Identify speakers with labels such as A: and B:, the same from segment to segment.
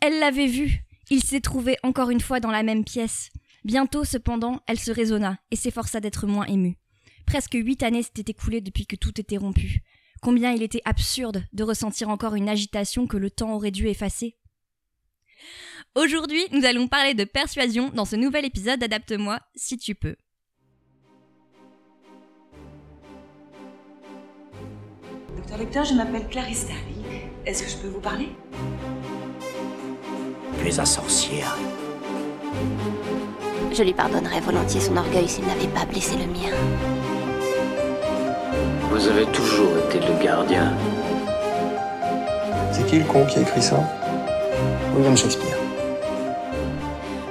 A: Elle l'avait vu. Il s'est trouvé encore une fois dans la même pièce. Bientôt, cependant, elle se raisonna et s'efforça d'être moins émue. Presque huit années s'étaient écoulées depuis que tout était rompu. Combien il était absurde de ressentir encore une agitation que le temps aurait dû effacer. Aujourd'hui, nous allons parler de persuasion dans ce nouvel épisode d'Adapte-moi si tu peux.
B: Docteur Lecteur, je m'appelle Clarisse Darly. Est-ce que je peux vous parler
C: Tu es un sorcière.
D: Je lui pardonnerais volontiers son orgueil s'il n'avait pas blessé le mien.
C: Vous avez toujours été le gardien.
E: C'est qui le con qui a écrit ça William Shakespeare.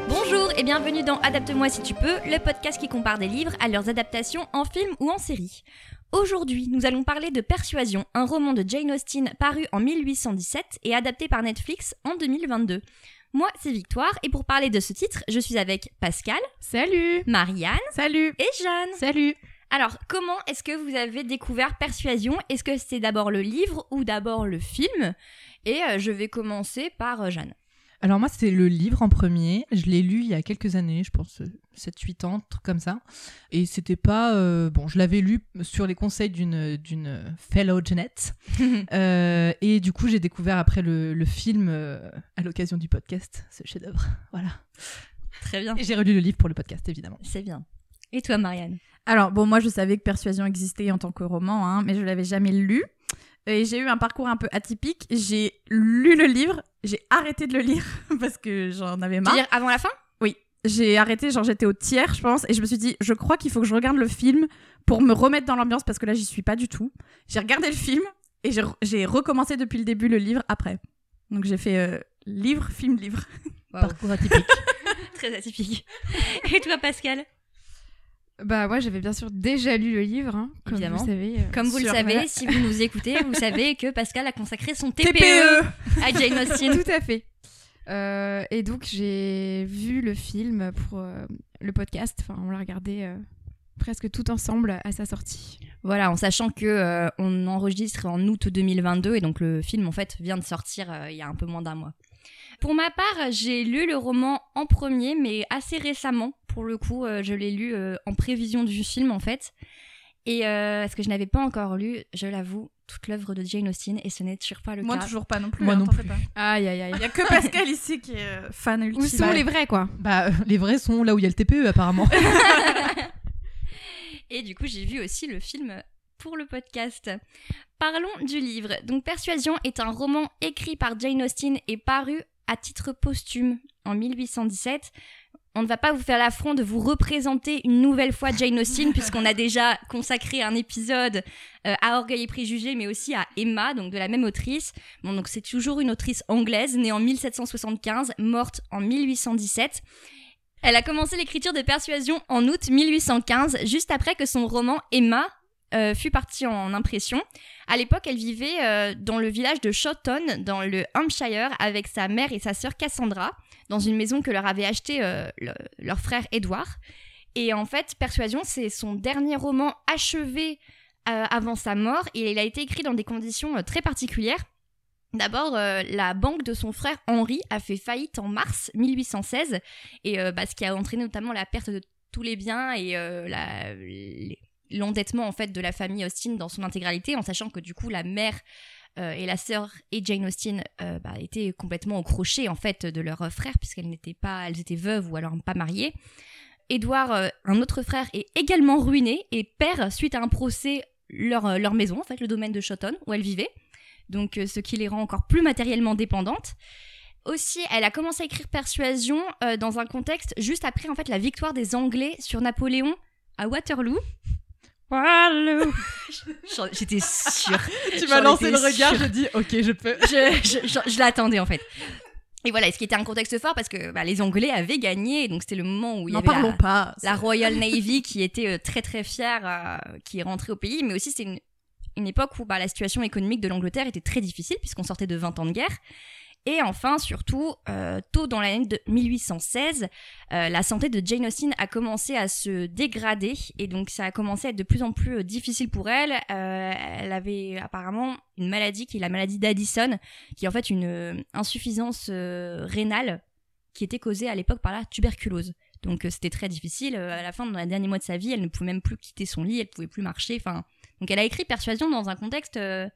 A: Bonjour et bienvenue dans Adapte-moi si tu peux, le podcast qui compare des livres à leurs adaptations en film ou en série. Aujourd'hui, nous allons parler de Persuasion, un roman de Jane Austen paru en 1817 et adapté par Netflix en 2022. Moi, c'est Victoire et pour parler de ce titre, je suis avec Pascal,
F: Salut
A: Marianne
F: Salut
A: et Jeanne.
F: Salut
A: Alors, comment est-ce que vous avez découvert Persuasion Est-ce que c'était d'abord le livre ou d'abord le film Et euh, je vais commencer par euh, Jeanne.
F: Alors moi, c'était le livre en premier. Je l'ai lu il y a quelques années, je pense euh, 7-8 ans, truc comme ça. Et c'était pas... euh, bon, je l'avais lu sur les conseils d'une d'une fellow Jeanette. Euh, et du coup, j'ai découvert après le, le film euh, à l'occasion du podcast, ce chef-d'œuvre. Voilà.
A: Très bien.
F: Et j'ai relu le livre pour le podcast, évidemment.
A: C'est bien. Et toi, Marianne
G: Alors, bon, moi, je savais que Persuasion existait en tant que roman, hein, mais je l'avais jamais lu. Et j'ai eu un parcours un peu atypique. J'ai lu le livre, j'ai arrêté de le lire parce que j'en
A: Tu
G: avais
A: veux
G: marre.
A: dire avant la fin
G: J'ai arrêté, genre j'étais au tiers, je pense, et je me suis dit, je crois qu'il faut que je regarde le film pour me remettre dans l'ambiance parce que là, j'y suis pas du tout. J'ai regardé le film et j'ai re- j'ai recommencé depuis le début le livre après. Donc j'ai fait euh, livre, film, livre.
A: Wow.
F: Parcours atypique.
A: Très atypique. Et toi, Pascal
H: Bah moi j'avais bien sûr déjà lu le livre, hein, comme
A: Évidemment.
H: vous savez. euh,
A: Comme vous le
H: sur-
A: savez, E.
H: voilà.
A: si vous nous écoutez, vous savez que Pascal a consacré son
H: E.
A: TPE,
G: TPE
A: à Jane Austen.
H: Tout à fait. Euh, et donc j'ai vu le film pour euh, le podcast, enfin on l'a regardé euh, presque tout ensemble à sa sortie.
A: voilà, en sachant que euh, on enregistre en août 2022 et donc le film en fait vient de sortir euh, il y a un peu moins d'un mois. Pour ma part, j'ai lu le roman en premier, mais assez récemment. Pour le coup, euh, je l'ai lu euh, en prévision du film en fait. Et euh, parce que je n'avais pas encore lu, je l'avoue, toute l'œuvre de Jane Austen et ce n'est sûr pas le
G: Moi,
A: cas.
G: toujours pas non plus.
F: Moi
G: hein,
F: non
G: t'en fais
F: plus.
G: pas.
H: Aïe aïe aïe.
G: Il y a que Pascal ici qui est euh, fan ultime.
H: Où sont les vrais quoi
F: bah, euh, les vrais sont là où il y a le TPE, apparemment.
A: Et du coup, j'ai vu aussi le film pour le podcast. Parlons du livre. Donc, Persuasion est un roman écrit par Jane Austen et paru à titre posthume en 1817. On ne va pas vous faire l'affront de vous représenter une nouvelle fois Jane Austen, puisqu'on a déjà consacré un épisode euh, à Orgueil et Préjugés, mais aussi à Emma, donc de la même autrice. Bon, donc c'est toujours une autrice anglaise, née en 1775, morte en 1817. Elle a commencé l'écriture de Persuasion en août 1815, juste après que son roman Emma euh, fut parti en impression. À l'époque, elle vivait euh, dans le village de Shotton, dans le Hampshire, avec sa mère et sa sœur Cassandra, dans une maison que leur avait achetée euh, le- leur frère Édouard. Et en fait, Persuasion, c'est son dernier roman achevé euh, avant sa mort, et il a été écrit dans des conditions euh, très particulières. D'abord, euh, la banque de son frère Henri a fait faillite en mars 1816, et euh, bah, ce qui a entraîné notamment la perte de tous les biens et euh, la- les- l'endettement en fait de la famille Austin dans son intégralité, en sachant que du coup la mère euh, et la sœur et Jane Austen euh, bah, étaient complètement au crochet en fait de leur euh, frère puisqu'elles n'étaient pas, elles étaient veuves ou alors pas mariées. Édouard, euh, un autre frère, est également ruiné et perd suite à un procès leur, euh, leur maison en fait, le domaine de Shotton où elle vivait. Donc euh, ce qui les rend encore plus matériellement dépendantes aussi, elle a commencé à écrire Persuasion euh, dans un contexte juste après en fait la victoire des Anglais sur Napoléon à Waterloo. Waterloo. J'étais sûre.
F: tu
A: J'en
F: m'as lancé le
A: étais
F: regard,
A: sûre.
F: j'ai dit, ok, je peux.
A: Je, je- je- je l'attendais en fait. Et voilà, ce qui était un contexte fort parce que bah, les Anglais avaient gagné, donc c'était le moment où il y
G: N'en
A: avait la-
G: parlons pas.
A: la Royal Navy qui était euh, très très fière, euh, qui est rentrée au pays, mais aussi c'est une, une époque où bah, la situation économique de l'Angleterre était très difficile puisqu'on sortait de 20 ans de guerre. Et enfin, surtout, euh, tôt dans l'année de 1816, euh, la santé de Jane Austen a commencé à se dégrader et donc ça a commencé à être de plus en plus euh, difficile pour elle. Euh, elle avait apparemment une maladie qui est la maladie d'Addison, qui est en fait une euh, insuffisance euh, rénale qui était causée à l'époque par la tuberculose. Donc euh, c'était très difficile. Euh, à la fin, dans les derniers mois de sa vie, elle ne pouvait même plus quitter son lit, elle pouvait plus marcher. Enfin, donc elle a écrit Persuasion dans un contexte euh,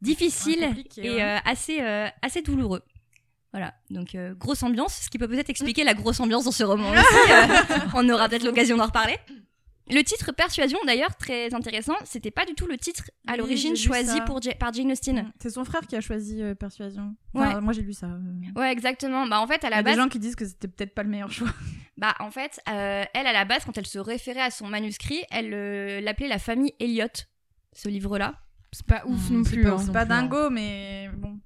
A: difficile
G: Compliqué, hein.
A: et
G: ouais.
A: euh, assez, euh, assez douloureux. Voilà, donc euh, grosse ambiance, ce qui peut peut-être
G: Mm.
A: expliquer la grosse ambiance dans ce roman aussi. euh, on aura peut-être l'occasion d'en reparler. Le titre Persuasion, d'ailleurs, très intéressant, c'était pas du tout le titre à
G: Oui,
A: l'origine
G: j'ai vu
A: choisi
G: ça.
A: pour Ja- par Jane Austen.
G: C'est son frère qui a choisi euh, Persuasion. Enfin,
A: Ouais.
G: Moi j'ai lu ça. euh.
A: Ouais, exactement. Bah en fait, à
G: Il y a
A: la base,
G: des gens qui disent que c'était peut-être pas le meilleur choix.
A: bah en fait, euh, elle à la base, quand elle se référait à son manuscrit, elle euh, l'appelait la famille Elliot, ce livre-là.
H: C'est pas ouf
F: Mmh,
H: non
F: c'est
H: plus.
F: pas
H: hein.
F: ouf.
G: C'est pas dingo, mais bon.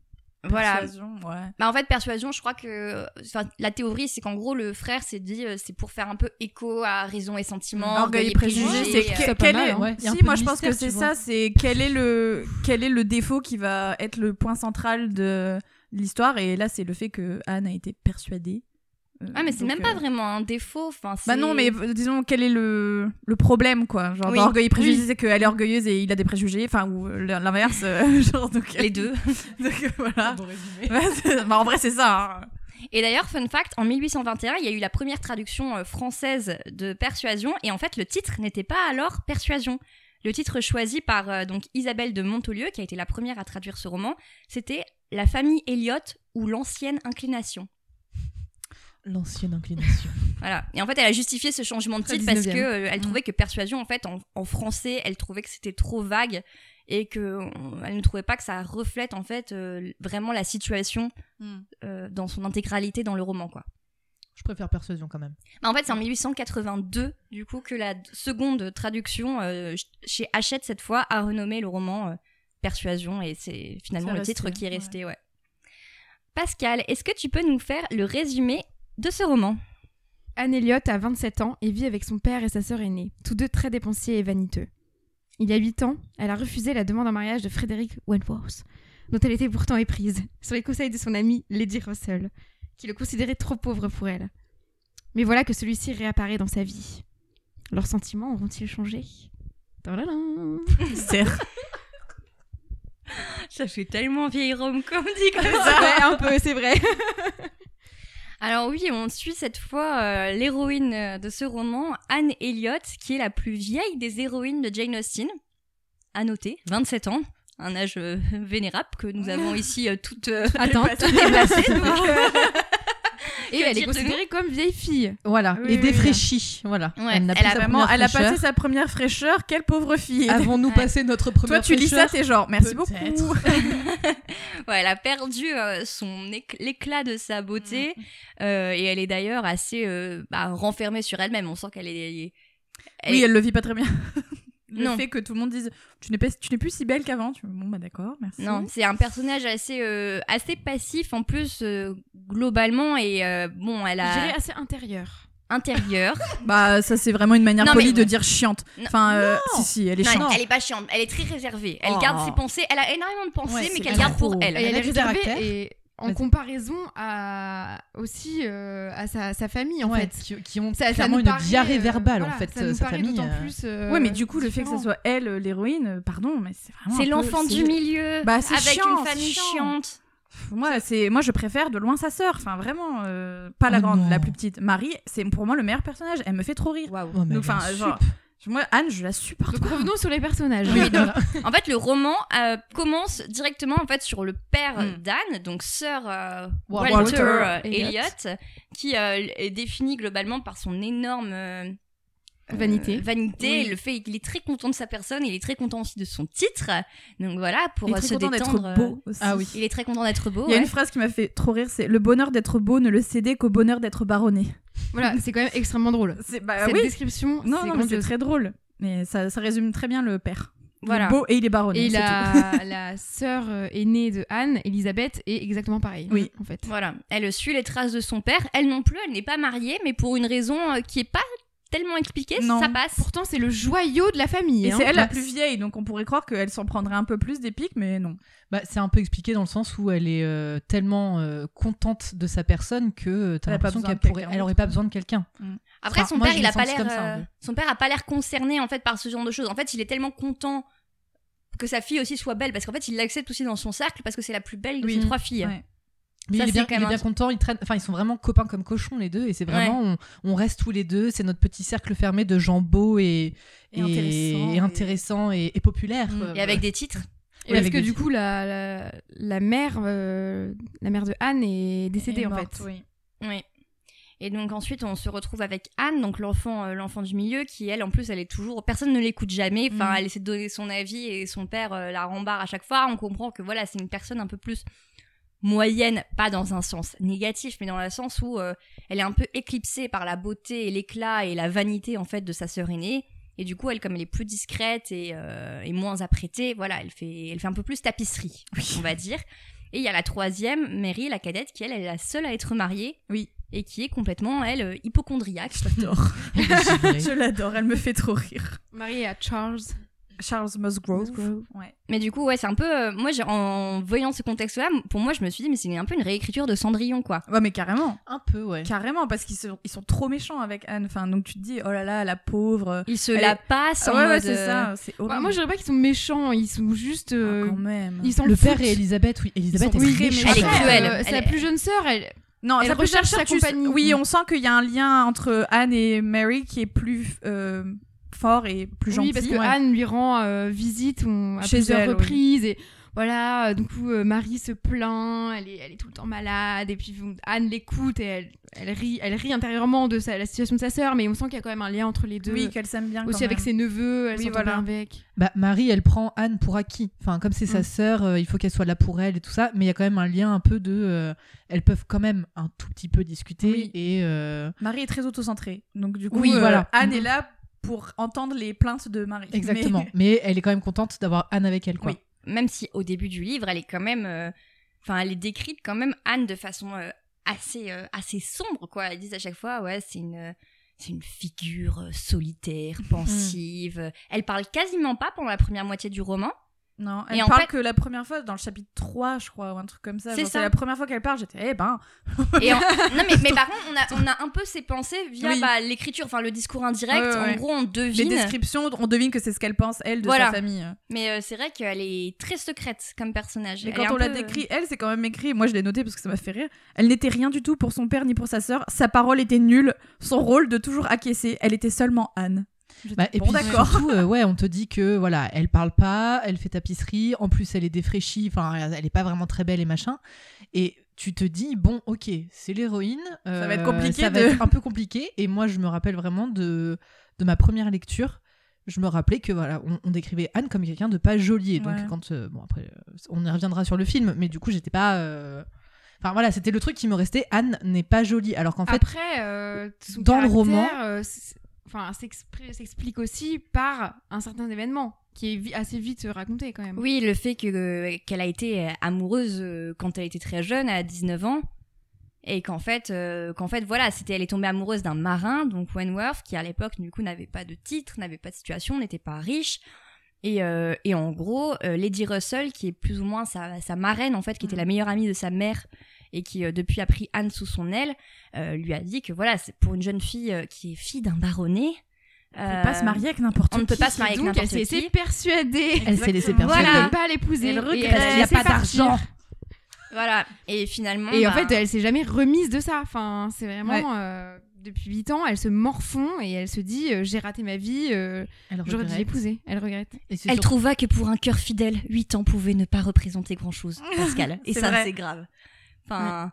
A: Voilà.
G: Persuasion, ouais.
A: Bah en fait, persuasion, je crois que, enfin, la théorie, c'est qu'en gros, le frère s'est dit, euh, c'est pour faire un peu écho à raison et sentiment,
G: Orgueil et préjugés,
A: préjugés,
G: c'est
A: euh,
F: que-
G: que-
F: ça pas
G: quel
F: mal,
G: est.
F: hein. Ouais, il y a un
G: Si,
F: peu
G: moi
F: de
G: je pense que
F: mystère,
G: c'est
F: tu vois.
G: ça, c'est quel est le quel est le défaut qui va être le point central de l'histoire et là c'est le fait que Anne a été persuadée. Euh,
A: Ah mais c'est
G: donc,
A: même
G: euh,
A: pas vraiment un défaut, enfin.
G: Bah
A: c'est-
G: non, mais euh, disons quel est le, le problème quoi, genre
A: Oui.
G: dans orgueil et préjugé,
A: Oui.
G: c'est qu'elle est orgueilleuse et il a des préjugés, enfin ou euh, l'inverse, euh, genre donc
A: les deux.
G: donc, euh,
F: Ah.
G: voilà. Ouais, c'est- bah, en vrai c'est ça. hein.
A: Et d'ailleurs, fun fact, en 1821, il y a eu la première traduction euh, française de Persuasion, et en fait, le titre n'était pas alors Persuasion. Le titre choisi par euh, donc Isabelle de Montolieu, qui a été la première à traduire ce roman, c'était La famille Elliot ou l'ancienne inclination.
F: L'ancienne inclination.
A: Voilà. Et en fait, elle a justifié ce changement de
H: Très
A: titre parce
H: 19e.
A: que euh, elle
H: Mm.
A: trouvait que Persuasion, en fait, en, en français, elle trouvait que c'était trop vague et que on- elle ne trouvait pas que ça reflète en fait euh, vraiment la situation
G: Mm.
A: euh, dans son intégralité dans le roman, quoi.
F: Je préfère persuasion quand même.
A: Bah, en fait, c'est en 1882, du coup, que la d- seconde traduction euh, ch- chez Hachette, cette fois, a renommé le roman euh, Persuasion, et c'est finalement
G: C'est
A: le
G: resté,
A: titre qui est
G: ouais.
A: resté, ouais. Pascal, est-ce que tu peux nous faire le résumé de ce roman
H: Anne Elliot a 27 ans et vit avec son père et sa sœur aînée, tous deux très dépensiers et vaniteux. Il y a 8 ans, elle a refusé la demande en mariage de Frédéric Wentworth, dont elle était pourtant éprise, sur les conseils de son ami Lady Russell, qui le considérait trop pauvre pour elle. Mais voilà que celui-ci réapparaît dans sa vie. Leurs sentiments auront-ils changé Tadadam
F: Eh,
G: C'est
A: Ça fait tellement vieille Rome, comme dit
H: C'est vrai, un peu, c'est vrai.
A: Alors oui, on suit cette fois euh, l'héroïne euh, de ce roman, Anne Elliot, qui est la plus vieille des héroïnes de Jane Austen. À noter, 27 ans, un âge euh, vénérable que nous avons ici euh, toutes euh,
H: Attends,
A: tout est passé. donc, euh,
H: Et
A: Que
H: elle est
A: dire de nous
H: considérée comme vieille fille.
F: Voilà,
G: Oui,
F: et
G: oui,
F: défraîchie. Voilà.
A: Ouais,
F: n'a
A: elle
F: plus
A: a
F: sa
G: Vraiment,
F: première
G: elle a
F: fraîcheur.
G: passé sa première fraîcheur. Quelle pauvre fille.
F: Avons-nous
A: Ouais.
F: passé notre première
G: Toi, tu lis ça,
F: fraîcheur
G: t'es genre, merci beaucoup.
F: Peut-être.
A: ouais, elle a perdu euh, son éc- l'éclat de sa beauté euh, et elle est d'ailleurs assez euh, bah, renfermée sur elle-même. On sent qu'elle est... elle
G: Oui,
A: est-
G: elle le vit pas très bien. le
A: Non.
G: fait que tout le monde dise, tu n'es pas- tu n'es plus si belle qu'avant. Tu- Bon, bah d'accord, merci.
A: Non, c'est un personnage assez, euh, assez passif en plus, euh, globalement, et euh, bon, elle
H: Je dirais
A: a
H: assez intérieure.
A: intérieur.
G: Bah, ça, c'est vraiment une manière
A: Non, mais-
G: polie de dire chiante.
A: Non.
G: Enfin, euh, si, si, elle est
A: Non,
G: chiante.
A: elle est pas chiante, elle est très réservée. Elle
G: Oh.
A: garde ses pensées, elle a énormément de pensées,
F: Ouais, c'est
A: mais qu'elle
F: pas
A: garde pour
F: trop.
A: elle.
H: Et elle
F: a
H: est
F: du
H: réservée
F: caractère.
H: et en
F: Vas-y.
H: comparaison à aussi euh, à sa, sa famille en
F: Ouais,
H: fait.
F: qui, qui ont
H: Ça, ça
F: clairement
H: nous
F: une
H: paraît,
F: diarrhée
H: euh,
F: verbale
H: voilà,
F: en fait,
H: Ça nous
F: euh, sa
H: paraît
F: famille.
H: d'autant
F: euh,
H: plus. euh,
G: Ouais, mais du coup, le fait que
H: différent.
G: ça soit elle, euh, l'héroïne, euh, pardon, mais c'est vraiment.
A: C'est
G: un peu-
A: l'enfant
G: c'est-
A: du milieu,
G: Bah, c'est
A: avec
G: chiant,
A: une famille
G: c'est chiant.
A: chiante.
G: Pff, Moi, c'est moi, je préfère de loin sa sœur. Enfin, vraiment, euh, pas la
F: Oh
G: grande,
F: non.
G: la plus petite. Marie, c'est pour moi le meilleur personnage. Elle me fait trop rire.
F: Oh, mais
G: Donc,
F: elle est
G: enfin, genre,
F: sup.
G: Moi, Anne, je la supporte.
H: Donc revenons sur les personnages.
F: Oui, donc,
A: En fait, le roman euh, commence directement en fait sur le père euh,
G: Mm.
A: d'Anne, donc sœur euh,
F: Wa-
A: Walter,
G: Walter
A: euh,
H: Elliot.
A: Elliot, qui euh, est défini globalement par son énorme euh,
H: Vanité.
A: euh, vanité,
H: Oui.
A: le fait qu'il est très content de sa personne, il est très content aussi de son titre. Donc voilà, pour
G: Il est
A: euh,
G: très
A: se
G: content d'être
A: détendre. euh,
G: beau aussi.
F: Ah oui.
A: Il est très content d'être beau.
G: Il y a
A: ouais.
G: une phrase qui m'a fait trop rire, c'est le bonheur d'être beau ne le cédez qu'au bonheur d'être baronné.
H: Voilà, c'est quand même extrêmement drôle.
G: C'est bah
H: Cette
G: oui.
H: description,
G: Non
H: Oh, c'est
G: non, mais c'est
H: grandiose.
G: très drôle. Mais ça, ça résume très bien le père.
A: Voilà.
G: Il est beau et il est baronné.
H: Et
G: c'est tout.
H: la, la sœur euh, aînée de Anne, Elisabeth, est exactement pareille.
G: Oui.
H: En fait.
A: Voilà, elle suit les traces de son père. Elle non plus, elle n'est pas mariée, mais pour une raison euh, qui est pas tellement expliqué,
G: Non.
A: ça passe.
H: Pourtant, c'est le joyau de la famille.
G: Et
H: hein.
G: c'est elle la
H: Ouais.
G: plus vieille, donc on pourrait croire qu'elle s'en prendrait un peu plus des pics, mais non.
I: Bah, c'est un peu expliqué dans le sens où elle est euh, tellement euh, contente de sa personne que euh, t'as
G: Elle a pas
I: l'impression
G: besoin
I: qu'elle
G: de
I: pourrait,
G: quelqu'un
I: elle aurait
G: d'autre.
I: pas besoin de quelqu'un.
A: Après,
I: Enfin,
A: son
I: moi,
A: père,
I: je
A: il
I: l'ai
A: a pas
I: senti
A: l'air,
I: comme ça, un
A: euh,
I: peu.
A: son père a pas l'air concerné en fait par ce genre de choses. En fait, il est tellement content que sa fille aussi soit belle parce qu'en fait, il l'accepte aussi dans son cercle parce que c'est la plus belle de
G: Oui.
A: ses trois filles.
G: Ouais.
I: Mais
A: Ça,
I: il est bien,
A: c'est quand
I: il est
A: même
I: bien
A: un-
I: content, ils, traînent, enfin, ils sont vraiment copains comme cochons les deux, et c'est vraiment, on, on reste tous les deux, c'est notre petit cercle fermé de gens beaux et,
G: Et intéressants,
I: et,
G: et-
I: intéressants et- et populaires.
G: Mm.
I: quoi.
A: Et avec des titres.
I: Oui,
H: parce
I: avec
H: que
I: des
H: du
I: titres.
H: coup, la, la, la mère, euh, la mère de Anne est décédée
G: Et
H: en
G: morte,
H: fait.
G: oui.
A: Oui. Et donc ensuite, on se retrouve avec Anne, donc l'enfant, euh, l'enfant du milieu, qui elle, en plus, elle est toujours. Personne ne l'écoute jamais. Enfin,
G: Mhm.
A: elle essaie de donner son avis et son père euh, la rembarre à chaque fois. On comprend que voilà, c'est une personne un peu plus moyenne, pas dans un sens négatif, mais dans le sens où euh, elle est un peu éclipsée par la beauté et l'éclat et la vanité en fait de sa sœur aînée. Et du coup, elle, comme elle est plus discrète et, euh, et moins apprêtée, voilà, elle fait, elle fait un peu plus tapisserie, on va dire. Et il y a la troisième, Mary, la cadette, qui elle, elle est la seule à être mariée.
G: Oui.
A: Et qui est complètement, elle, euh, hypochondriaque.
G: J'adore.
I: Elle est givrée.
G: Je l'adore, elle me fait trop rire.
H: Mariée à Charles.
G: Charles Musgrove.
H: Musgrove.
G: Ouais.
A: Mais du coup, ouais, c'est un peu. euh, moi, j'ai- en voyant ce contexte-là, m- pour moi, je me suis dit, mais c'est un peu une réécriture de Cendrillon, quoi.
G: Ouais, mais carrément.
I: Un peu, ouais.
G: Carrément, parce qu'ils sont, ils sont trop méchants avec Anne. Enfin, donc tu te dis, oh là là, la pauvre.
A: Il se
G: Elle
A: la
G: est-
A: passe
G: Ah
A: en
G: ouais, ouais,
A: mode.
G: c'est
A: euh,
G: ça, c'est horrible.
H: Bah, moi, je dirais pas qu'ils sont méchants, ils sont juste.
G: Ah,
H: euh,
G: quand même.
H: ils sont
I: Le père et Elisabeth, oui. Elisabeth
G: Ils
I: est
G: sont- oui,
I: très
G: mais
I: méchante.
A: elle est cruelle.
H: Euh, c'est
A: Elle
H: la
A: est-
H: plus jeune sœur, elle.
G: Non,
H: Elle
G: ça peut
H: recherche
G: faire
H: sa
G: tu-
H: compagnie.
G: Oui, on sent qu'il y a un lien entre Anne et Mary qui est plus euh, fort et plus gentil.
H: oui, parce que
G: Ouais.
H: Anne lui rend euh, visite on- à
G: Chez
H: plusieurs
G: elle, oui.
H: reprises et voilà. euh, Du coup, euh, Marie se plaint, elle est, elle est tout le temps malade et puis vous- Anne l'écoute et elle, elle rit, elle rit intérieurement de sa- la situation de sa sœur, mais on sent qu'il y a quand même un lien entre les deux.
G: Oui, qu'elle s'aime bien.
H: aussi
G: quand
H: avec
G: même.
H: ses neveux, elle
G: Oui,
H: s'entend
G: voilà.
H: bien avec.
I: Bah, Marie, elle prend Anne pour acquis. Enfin, comme c'est sa
G: Mm.
I: sœur, euh, il faut qu'elle soit là pour elle et tout ça. Mais il y a quand même un lien un peu de. euh, elles peuvent quand même un tout petit peu discuter
G: Oui.
I: et. euh,
G: Marie est très autocentrée. Donc, du coup,
I: Oui,
G: euh,
I: voilà.
G: Anne
I: Mhm.
G: est là pour entendre les plaintes de Marie.
I: Exactement.
G: Mais-
I: Mais... elle est quand même contente d'avoir Anne avec elle, quoi.
A: Oui. Même si au début du livre, elle est quand même. euh, Enfin, elle est décrite quand même, Anne, de façon euh, assez, euh, assez sombre, quoi. Ils disent à chaque fois, ouais, c'est une. C'est une figure euh, solitaire, pensive. Elle parle quasiment pas pendant la première moitié du roman.
G: Non,
A: Et
G: elle
A: en
G: parle
A: fait-
G: que la première fois, dans le chapitre 3, je crois, ou un truc comme ça.
A: C'est
G: Genre,
A: ça.
G: C'est la première fois qu'elle parle, j'étais, eh ben.
A: Et en- Non, mais, mais par contre, on a, on a un peu ses pensées via
G: Oui.
A: bah, l'écriture, enfin le discours indirect.
G: Ouais, ouais,
A: En
G: ouais.
A: gros, on
G: Les
A: devine.
G: descriptions, on devine que c'est ce qu'elle pense, elle, de
A: Voilà.
G: sa famille.
A: Mais euh, c'est vrai qu'elle est très secrète comme personnage.
G: Mais
A: Elle
G: quand
A: est un
G: on la
A: peu- euh,
G: décrit, elle, c'est quand même écrit. Moi, je l'ai noté parce que ça m'a fait rire. Elle n'était rien du tout pour son père ni pour sa sœur. Sa parole était nulle. Son rôle de toujours acquiescer. Elle était seulement Anne. J'étais,
I: Bah, et
G: bon,
I: puis
G: d'accord.
I: surtout, euh, ouais, on te dit que voilà, elle parle pas, elle fait tapisserie, en plus elle est défraîchie, enfin elle est pas vraiment très belle et machin. Et tu te dis bon, ok, c'est l'héroïne, euh,
G: va être compliqué
I: ça va
G: de-
I: être un peu compliqué. Et moi, je me rappelle vraiment de de ma première lecture. Je me rappelais que voilà, on, on décrivait Anne comme quelqu'un de pas joli. Et Donc
G: Ouais.
I: quand euh, bon après, euh, on y reviendra sur le film, mais du coup j'étais pas. euh, Enfin voilà, c'était le truc qui me restait. Anne n'est pas jolie, alors qu'en fait
H: Après, euh, son
I: dans le
H: caractère,
I: roman-
H: euh, s- enfin, s'expri- s'explique aussi par un certain événement qui est vi- assez vite raconté quand même.
A: Oui, le fait que, euh, qu'elle a été euh, amoureuse euh, quand elle était très jeune, à 19 ans. Et qu'en fait, euh, qu'en fait, voilà, c'était, elle est tombée amoureuse d'un marin, donc Wentworth, qui à l'époque, du coup, n'avait pas de titre, n'avait pas de situation, n'était pas riche. Et, euh, et en gros, euh, Lady Russell, qui est plus ou moins sa, sa marraine, en fait, qui était la meilleure amie de sa mère et qui euh, depuis a pris Anne sous son aile, euh, lui a dit que voilà, c'est pour une jeune fille euh, qui est fille d'un baronnet.
G: On peut pas se marier avec n'importe
A: Euh, on ne
G: qui.
A: peut pas se marier avec
H: Donc elle
A: n'importe
H: s'est
A: qui.
H: été persuadée
I: elle s'est laissée
G: Exactement.
I: persuader.
A: Voilà.
H: de ne pas l'épouser.
G: Et le
H: Et euh,
G: regret.
H: elle
A: Parce
H: s'est
A: qu'il
I: n'y a
H: laissée
I: pas
H: partir.
I: d'argent.
A: euh, Voilà. Et finalement.
H: Et en
A: bah,
H: fait, elle s'est jamais remise de ça. Enfin, c'est vraiment
G: Ouais.
H: euh, depuis 8 ans, elle se morfond et elle se dit euh, j'ai raté ma vie, euh,
I: Elle
H: j'aurais dû
I: regrette.
H: l'épouser. Elle regrette.
I: Et c'est
A: Elle
I: surtout-
A: trouva que pour un cœur fidèle, 8 ans pouvaient ne pas représenter grand-chose, Pascal. Et
G: C'est
A: ça,
G: vrai.
A: c'est grave. Enfin...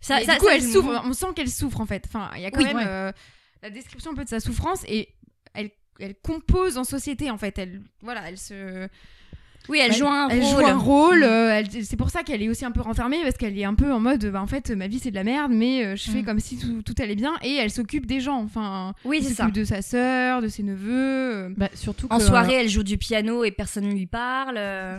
A: Ça,
H: Mais
A: ça-
H: du coup,
A: ça,
H: elle
A: je-
H: souffre. On sent qu'elle souffre en fait. Enfin, il y a quand
I: Oui,
H: même
I: ouais.
H: euh, la description un peu de sa souffrance et elle, elle compose en société en fait. Elle, voilà, elle se.
A: Oui, elle joue un
H: elle
A: rôle.
H: joue un rôle. euh, elle- c'est pour ça qu'elle est aussi un peu renfermée parce qu'elle est un peu en mode, bah, en fait, ma vie c'est de la merde, mais euh, je fais
I: Mm.
H: comme si tout, tout allait bien. Et elle s'occupe des gens. Enfin,
A: Oui,
H: elle
A: c'est ça.
H: s'occupe de sa sœur, de ses neveux. euh.
I: Bah, surtout
A: En
I: que-
A: soirée, elle joue du piano et personne ne lui parle. euh.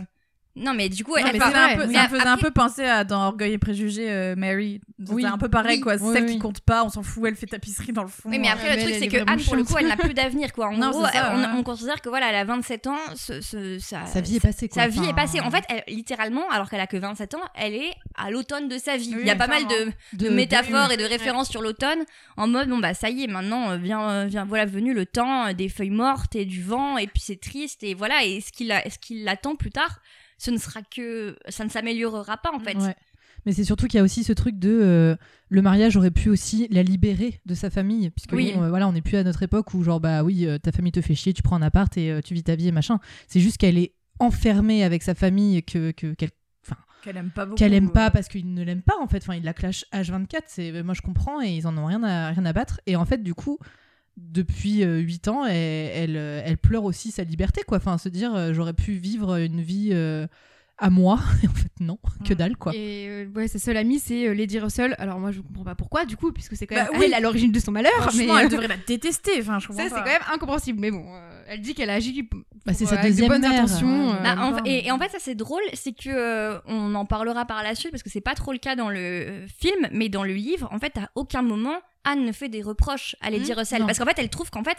A: Non, mais du coup,
G: Non,
A: elle
G: mais
A: part-
G: ça
H: vrai,
G: un peu-
H: oui.
G: ça me faisait un peu penser à dans Orgueil et Préjugés, euh, Mary. C'était
I: Oui.
G: un peu pareil,
A: Oui.
G: quoi.
I: Oui,
G: Celle
I: oui.
G: qui compte pas, on s'en fout, elle fait tapisserie dans le fond.
A: Oui, mais après,
H: Ouais,
A: le
H: mais
A: truc,
H: elle
A: c'est
H: est
A: que
H: vraiment
A: Anne, pour le
H: chiante.
A: coup, elle n'a plus d'avenir, quoi. En
G: Non,
A: gros,
G: c'est ça,
A: on,
G: ouais.
A: on considère que voilà, elle a 27 ans, ce- ce- ça-
I: Sa vie est passée, quoi.
A: sa vie est
I: Enfin,
A: passée. En fait, elle- littéralement, alors qu'elle a que 27 ans, elle est à l'automne de sa vie.
G: Oui,
A: Il y a pas mal de, de métaphores et de références sur l'automne, en mode, bon, bah, ça y est, maintenant, bien, voilà, venu le temps euh, des feuilles mortes et du vent, et puis c'est triste, et voilà, et ce qui l'a- ce qui l'attend plus tard, ce ne sera que. Ça ne s'améliorera pas, en fait.
I: Ouais. Mais c'est surtout qu'il y a aussi ce truc de euh, le mariage aurait pu aussi la libérer de sa famille, puisque
A: Oui.
I: bon, euh, voilà, on n'est plus à notre époque où genre bah oui, euh, ta famille te fait chier, tu prends un appart et euh, tu vis ta vie et machin. C'est juste qu'elle est enfermée avec sa famille que que- qu'elle
G: Qu'elle aime
A: Oh.
G: pas beaucoup.
I: qu'elle aime pas
G: euh,
I: parce qu'il ne l'aime pas en fait. Enfin, il la clash H24. C'est euh, moi je comprends et ils en ont rien à rien à battre. Et en fait, du coup, depuis 8 ans, elle, elle, euh, elle pleure aussi sa liberté quoi. Enfin, se dire euh, j'aurais pu vivre une vie euh, à moi. Et en fait, non, que
A: Mm.
I: dalle quoi.
H: Et euh, ouais, sa seule amie, c'est euh, Lady Russell. Alors moi, je comprends pas pourquoi, du coup, puisque c'est quand
G: Bah
H: même
G: oui.
H: elle à l'origine de son malheur. Mais
G: Franchement, elle devrait la détester. Enfin, je comprends
H: ça, c'est
G: pas.
H: quand même incompréhensible. Mais bon, euh, elle dit qu'elle a agi pour-
I: Bah, c'est sa
H: avec de
I: deuxième
H: bonnes
I: mère.
H: intentions.
I: Ouais.
H: euh,
A: Bah,
H: en
A: en-
H: même temps.
A: et, et en fait, ça c'est drôle, c'est que euh, on en parlera par la suite parce que c'est pas trop le cas dans le euh, film, mais dans le livre, en fait, à aucun moment Anne ne fait des reproches à Lady
H: Hmm,
A: Russell
I: Mmh, non.
A: parce qu'en fait, elle trouve qu'en fait,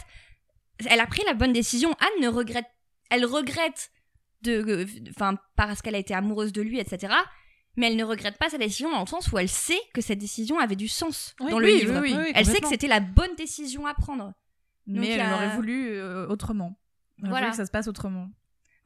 A: elle a pris la bonne décision. Anne ne regrette, elle regrette de, enfin, parce qu'elle a été amoureuse de lui, etc. Mais elle ne regrette pas sa décision dans le sens où elle sait que cette décision avait du sens dans le
I: oui,
A: livre.
I: oui, oui,
A: elle sait que
I: complètement.
A: c'était la bonne décision à prendre.
G: Mais
A: Donc,
G: elle
A: la-
G: aurait voulu euh, autrement.
I: Bah,
G: Elle aurait
A: Voilà.
G: voulu que ça se passe autrement.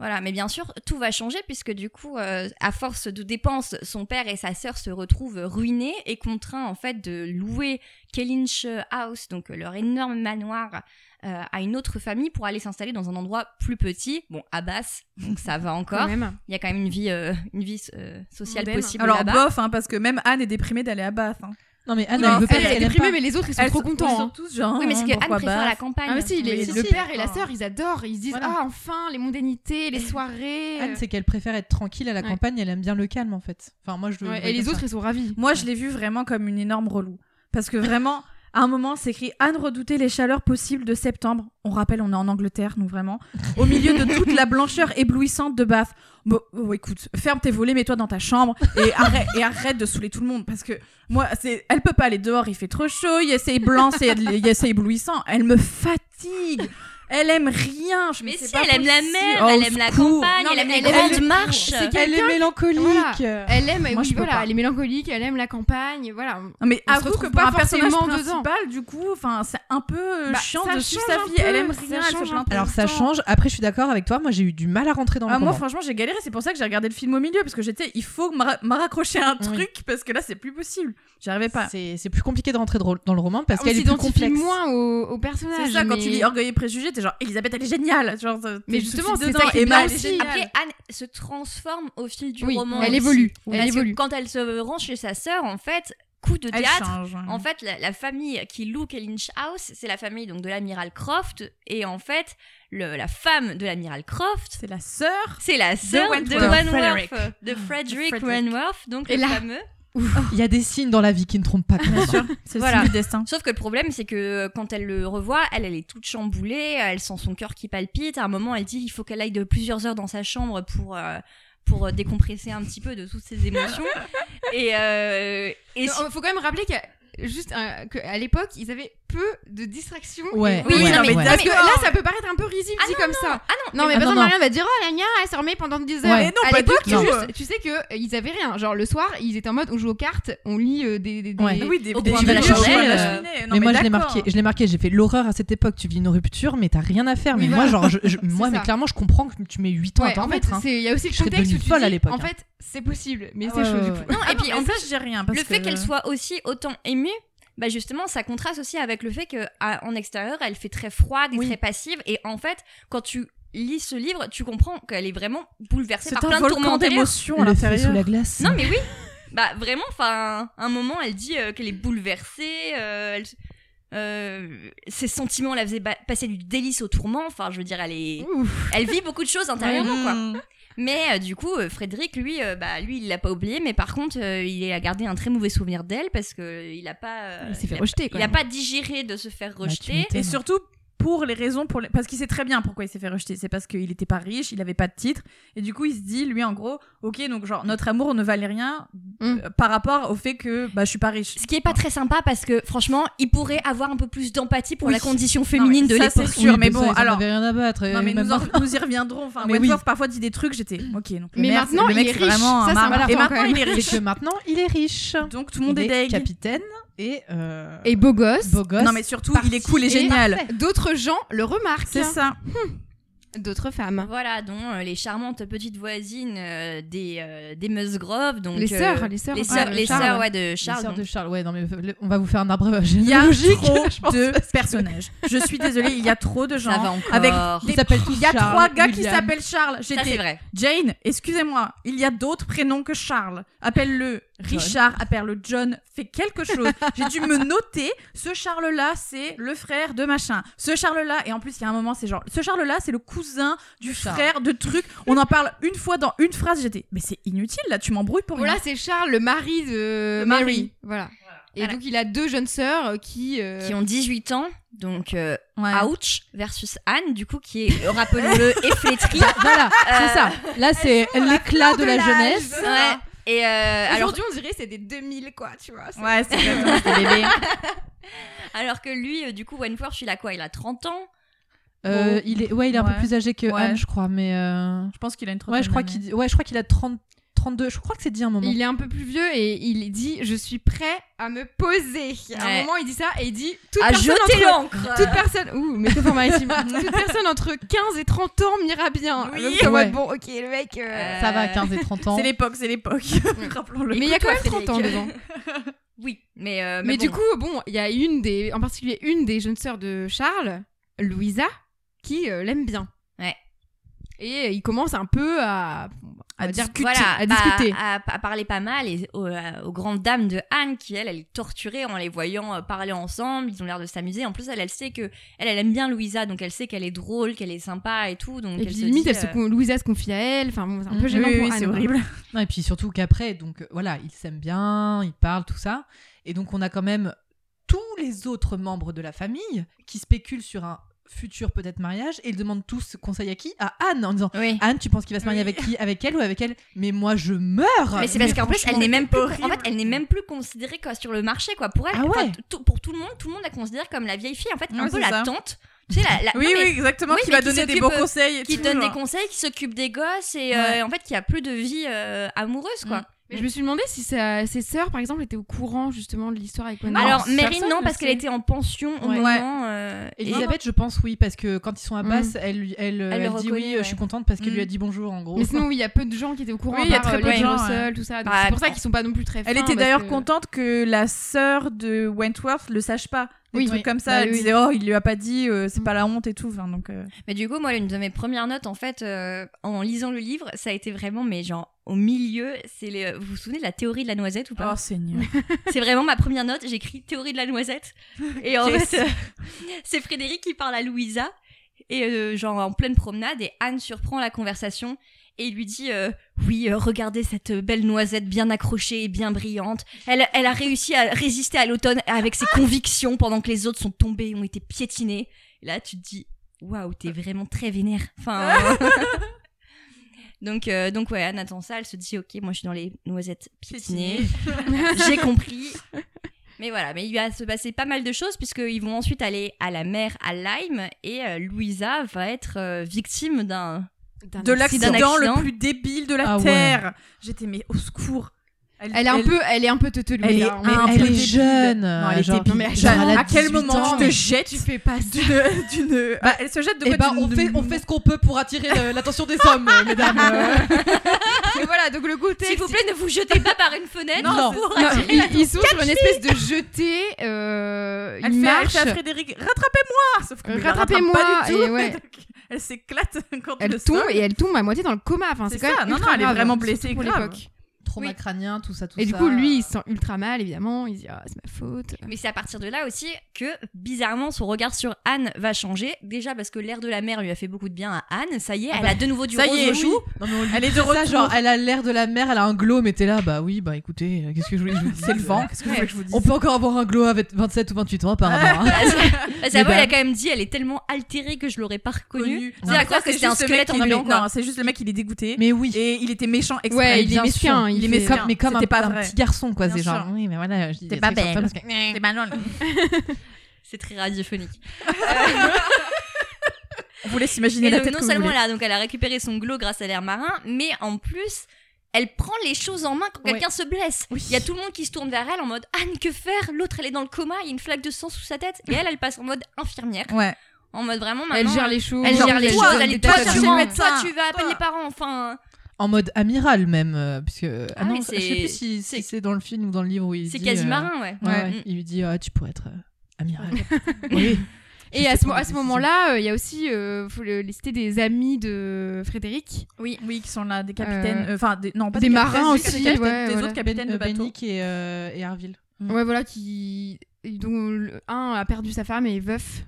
A: Voilà, mais bien sûr, tout va changer puisque du coup, euh, à force de dépenses, son père et sa sœur se retrouvent ruinés et contraints en fait de louer Kellynch House, donc euh, leur énorme manoir, euh, à une autre famille pour aller s'installer dans un endroit plus petit, bon, à basse, donc ça va
H: quand
A: encore.
H: même.
A: Il y a quand même une vie, euh, une vie euh, sociale
G: Mondaine.
A: possible
G: Alors,
A: là-bas.
G: bof, hein, parce que même Anne est déprimée d'aller à Bath. Hein.
I: Non mais Anne,
G: Non,
I: elle veut pas. parce
H: Elle, elle est
I: qu'elle aime
H: déprimée,
I: pas.
H: mais les autres, ils sont trop
G: sont-
H: contents.
G: Ils sont
H: hein.
G: tous genre.
A: Oui, mais c'est
G: hein,
A: que Anne
G: pourquoi
A: préfère
G: Bath
A: la campagne.
H: Ah mais si, les-
G: Oui,
H: le
G: si,
H: père et la
G: enfin.
H: sœur, ils adorent. Ils se disent
I: Voilà.
H: ah enfin les mondanités, les soirées.
I: Anne, c'est qu'elle préfère être tranquille à la
H: Ouais. campagne,
I: campagne. Elle aime bien le calme en fait. Enfin, moi je.
H: Ouais, et les autres, ils sont ravis.
G: Moi, je l'ai vu vraiment comme une énorme relou. Parce que vraiment, à un moment, c'est écrit Anne redoutait les chaleurs possibles de septembre. On rappelle, on est en Angleterre, nous vraiment. Au milieu de toute la blancheur éblouissante de Bath. Bon, oh, écoute, ferme tes volets, mets-toi dans ta chambre et arrête, et arrête de saouler tout le monde. Parce que moi, c'est, elle peut pas aller dehors, il fait trop chaud, il y a- c'est blanc, c'est, il y a- c'est éblouissant. Elle me fatigue. Elle aime rien. Je me
A: Mais
G: sais
A: si,
G: pas
A: elle aime la
G: possible.
A: mer,
G: Oh,
A: elle
G: au
A: aime la
G: secours.
A: campagne,
G: Non,
A: elle
G: mais
A: aime
G: elle
A: les
G: aime-
A: grandes
G: elle-
A: marches.
G: c'est
I: Elle est mélancolique.
H: Voilà. Elle aime,
G: Moi,
H: oui,
G: je peux
H: voilà,
G: pas.
H: elle est mélancolique, elle aime la campagne, voilà.
G: Non, mais
H: On se
G: avoue que
H: retrouve
G: pour
H: pas
G: un personnage
H: forcément dedans.
G: principal, du coup, enfin, c'est un peu euh,
H: Bah,
G: chiant
H: ça
G: de suivre
H: change
G: sa
H: un
G: vie.
H: peu,
G: elle aime
H: ça
G: rien,
H: change
G: elle fait
H: un
G: plein de
H: peu.
I: Alors ça
G: temps.
I: change. Après, je suis d'accord avec toi. Moi, j'ai eu du mal à rentrer dans le
G: Ah, moi,
I: roman.
G: franchement, j'ai galéré. C'est pour ça que j'ai regardé le film au milieu parce que j'étais, il faut me ra- me raccrocher à un
I: Oui.
G: truc parce que là, c'est plus possible. J'arrivais pas.
I: C'est c'est plus compliqué de rentrer dans dans le roman parce
H: On
I: qu'elle est plus
H: s'identifie
I: complexe.
H: moins au, au personnage.
G: C'est ça, quand
H: mais-
G: tu lis Orgueil et Préjugés, t'es genre, Elisabeth, elle est géniale. Genre, t'es
H: Mais
G: tout de
H: justement,
G: suite
H: c'est ça
G: dedans.
H: qui est
G: Emma,
H: bien
G: elle est
H: aussi.
G: géniale.
A: ben Après, Anne se transforme au fil du
H: Oui,
A: roman.
H: elle
A: aussi.
H: évolue, elle
A: Parce que
H: évolue.
A: quand elle se rend chez sa sœur, en fait, coup de
G: Elle
A: théâtre.
G: change. hein.
A: En fait, la, la famille qui loue Kellynch House, c'est la famille donc de l'amiral Croft, et en fait, le- la femme de l'amiral Croft,
G: C'est la sœur.
A: c'est la sœur de
G: Wentworth.
A: Wentworth,
G: Frederick.
A: de Frederick
G: Frederick.
A: Wentworth, donc
H: Et
A: le
H: là-
A: fameux.
I: Il y a des signes dans la vie qui ne trompent pas.
G: Bien sûr, c'est
A: Voilà.
G: le signe du destin.
A: Sauf que le problème, c'est que euh, quand elle le revoit, elle, elle est toute chamboulée, euh, elle sent son cœur qui palpite. À un moment, elle dit il faut qu'elle aille de plusieurs heures dans sa chambre pour, euh, pour euh, décompresser un petit peu de toutes ses émotions. et euh, et
H: Non,
A: si-
H: faut quand même rappeler qu'à juste euh, que à l'époque, ils avaient peu de distractions.
I: Ouais.
H: Et-
A: Oui,
I: ouais,
A: non, mais
I: ouais.
A: t'as-
H: Parce que là, ça peut paraître un peu risible
A: Ah
H: dit
A: non,
H: comme
A: non, Ah
H: ça.
A: non,
H: Non, mais
I: Ah non,
H: par exemple,
I: non.
H: Marianne va dire Oh, la nia, elle se remet pendant 10 heures.
I: Ouais.
G: Mais non,
H: à
G: pas du
H: l'époque,
G: tout.
H: juste, tu sais que euh, ils avaient rien. Genre, le soir, ils étaient en mode on joue aux cartes, on lit euh, des. des, des-
I: Ouais.
G: Oui, des,
A: Au
G: des
A: coin
I: de la
G: vidéos,
I: chandelle,
G: voilà,
I: euh,
G: cheminée. Non,
I: mais, moi, je l'ai
G: d'accord.
I: marqué. Je l'ai marqué. J'ai fait l'horreur à cette époque. Tu vis une rupture, mais t'as rien à faire.
H: Oui,
I: mais moi,
H: voilà.
I: genre, je- je-
H: C'est
I: moi, mais
H: ça.
I: clairement, je comprends que tu mets 8 ans à
H: Ouais,
I: t'en
H: en fait,
I: remettre. hein.
H: c'est- il y a aussi le
I: Je serais
H: contexte où
I: devenue
H: tu
I: folle
H: dis,
I: à l'époque,
H: En
I: hein.
H: fait, c'est possible, mais
I: Ah
H: c'est
I: ouais,
H: chaud
I: ouais,
H: du
I: ouais.
H: coup.
A: Non, et puis en
G: ça,
A: plus,
G: je dis rien. Parce
A: le fait
G: que-
A: qu'elle soit aussi autant émue, bah justement, ça contraste aussi avec le fait que à- en extérieur, elle fait très froide et
I: Oui.
A: très passive. Et en fait, quand tu lis ce livre, tu comprends qu'elle est vraiment bouleversée
G: C'est
A: par
G: un
A: plein de tourments
G: volcan
A: intérieurs.
G: d'émotions à
I: le feu sous
G: l'intérieur.
I: la glace.
A: Non, mais oui. Bah vraiment, enfin, un moment, elle dit euh, qu'elle est bouleversée. euh, elle- euh, ses sentiments la faisaient ba- passer du délice au tourment. Enfin, je veux dire, elle est,
H: Ouf.
A: elle vit beaucoup de choses intérieurement,
G: Mm.
A: quoi.
I: Mm-hmm.
A: Mais euh, du coup, euh, Frédéric, lui, euh, bah, lui, il l'a pas oublié, mais par contre, euh, il a gardé un très mauvais souvenir d'elle parce que il a pas, euh,
H: Il s'est fait
A: il a-
H: rejeter,
A: il
H: quoi.
A: a pas digéré de se faire
I: Bah, tu
A: rejeter.
I: m'étonnes.
G: Et surtout, pour les raisons pour les- parce qu'il sait très bien pourquoi il s'est fait rejeter c'est parce qu'il n'était pas riche il n'avait pas de titre et du coup il se dit lui en gros ok donc genre notre amour ne valait rien
H: Mm.
G: euh, par rapport au fait que bah je suis pas riche
A: Ce qui est pas très sympa parce que franchement, il pourrait avoir un peu plus d'empathie pour
G: Oui.
A: la condition féminine
G: mais
A: de
G: ça, c'est
A: l'époque.
G: sûr,
I: Oui,
G: mais
I: ça,
G: bon,
I: ils en
G: alors-
I: avaient rien à battre. et
G: non mais
I: Euh, même
G: nous, en-
I: maintenant-
G: nous y reviendrons enfin
I: Mais
G: Wentworth,
I: oui.
G: parfois dit des trucs j'étais ok donc le
H: Mais
G: maire,
H: maintenant,
G: le mec,
H: il est
G: c'est
H: riche.
G: vraiment un
H: Ça, c'est un
G: marbre. et
H: important,
G: maintenant
H: quand même.
G: il est riche
I: C'est que maintenant, il est riche.
G: donc tout le monde
I: il
G: est
I: est
G: deg
I: capitaine et, euh,
H: Et beau gosse.
I: beau gosse.
G: non mais surtout il est cool et
H: parti et
G: génial
H: D'autres gens le remarquent.
G: c'est ça
H: D'autres femmes.
A: Voilà, dont euh, les charmantes petites voisines euh, des, euh, des Musgrove. Donc,
H: Les
A: euh,
H: sœurs, les sœurs,
A: les
H: ouais,
A: sœurs,
H: de
A: les
H: Charles.
A: sœurs, ouais, de
I: Les
A: Charles.
I: sœurs
A: donc.
I: de Charles. Ouais, non mais le- on va vous faire un arbre
G: il y a
I: généalogique. je
G: trop
I: pense.
G: de personnages je suis désolée il y a trop de gens
A: Ça va encore.
G: avec
I: Ils s'appellent tous
G: Il y a
I: Charles,
G: trois gars qui
I: William.
G: s'appellent Charles.
A: Ça, c'est
G: J'étais
A: vrai.
G: Jane, excusez-moi, il y a d'autres prénoms que Charles. Appelle-le Richard, appelle-le John, fais quelque chose. J'ai dû me noter, ce Charles-là, c'est le frère de machin. Ce Charles-là, et en plus, il y a un moment, c'est genre, ce Charles-là, c'est le cousin du
I: Charles.
G: frère de truc. On en parle une fois dans une phrase, j'étais, mais c'est inutile, là, tu m'embrouilles pour rien.
H: Voilà, Oh c'est Charles, le mari de
G: Le
H: Mary.
G: mari.
H: Voilà. Et
A: Voilà.
H: donc, il a deux jeunes sœurs euh, qui. euh,
A: Qui ont 18 ans, donc euh,
G: Ouais.
A: Ouch versus Anne, du coup, qui est, euh, rappelons-le, efflétrie.
I: Voilà, c'est
A: Euh,
I: ça. Là, c'est l'éclat de la
H: l'âge.
I: jeunesse.
A: Ouais. Et euh, alors,
H: Aujourd'hui, on dirait c'est des 2000, quoi, tu vois. c'est-
G: Ouais, c'est exactement ça, bébé.
A: alors que lui, euh, du coup, Wentworth, il a quoi Il a 30 ans
I: Euh, il est, ouais, il est un
G: Ouais.
I: peu plus âgé que
G: Ouais.
I: Anne, je crois, mais euh,
G: Je pense qu'il a une trentaine
I: ouais, je crois
G: d'années.
I: qu'il, ouais, je crois qu'il a 30, 32. Je crois que c'est dit à un moment.
H: Il est un peu plus vieux et il dit Je suis prêt à me poser. À un
A: Ouais.
H: moment, il dit ça et il dit Toute
A: À
H: personne
A: jeter
H: entre-
A: Ah, l'encre
H: Toute personne, ouh, métaphore maritime. Toute personne entre 15 et 30 ans m'ira bien.
G: Oui.
H: Alors que moi,
I: Ouais.
H: bon, ok, le mec. euh,
A: Euh,
I: Ça va, 15 et 30 ans.
G: C'est l'époque, c'est l'époque. Rappelons-le.
H: Mais il y a quand même
A: Écoute-toi,
H: 30 ans dedans.
A: Oui, mais,
G: Ah,
A: euh,
H: Mais,
A: mais
H: du
A: bon.
H: coup, bon, il y a une des, en particulier une des jeunes sœurs de Charles, Louisa, qui euh, l'aime bien.
A: Ouais.
H: Et euh, il commence un peu à, on va dire,
A: Voilà,
H: à
A: bah,
H: discuter.
A: À, à parler pas mal et aux, euh, aux grandes dames de Anne qui, elle, elle est torturée en les voyant euh, parler ensemble. Ils ont l'air de s'amuser. En plus, elle, elle sait que elle, elle aime bien Louisa, donc elle sait qu'elle est drôle, qu'elle est sympa et tout. Donc
H: Et
A: elle
H: puis
A: se
H: limite,
A: dit,
H: elle se
A: euh,
H: con- Louisa se confie à elle. Enfin bon, c'est un peu
I: Mm.
H: gênant
G: Oui,
H: pour
G: oui,
H: Anne, hein.
G: c'est
H: quoi.
G: horrible.
I: Non, et puis surtout qu'après, donc euh, voilà, ils s'aiment bien, ils parlent, tout ça. Et donc on a quand même tous les autres membres de la famille qui spéculent sur un futur peut-être mariage et ils demandent tous conseil à qui À Anne en disant
A: Oui.
I: Anne, tu penses qu'il va se marier
G: Oui.
I: avec qui Avec elle ou avec elle Mais moi je meurs
A: Mais c'est parce qu'en plus, elle n'est même plus, en
G: horrible.
A: fait, elle n'est même plus considérée quoi sur le marché quoi. Pour elle,
I: Ah
A: enfin,
I: ouais.
A: tout- pour tout le monde, tout le monde la considère comme la vieille fille. En fait, un
G: Ouais,
A: peu
G: c'est
A: la
G: ça.
A: tante. Tu sais, la, la-
G: Oui,
A: non, mais
G: oui, exactement.
A: Oui,
G: qui
A: mais
G: va
A: qui
G: donner des
A: s'occupe,
G: bons
A: euh,
G: conseils. et
A: qui
G: tout,
A: donne des
G: genre.
A: conseils, qui s'occupe des gosses et euh,
G: Ouais.
A: en fait qui a plus de vie euh, amoureuse quoi.
I: Mm.
H: Mais je me suis demandé si sa- ses sœurs, par exemple, étaient au courant justement de l'histoire avec Wanda.
A: Alors
I: Non,
A: Mary
I: personne
A: non
I: ne
A: parce qu'elle
I: sait.
A: était en pension au
I: Ouais.
A: moment. euh, et-
I: Elisabeth, je pense oui, parce que quand ils sont à
H: Mm.
I: Basse, elle, lui- elle, euh,
A: Elle le
I: elle dit
A: reconnaît,
I: oui, euh,
A: ouais.
I: je suis contente parce qu'elle
G: Mm.
I: lui a dit bonjour en gros.
H: Mais sinon, oui, il y a peu de gens qui étaient au courant.
G: Oui,
H: à
G: il y a
H: part,
G: très
H: euh,
G: peu de
H: Lady
G: gens,
H: Russell, tout ça. Donc
A: Bah,
H: c'est pour ça qu'ils sont pas non plus très.
G: Elle
H: fins,
G: était
H: parce
G: d'ailleurs
H: que-
G: contente que la sœur de Wentworth le sache pas. Des
H: Oui,
G: trucs
H: oui.
G: comme ça.
H: Bah
G: elle
H: oui.
G: disait, oh, il lui a pas dit, euh, c'est pas la honte et tout. Enfin, donc, euh,
A: Mais du coup, moi, une de mes premières notes, en fait, euh, en lisant le livre, ça a été vraiment, mais genre, au milieu, c'est les... Vous vous souvenez de la théorie de la noisette ou pas
G: Oh, Seigneur.
A: C'est vraiment ma première note, j'écris théorie de la noisette. Et en
G: Yes.
A: fait, euh, c'est Frédéric qui parle à Louisa, et euh, genre en pleine promenade, et Anne surprend la conversation, et il lui dit euh, Oui, euh, regardez cette belle noisette bien accrochée et bien brillante. Elle, elle a réussi à résister à l'automne avec ses convictions pendant que les autres sont tombés et ont été piétinés. Et là, tu te dis Waouh, t'es vraiment très vénère. Enfin. euh, Donc, euh, donc ouais, Anne attend ça, elle se dit ok, moi je suis dans les noisettes piétinées, j'ai compris. Mais voilà, mais il va se passer pas mal de choses puisqu'ils vont ensuite aller à la mer à Lyme et euh, Louisa va être euh, victime d'un...
G: De
A: accident.
G: l'accident
A: D'un
G: le
A: accident.
G: plus débile de la
I: Ah ouais.
G: Terre. J'étais, mais au secours.
H: Elle est un peu, elle est un peu teuteuse.
G: Elle est
H: Louisa, hein.
G: un
I: elle
G: peu
I: est
G: débile.
I: jeune,
G: Non, elle est
I: genre-
G: débile.
I: Non, mais elle-
G: Genre,
I: genre, elle a
G: à quel
I: 18
G: moment
I: ans,
G: tu te
I: mais-
G: jettes
H: Tu fais pas ça.
G: d'une. d'une-
I: Bah,
G: elle se jette de
I: Eh
G: quoi
I: ben,
G: d'une-
I: on fait, on fait ce qu'on peut pour attirer euh, l'attention des hommes, euh, mesdames. Euh,
H: Et voilà, donc le côté.
A: S'il vous plaît, ne vous jetez pas par une fenêtre
I: Non,
A: pour
H: Non,
A: attirer
H: ils, ils sont sur une espèce de jeté. Euh,
G: Elle
H: ils
G: fait, elle
H: marchent.
G: fait à Frédéric, rattrapez-moi Sauf que
H: Euh,
G: il la rattrape
H: rattrapez-moi,
G: pas du tout.
H: et ouais.
G: Donc, Elle s'éclate quand
H: Elle
G: le
H: tombe
G: sol.
H: et elle tombe à moitié dans le coma. Enfin, c'est
G: C'est
H: quand
G: ça,
H: même
G: non,
H: ultra
G: non, elle est
H: grave, hein,
G: vraiment
H: surtout
G: blessée,
H: pour
G: grave. hein,
H: l'époque.
I: trauma
A: Oui.
I: crânien, tout ça, tout
H: Et
I: ça.
H: du coup, lui, il se sent ultra mal, évidemment. Il se dit, ah, c'est ma faute.
A: Mais c'est à partir de là aussi que, bizarrement, son regard sur Anne va changer. Déjà parce que l'air de la mer lui a fait beaucoup de bien à Anne. Ça y est, elle
I: bah,
A: a de nouveau du
G: ça y
A: rose
G: est,
A: aux joues.
I: Non, mais on lui
G: Elle est
I: dit
G: de
I: ça,
G: retour.
I: genre, elle a l'air de la mer, elle a un glow, mais t'es là, bah oui, bah écoutez, euh, qu'est-ce que je voulais que je vous dise C'est le vent.
G: Qu'est-ce que vous voulez que je vous dise
I: On peut encore avoir un glow avec 27 ou 28 ans, apparemment. hein.
A: Parce qu'avant, il a
I: Mesdames.
A: quand même dit, elle est tellement altérée que je l'aurais pas reconnue.
G: Connu.
A: C'est à croire que c'était un
G: juste le mec
A: squelette en
G: qui-
A: blanc, quoi.
G: Non, c'est juste le mec, il est dégoûté.
I: mais oui.
G: Et il était méchant exprès.
H: Ouais, il est
I: Bien sûr.
H: mesquin, il
I: mais
H: fait-
I: comme, mais comme un,
G: C'était pas
I: un
G: vrai.
I: petit garçon, quoi.
G: Bien
I: C'est genre,
G: sûr.
I: oui, mais voilà, je dis
G: T'es
I: des
G: pas
I: trucs comme ça
G: belle.
I: parce que-
G: C'est malin.
A: C'est très radiophonique.
G: On voulait
A: Et
G: s'imaginer la
A: donc,
G: tête
A: non
G: que vous
A: seulement
G: voulez.
A: là, donc elle a récupéré son glow grâce à l'air marin, mais en plus, elle prend les choses en main quand
G: Ouais.
A: quelqu'un se blesse.
G: Oui.
A: Il y a tout le monde qui se tourne vers elle en mode Anne, que faire L'autre, elle est dans le coma, il y a une flaque de sang sous sa tête. Et elle, elle passe en mode infirmière.
I: Ouais.
A: En mode vraiment, maintenant,
H: Elle
G: hein.
H: gère les choses.
A: elle gère
G: Genre,
A: les
G: toi,
A: choses, elle
G: t'es
A: est
G: pas
A: pas
G: chez le
A: sûre.
G: médecin.
A: Toi, tu vas appeler
G: Toi.
A: les parents, enfin.
I: En mode amiral, même. euh, Parce que. Ah,
A: Ah,
I: non,
A: mais
I: je sais
A: c'est-
I: plus si
A: c'est-
I: si c'est dans le film ou dans le livre où il
A: C'est
I: dit,
A: quasi
I: euh,
A: marin, ouais.
I: Ouais, ouais,
A: Mm.
I: il lui dit ah, tu pourrais être euh, amiral. oui.
H: Et à ce, mo- à ce moment-là, euh, il y a aussi, euh, faut le lister des amis de Frédéric.
G: Oui, oui, qui sont là, des capitaines. euh, Enfin, des, non, pas
H: des marins
G: capitaines,
H: aussi,
G: Des, capitaines,
H: ouais,
G: des
H: voilà.
G: autres capitaines de bateau.
I: Bennick Ben, et, euh, et Harville.
G: Mm.
H: Ouais, voilà, qui. Dont le- un a perdu sa femme et est veuf.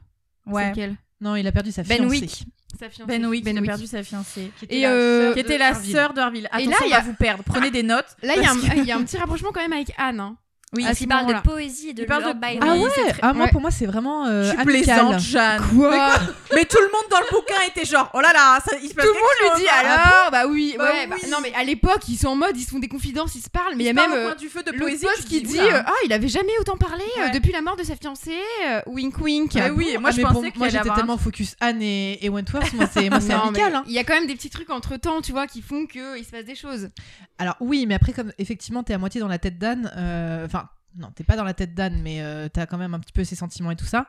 H: C'est
G: Ouais.
H: lequel
I: Non, il a perdu
H: Ben
I: sa fiancée.
A: Benwick.
H: Sa fiancée. Ben
G: Benwick, qui a
H: Benwick.
G: perdu sa fiancée.
I: Qui
H: Et, euh,
G: Qui était la sœur de Harville. Attention,
H: là, il
G: on
H: y a-
G: va vous perdre. Prenez des notes.
H: Là, il y, a
G: Parce que-
H: un- il y a un petit rapprochement quand même avec Anne. hein.
G: Oui,
H: à
A: Qui
H: ce
A: parle
H: moment-là.
A: de poésie et de
G: Il parle de-
A: Lord Byron.
I: Ah
G: Oui,
I: ouais,
G: c'est très-
I: ah, moi
H: ouais.
I: pour moi c'est vraiment euh,
G: Tu
I: amical.
G: plaisantes, Jeanne.
H: Quoi
G: Mais tout le monde dans le bouquin était genre, oh là là, ça, il se passe
H: Tout le
G: quelque
H: monde lui
G: chose.
H: dit alors Bah oui,
G: Bah
H: ouais. bah-
G: oui.
H: non, mais à l'époque, ils sont en mode, ils se font des confidences, ils se parlent, mais il y a
G: se parle
H: même.
G: au
H: euh,
G: coin du feu de
H: Le
G: poésie
H: pote
G: tu
H: qui
G: te
H: dit
G: oula.
H: euh, ah il avait jamais autant parlé euh,
G: Ouais.
H: depuis la mort de sa fiancée euh, wink wink
G: Mais oui,
I: Ah,
G: moi je
I: mais
G: pensais
I: pour-
G: qu'il
I: moi
G: allait
I: j'étais
G: avoir un
I: tellement focus Anne et, et Wentworth, moi c'est moi, c'est
H: Ah, Non,
I: amical.
H: mais
I: hein.
H: il y a quand même des petits trucs entre temps tu vois qui font que il se passe des choses
I: Alors oui, mais après comme effectivement t'es à moitié dans la tête d'Anne, euh, enfin non t'es pas dans la tête d'Anne, mais euh, t'as quand même un petit peu ses sentiments et tout ça.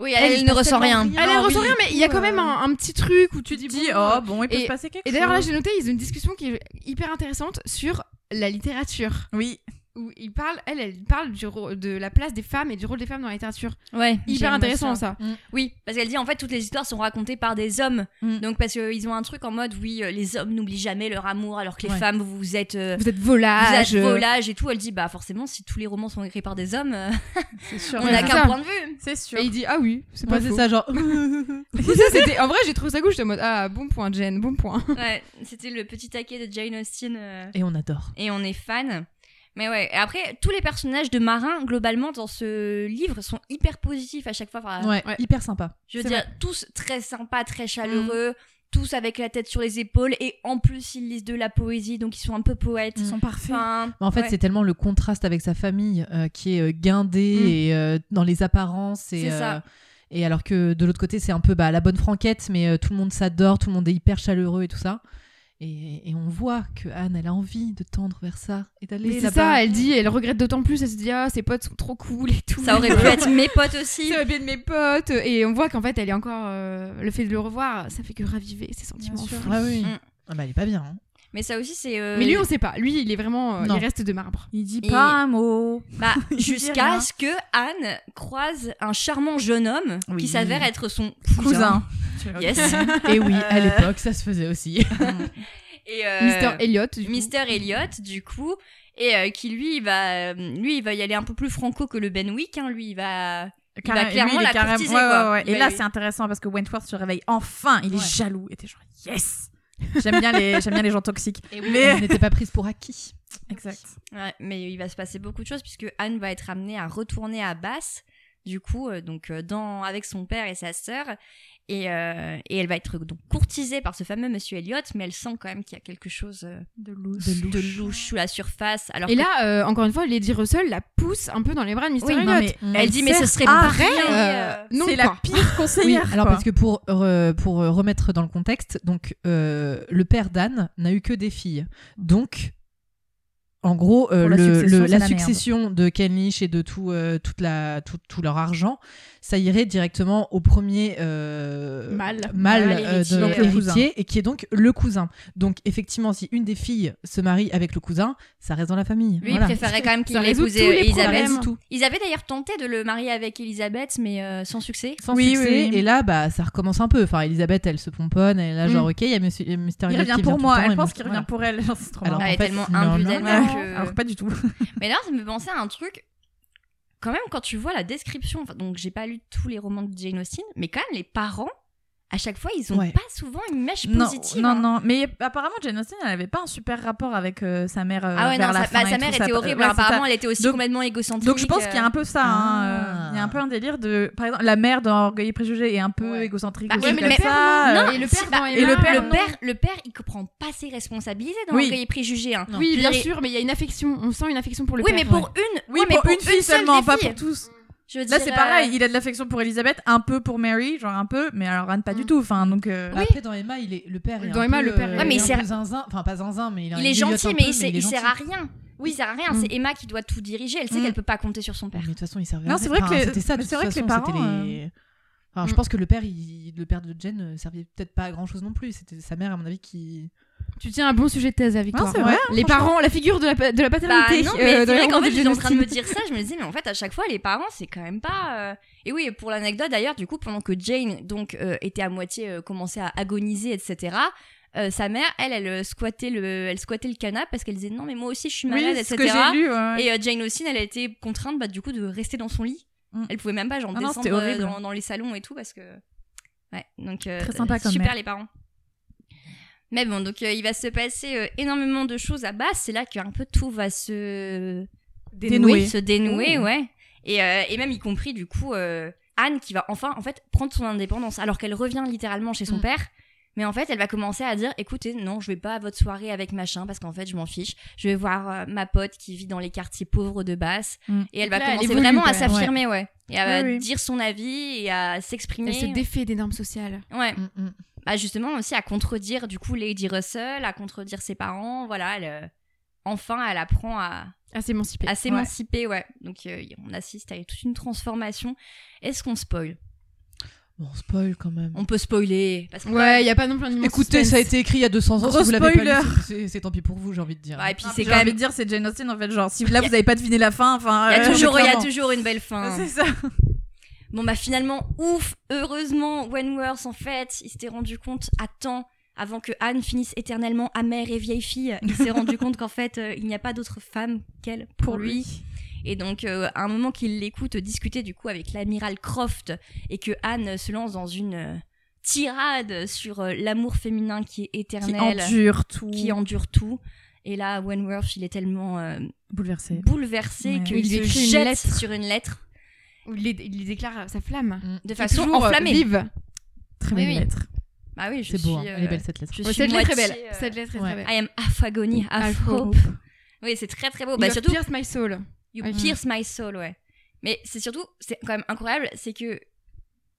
A: Oui,
I: Elle,
A: elle,
I: il se
A: ne
I: passe
A: ressent
I: tellement
A: rien.
I: rien.
H: elle
I: Non,
H: ressent
I: oui,
H: rien mais il y a quand même un, un petit truc où tu dis, bon,
G: dit oh
H: euh,
G: bon il peut
H: et-
G: se passer quelque
H: et
G: chose.
H: d'ailleurs là j'ai noté ils ont une discussion qui est hyper intéressante sur la littérature
G: oui
H: où il parle elle elle parle du ro- de la place des femmes et du rôle des femmes dans la littérature
A: Ouais.
H: hyper intéressant ça
A: Oui, parce qu'elle dit en fait toutes les histoires sont racontées par des hommes.
G: Mm.
A: Donc parce qu'ils ont un truc en mode oui, euh, les hommes n'oublient jamais leur amour alors que les
I: Ouais.
A: femmes vous êtes euh,
H: vous êtes
A: vous êtes
H: volage euh,
A: volage et tout. Elle dit bah forcément si tous les romans sont écrits par des hommes, euh,
G: c'est sûr
A: on n'a
H: c'est
A: qu'un
H: ça.
A: point de vue.
G: c'est sûr
H: et il dit ah oui c'est
I: Moi
H: pas
I: c'est
H: faux.
I: ça genre.
H: ça c'était en vrai j'ai trouvé ça cool j'étais en mode ah bon point Jen bon point
A: Ouais, c'était le petit taquet de Jane Austen euh,
I: et on adore.
A: et on est fan. Mais ouais, et après tous les personnages de marins globalement dans ce livre sont hyper positifs à chaque fois. Enfin,
I: Ouais,
H: Ouais.
I: hyper sympa.
A: Je veux
H: C'est
A: dire, tous très sympas, très chaleureux, tous avec la tête sur les épaules, et en plus, ils lisent de la poésie, donc ils sont un peu poètes.
G: ils sont parfaits
A: Enfin,
I: Mais en fait
A: ouais.
I: c'est tellement le contraste avec sa famille euh, qui est euh, guindée
G: Mm.
I: et euh, dans les apparences et.
A: C'est ça.
I: euh, Et alors que de l'autre côté, c'est un peu bah, la bonne franquette, mais euh, tout le monde s'adore, tout le monde est hyper chaleureux et tout ça. Et, et on voit que Anne, elle a envie de tendre vers ça et
H: Mais
I: d'aller
H: c'est
I: là-bas.
H: ça, elle dit, elle regrette d'autant plus, elle se dit ah ses potes sont trop cool et tout.
A: ça aurait pu être mes potes aussi.
H: c'est la bien de mes potes et on voit qu'en fait elle est encore euh, le fait de le revoir, ça fait que raviver ses sentiments.
G: sûr.
I: Ah oui.
A: Mm.
I: Ah bah, elle est pas bien. hein.
A: Mais ça aussi, c'est. euh,
H: Mais lui on sait pas, lui il est vraiment euh,
I: Non.
H: il reste de marbre.
G: il dit
A: Et-
G: pas un mot
A: bah,
G: il dit
A: jusqu'à
G: rien.
A: ce que Anne croise un charmant jeune homme
G: Oui.
A: qui s'avère être son cousin.
G: cousin
A: Yes.
I: Et oui, à
G: Euh.
I: l'époque, ça se faisait aussi.
A: Et, euh,
H: Mr Elliot du coup.
A: Mr. Elliot, du coup, et euh, qui lui, il va, lui, il va y aller un peu plus franco que le Benwick. Hein, lui, il va. va
G: Carré-
A: clairement
G: lui, il est
A: la
G: carrément-
A: courtiser,
G: ouais,
A: quoi.
G: ouais, ouais.
A: Il
G: et
A: va
G: là
A: lui-
G: c'est intéressant parce que Wentworth se réveille enfin il est
I: Ouais.
G: jaloux et t'es genre yes j'aime bien les j'aime bien les gens toxiques
I: Elle
G: mais
I: n'était pas prise pour acquis.
G: exact
A: Ouais, mais il va se passer beaucoup de choses puisque Anne va être amenée à retourner à Basse, du coup, euh, donc euh, dans avec son père et sa sœur, et, euh, et elle va être donc courtisée par ce fameux Monsieur Elliot, mais elle sent quand même qu'il y a quelque chose euh,
G: de louche
I: De louche.
A: de louche sous la surface. Alors
H: Et
A: que-
H: là euh, encore une fois Lady Russell la pousse un peu dans les bras de Mr
A: Oui,
H: Elliot.
G: non, mais
A: elle, dit mais ce
G: sert
A: serait
G: à
A: pas
G: rien.
A: rien.
H: Euh, non
G: c'est la
H: quoi.
G: pire
I: Oui,
G: conseillère
I: alors
G: quoi.
I: parce que pour, re- pour euh, remettre dans le contexte, donc euh, le père d'Anne n'a eu que des filles. Donc en gros, euh,
G: Pour la
I: le- le- la,
G: succession,
I: succession,
G: c'est la merde.
I: de Caniche et de tout, euh, toute la, tout, tout leur argent, ça irait directement au premier euh,
G: Mal.
I: mâle,
A: Mal
I: euh,
A: héritier,
I: de-
A: donc le
I: héritier,
G: cousin.
I: et qui est donc le cousin. Donc effectivement, si une des filles se marie avec le cousin, ça reste dans la famille.
A: Lui,
I: Voilà.
A: il préférait quand même qu'il
G: Ça résout
A: épouse
G: tous les
A: Elisabeth.
G: problèmes.
I: Tout.
A: Ils avaient d'ailleurs tenté de le marier avec Elisabeth, mais euh, sans succès.
I: Sans
G: Oui,
I: succès,
G: oui, oui.
I: et là, bah, ça recommence un peu. Enfin, Elisabeth, elle se pomponne, elle est là, genre,
G: Mm.
I: ok, il y a Monsieur- il y a Mr.
G: Il
I: Elliot
G: revient
I: qui vient
G: pour
I: tout
G: moi.
I: le temps,
G: Elle
I: et
G: pense
I: moi-
G: qu'il revient
I: voilà.
G: pour elle. Genre, c'est trop
I: Alors,
G: marrant.
I: en
A: Elle est
I: fait,
A: tellement
I: non,
A: imbue
I: non,
A: d'elle-même
G: Ouais,
A: que-
G: Alors, pas du tout.
A: Mais là, ça me fait penser à un truc. Quand même, quand tu vois la description, enfin, donc j'ai pas lu tous les romans de Jane Austen, mais quand même, les parents, à chaque fois, ils ont
I: Ouais.
A: pas souvent une mèche
G: Non,
A: positive.
G: non,
A: hein.
G: non. Mais apparemment, Jane Austen, elle avait pas un super rapport avec euh, sa mère. euh,
A: Ah ouais,
G: vers
A: non,
G: la
A: sa, bah,
G: fin et
A: sa
G: tout,
A: mère
G: ça-
A: était horrible.
G: ouais,
A: hein,
G: c'est ça.
A: apparemment, elle était aussi
G: Donc-
A: complètement égocentrique. euh.
G: Donc je pense qu'il y a un peu ça. hein,
I: Ah.
G: euh, Il y a un peu un délire de. Par exemple, la mère dans Orgueil et Préjugés est un peu
I: Ouais.
G: égocentrique.
A: Bah,
G: aussi,
A: ouais, mais
G: comme
A: le père,
G: ça, euh,
A: Non,
H: et le
A: si,
H: père
A: bah,
H: dans
G: et le
H: Emma,
G: père,
A: le
G: non.
A: père, le père, il comprend pas ses responsabilités dans
G: Oui.
A: oui. les préjugés. hein.
H: Oui, bien
A: Et-
H: sûr, mais il y a une affection. On sent une affection pour le
A: Oui,
H: père.
A: mais pour une,
G: Oui,
A: ouais, mais
G: pour, une fille
A: seule
G: seulement,
A: des
G: pas
A: filles.
G: pour tous.
A: Je veux
G: Là,
A: dire,
G: c'est
A: euh,
G: pareil. Il a de l'affection pour Elisabeth, un peu pour Mary, genre un peu, mais alors Anne pas du
H: Mm.
G: tout. Enfin, donc. euh,
I: Après, dans Emma, il est, le père est
H: Dans
I: un
H: Emma,
I: peu,
H: le père
I: euh,
H: est-
A: Ouais, mais il
I: il est un
A: sert-
I: peu zinzin. Enfin, pas zinzin, mais il, a
A: Il
I: un
A: est
I: idiote
A: gentil,
I: un peu,
A: mais, il,
I: mais
A: sait-
I: il est
A: il sert
I: gentil.
A: à rien. Il sert à rien. C'est Emma qui doit tout diriger. Elle sait
G: Mm.
A: qu'elle peut pas compter sur son père.
I: Mais de toute façon, il servait
G: Non,
I: à
G: c'est
I: rien.
G: vrai que
I: Enfin,
G: les-
I: c'était ça. De
G: mais
I: toute
G: c'est vrai que les
I: façon,
G: parents,
I: c'était les. Enfin, je
G: Mm.
I: pense que le père, il- le père de Jen euh, servait peut-être pas à grand chose non plus. C'était sa mère, à mon avis, qui.
H: Tu tiens un bon sujet de thèse avec
G: Non,
H: toi.
G: c'est vrai,
H: Les
G: franchement.
H: parents, la figure de la, pa- de la
A: Bah
H: paternité.
A: non, mais
H: euh,
A: c'est
H: dans les
A: vrai qu'en
H: romans
A: fait,
H: de
A: j'étais en train de me
H: Jane
A: dire ça, je me disais, mais en fait, à chaque fois, les parents, c'est quand même pas... euh, Et oui, et pour l'anecdote, d'ailleurs, du coup, pendant que Jane, donc, euh, était à moitié, euh, commençait à agoniser, etc., euh, sa mère, elle, elle euh, squattait le, elle squattait le canapé parce qu'elle disait, non, mais moi aussi, je suis
G: Oui,
A: malade,
G: c'est ce
A: Mm. etc.
G: que j'ai lu. ouais.
A: Et euh, Jane Austen, elle a été contrainte, bah, du coup, de rester dans son lit.
G: Mm.
A: Elle pouvait même pas, genre,
G: Ah non,
A: descendre
G: c'était
A: euh,
G: horrible.
A: dans, dans les salons et tout parce que... Ouais, donc... euh,
G: Très sympa comme
A: Super,
G: mère.
A: les parents. Mais bon, donc euh, il va se passer euh, énormément de choses à base. C'est là qu'un peu tout va se
G: Dénouer.
A: se dénouer,
G: Ouh.
A: ouais. Et, euh, et même y compris du coup euh, Anne qui va enfin en fait prendre son indépendance alors qu'elle revient littéralement chez son
I: Mm.
A: père. Mais en fait, elle va commencer à dire écoutez, non, je vais pas à votre soirée avec machin parce qu'en fait, je m'en fiche. Je vais voir euh, ma pote qui vit dans les quartiers pauvres de Basse.
G: Mm.
A: Et elle va
H: là, elle
A: commencer
H: évolue
A: vraiment
H: quand
A: à
H: même,
A: s'affirmer, ouais. Et à
G: Oui, oui.
A: dire son avis et à
H: Austen.
A: s'exprimer.
H: Elle se défait des normes sociales.
A: Ouais.
I: Mm, mm.
A: Bah justement aussi à contredire du coup Lady Russell, à contredire ses parents, voilà, elle, euh, enfin elle apprend à,
H: À s'émanciper.
A: à s'émanciper, ouais. Donc euh, on assiste à toute une transformation. Est-ce qu'on spoil
I: Bon, on spoil quand même.
A: On peut spoiler parce que
H: Ouais, il y a pas non plus un immense
I: Écoutez, ça a
H: suspense.
I: été écrit il y a 200 ans.
G: Gros
I: si vous l'avez pas lu,
G: spoiler.
I: c'est- c'est- c'est tant pis pour vous, j'ai envie de dire.
A: Ouais, Bah, et puis
G: Ah,
A: c'est
G: j'ai
A: quand
G: envie
A: même
G: de dire, c'est Jane Austen en fait. Genre, si là vous avez pas deviné la fin, enfin.
A: il y a
G: euh,
A: toujours il y a
I: clairement.
A: toujours une belle fin.
G: C'est ça.
A: Bon bah finalement ouf, heureusement Wentworth en fait, il s'était rendu compte à temps avant que Anne finisse éternellement amère et vieille fille, il s'est rendu compte qu'en fait euh, il n'y a pas d'autre femme qu'elle pour, lui. Et donc, euh, à un moment qu'il l'écoute discuter du coup avec l'amiral Croft et que Anne se lance dans une euh, tirade sur euh, l'amour féminin qui est
G: Qui
A: éternel,
G: endure tout.
A: qui endure tout. Et là, Wentworth, il est tellement euh,
G: Bouleversé.
A: bouleversé
G: Ouais.
A: qu'il
H: Il lui
A: se
H: écrit une
A: jette
H: lettre.
A: sur une lettre
H: Où il, les- il les déclare euh, sa flamme.
A: de
H: Qui est
A: façon
H: toujours, euh,
A: enflammée.
H: Vive.
G: Très
A: Oui,
G: belle
A: oui.
G: lettre.
A: Bah oui, je
I: C'est beau, hein.
A: suis, euh,
I: elle est belle cette lettre.
A: je
H: Ouais,
A: suis
H: cette lettre est
A: moitié,
H: belle.
A: euh,
H: Cette lettre est
I: ouais.
H: très belle.
A: I am half agony, half
H: Half
A: hope.
H: hope.
A: Oui, c'est très très beau.
H: Il
A: Bah,
H: leur
A: surtout,
H: pierce my soul.
A: You
H: Ouais.
A: pierce my soul, ouais. Mais c'est surtout, c'est quand même incroyable, c'est que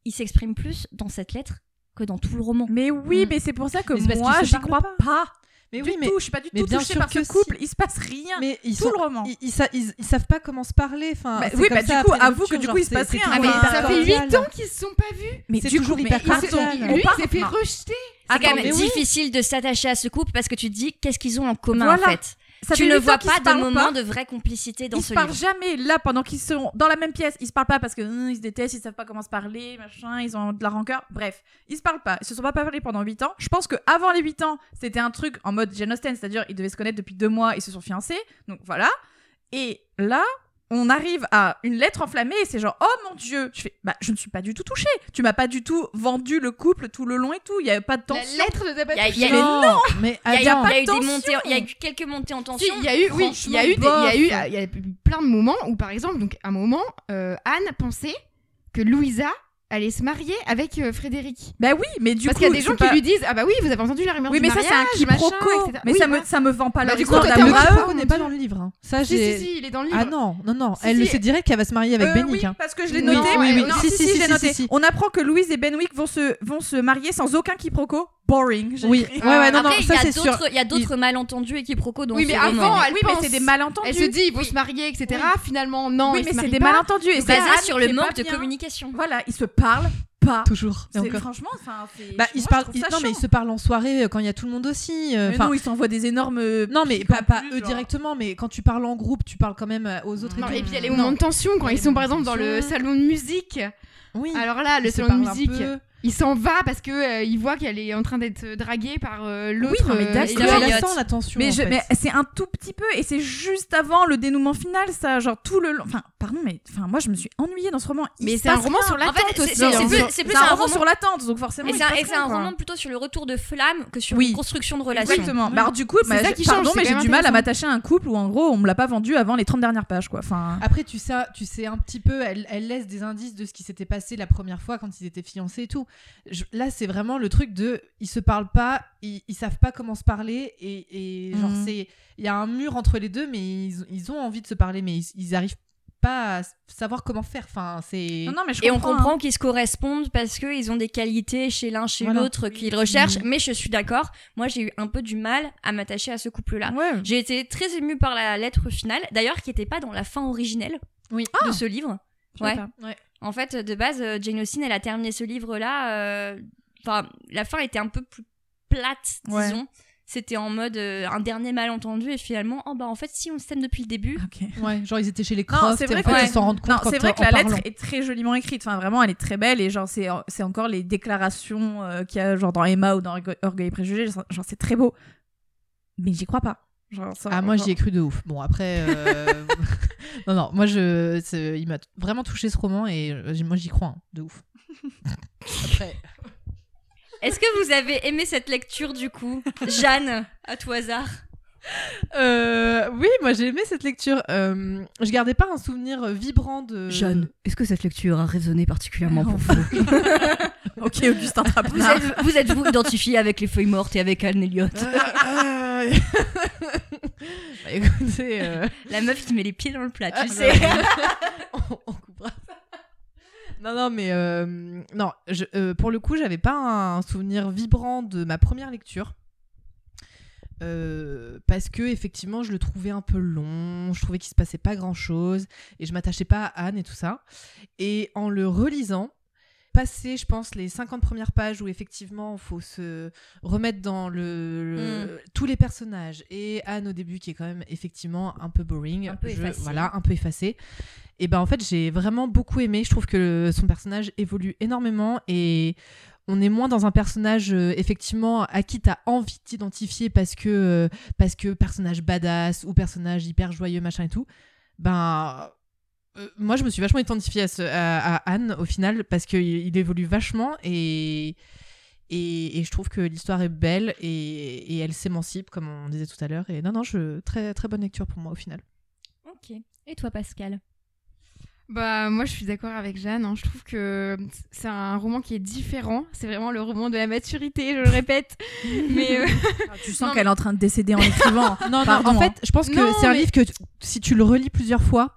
A: il s'exprime plus dans cette lettre que dans tout le roman.
G: Mais oui,
I: Mm.
G: mais c'est pour ça que
I: Mais c'est parce
G: moi,
I: qu'ils se
G: j'y
I: parlent
G: crois
I: pas.
G: pas.
I: Mais
G: du
I: oui, mais
G: tout. Je suis pas du
I: mais
G: tout
I: bien
G: touchée
I: sûr
G: par ce
I: que si.
G: couple. Il se passe rien.
I: mais ils
G: tout
I: sont-
G: le roman.
I: Ils, ils sa- ils- ils savent pas comment se parler. Enfin,
G: Bah
I: c'est
G: oui,
I: comme
G: bah du
I: ça,
G: coup,
I: après la
G: avoue que
I: rupture,
G: du coup,
I: genre,
G: il se
I: c'est-
G: passe
I: c'est
G: rien.
I: toujours
H: Ah, mais
G: Enfin,
I: hyper
H: ça fait 8
I: cordial.
H: ans qu'ils se sont pas vus.
G: Mais
I: c'est
G: du
I: toujours
G: coup,
I: hyper
G: mais ils se-
I: cordial.
G: ils-
H: Lui,
G: on
H: il s'est
G: part-
H: fait
G: non.
H: rejeter.
A: C'est quand
G: Attends,
A: même
G: mais oui.
A: difficile de s'attacher à ce couple parce que tu te dis qu'est-ce qu'ils ont en commun
G: Voilà.
A: en fait.
G: Ça
A: tu
G: fait
A: ne
G: huit ans
A: vois
G: qu'ils
A: pas
G: se
A: de
G: parlent
A: moment de vraie complicité dans
G: ils
A: ce
G: se parlent
A: livre.
G: jamais là pendant qu'ils sont dans la même pièce. Ils se parlent pas parce que hum, ils se détestent, ils savent pas comment se parler, machin, ils ont de la rancœur. Bref, ils se parlent pas. Ils se sont pas parlé pendant 8 ans. Je pense que avant les 8 ans, c'était un truc en mode Jane Austen, c'est-à-dire ils devaient se connaître depuis deux mois, ils se sont fiancés. Donc voilà. Et là, on arrive à une lettre enflammée et c'est genre oh mon dieu. Je fais bah je ne suis pas du tout touchée. Tu m'as pas du tout vendu le couple tout le long et tout. Il y avait pas de
H: La
G: tension.
H: lettre de
A: Il y a- il y a-
H: Mais
A: non,
I: mais
A: Il y a, il y a
I: attends.
A: pas- il y a eu
G: pas de
A: des montées, il y a eu
G: tension.
A: quelques montées en
H: Si,
A: tension.
H: il y a eu, oui, il y a eu, des-
G: franchement,
H: il y a eu, euh, il y a eu plein de moments où, par exemple, donc à un moment, euh, Anne pensait que Louisa allait se marier avec euh, Frédéric.
G: Bah oui, mais du
H: Parce
G: coup
H: qu'il y a des gens
G: c'est pas-
H: qui lui disent ah bah oui, vous avez entendu la rumeur
G: oui,
H: du
G: mais ça,
H: mariage,
G: c'est un quiproquo.
H: machin, etc.
G: Mais
H: Oui,
G: ça,
H: voilà.
G: me, ça me vend pas
H: Bah,
G: leur
H: du coup,
G: histoire
H: toi, t'es
I: Le
H: en
G: d'amour à eux.
H: retard.
I: quiproquo n'est pas dans le livre. hein. Ça,
H: Si, si,
I: j'ai.
H: si, il est dans le livre.
I: Ah non, non, non.
H: Si,
I: Elle le
H: si.
I: sait direct qu'elle va se marier avec
G: Euh,
I: Benwick.
G: oui,
I: hein.
G: parce que je l'ai
I: Oui,
G: noté.
I: oui, oui.
G: Non,
I: Si,
G: si,
I: si,
G: si, je l'ai
I: si,
G: noté.
I: si, si.
G: On apprend que Louise et Benwick vont se, vont se marier sans aucun quiproquo. boring. j'ai
I: Oui,
G: écrit.
I: ouais, ouais, non,
A: Après,
I: non,
A: il y
I: ça
A: a
I: c'est sûr.
A: d'autres- il y a d'autres malentendus et quiproquos dans
H: Oui,
A: ce
H: mais
A: roman.
H: avant, elle
G: oui,
H: pense.
G: mais c'est des malentendus.
H: Elle se dit, ils vont se marier, etc. Finalement, non,
G: oui,
H: ils
G: mais
H: se
G: c'est
H: marient
G: des
H: pas.
G: malentendus. Et c'est Anne
A: basé sur le
G: qui est
A: manque
G: pas
A: de
G: bien.
A: communication.
G: Voilà, ils se parlent pas.
I: Toujours. Et
G: Ah, C'est-
I: encore.
G: Franchement, enfin, c'est.
I: Bah,
G: je-
I: ils se
G: moi,
I: parlent.
G: je trouve
I: ils-
G: ça
I: Non, mais ils
G: chiant.
I: se parlent en soirée euh, quand il y a tout le monde aussi. euh,
G: Mais
I: Enfin,
G: non, ils s'envoient des énormes. euh,
I: non, mais
G: piques
I: pas,
G: en
I: pas
G: plus,
I: eux
G: genre.
I: directement, mais quand tu parles en groupe, tu parles quand même euh, aux autres.
H: Non,
I: et
H: et
I: tout.
H: puis il y a les
I: Non.
H: moments de tension
I: Il
H: quand
I: y a
H: ils
I: les
H: sont par
I: moments
H: exemple
I: de
H: dans
I: tension.
H: le salon de musique.
I: Oui.
H: Alors là, le
I: ils se
H: salon de
I: parlent un
H: musique,
I: peu.
H: il s'en va parce que euh, il voit qu'elle est en train d'être draguée par euh, l'autre.
G: non, mais
H: euh,
G: d'accord.
I: C'est
A: Il y a la
I: intéressant
A: yacht.
I: la tension.
G: Mais,
I: en
G: je-
I: fait.
G: mais c'est un tout petit peu et c'est juste avant le dénouement final, ça. Genre tout le long. Enfin, pardon, mais enfin, moi je me suis ennuyée dans ce roman. Il
H: Mais
G: se
H: c'est un
G: passe
H: roman
G: rien.
H: sur
A: En fait,
H: l'attente
A: c'est-
H: aussi.
A: c'est-
H: hein.
A: c'est plus- c'est plus
G: C'est un,
A: un
G: roman
A: roman-
G: sur l'attente, donc forcément.
A: Et
G: il
A: c'est
G: se
A: un,
G: passe
A: et c'est un
G: rien, quoi.
A: roman plutôt sur le retour de flamme que sur
I: Oui.
A: une construction de relation.
G: Exactement. Bah, alors du coup,
H: C'est
G: bah,
H: ça
G: je-
H: qui change,
G: pardon,
H: c'est
G: mais
H: quand
G: j'ai
H: même
G: du mal à
H: intéressant.
G: m'attacher à un couple où en gros on me l'a pas vendu avant les 30 dernières pages, quoi. Enfin.
I: Après, tu sais, tu sais un petit peu, elle, elle laisse des indices de ce qui s'était passé la première fois quand ils étaient fiancés et tout. Je- là, c'est vraiment le truc de ils se parlent pas, ils, ils savent pas comment se parler et, et genre,
G: Mhm.
I: c'est. Il y a un mur entre les deux, mais ils, ils ont envie de se parler, mais ils, ils arrivent pas à s- savoir comment faire. Enfin, c'est.
G: Non, non, mais je
A: Et on
G: comprends, hein.
A: comprend qu'ils se correspondent parce qu'ils ont des qualités chez l'un, chez
I: Voilà.
A: l'autre qu'ils recherchent. Mais je suis d'accord, moi j'ai eu un peu du mal à m'attacher à ce couple-là.
G: hein. Ouais.
A: J'ai été très émue par la lettre finale, d'ailleurs qui n'était pas dans la fin originelle
I: Oui.
G: Ah,
A: de ce livre.
G: Je sais
A: Ouais.
G: pas.
A: En fait, de base, euh, Jane Austen, elle a terminé ce livre-là. euh, Enfin, la fin était un peu plus plate,
G: Ouais.
A: disons. C'était en mode euh, un dernier malentendu et finalement, oh bah en fait, si on s'aime depuis le début.
G: Ok.
I: Ouais, genre, ils étaient chez les
G: Non,
I: Croft
G: c'est
I: et
G: vrai
I: en
G: que-
I: fait,
A: ouais.
I: ils s'en rendent compte.
G: Non,
I: quand,
G: Ah, c'est vrai
I: en
G: que la lettre
I: parlant.
G: est très joliment écrite. Enfin, vraiment, elle est très belle et genre c'est c'est encore les déclarations euh, qu'il y a genre dans Emma ou dans Orgue- Orgueil et Préjugés. Genre genre, c'est très beau, mais j'y crois pas. Genre, ça-
I: Ah, moi,
G: genre-
I: j'y ai cru de ouf. Bon, après. euh, non, non, moi, je, c'est- il m'a vraiment touché ce roman et euh, moi, j'y crois, hein, de ouf. Après.
A: Est-ce que vous avez aimé cette lecture du coup Jeanne, à tout hasard.
I: Euh, oui, moi j'ai aimé cette lecture. Euh, je gardais pas un souvenir vibrant de.
A: est-ce que cette lecture a résonné particulièrement
G: pour
A: vous
G: Ok, Augustin Trapenard.
A: Vous êtes, vous êtes-vous identifié avec les feuilles mortes et avec Anne Elliot
I: Euh, euh, bah, écoutez, euh,
A: La meuf qui met les pieds dans le plat,
I: Ah,
A: tu sais.
I: bah on, on coupera ça. Non, non, mais euh, non, je- euh, pour le coup, j'avais pas un souvenir vibrant de ma première lecture. Euh, parce que effectivement, je le trouvais un peu long, je trouvais qu'il se passait pas grand chose et je m'attachais pas à Anne et tout ça. Et en le relisant, passé, je pense, les 50 premières pages où effectivement, faut se remettre dans le,
A: Mm.
I: le- tous les personnages et Anne au début qui est quand même effectivement un peu boring,
A: Un peu
I: je-
A: effacée.
I: voilà, un peu effacée. Et ben en fait, j'ai vraiment beaucoup aimé. Je trouve que le- son personnage évolue énormément et on est moins dans un personnage euh, effectivement à qui t'as envie de t'identifier parce que euh, parce que personnage badass ou personnage hyper joyeux machin et tout. Ben euh, moi, je me suis vachement identifiée à, ce- à- à Anne au final parce qu'il il évolue vachement et, et, et je trouve que l'histoire est belle et, et elle s'émancipe, comme on disait tout à l'heure. Et non, non, je, très, très bonne lecture pour moi au final.
A: Ok. Et toi, Pascal
H: Bah moi je suis d'accord avec Jeanne, hein. je trouve que c'est un roman qui est différent, c'est vraiment le roman de la maturité, je le répète. mais euh,
G: Ah, Tu
H: Non,
G: sens
H: mais-
G: qu'elle est en train de décéder en écrivant.
I: Non,
G: Pardon,
I: en
G: hein.
I: fait, je pense que
H: Non,
I: c'est un
H: mais-
I: livre que tu- si tu le relis plusieurs fois,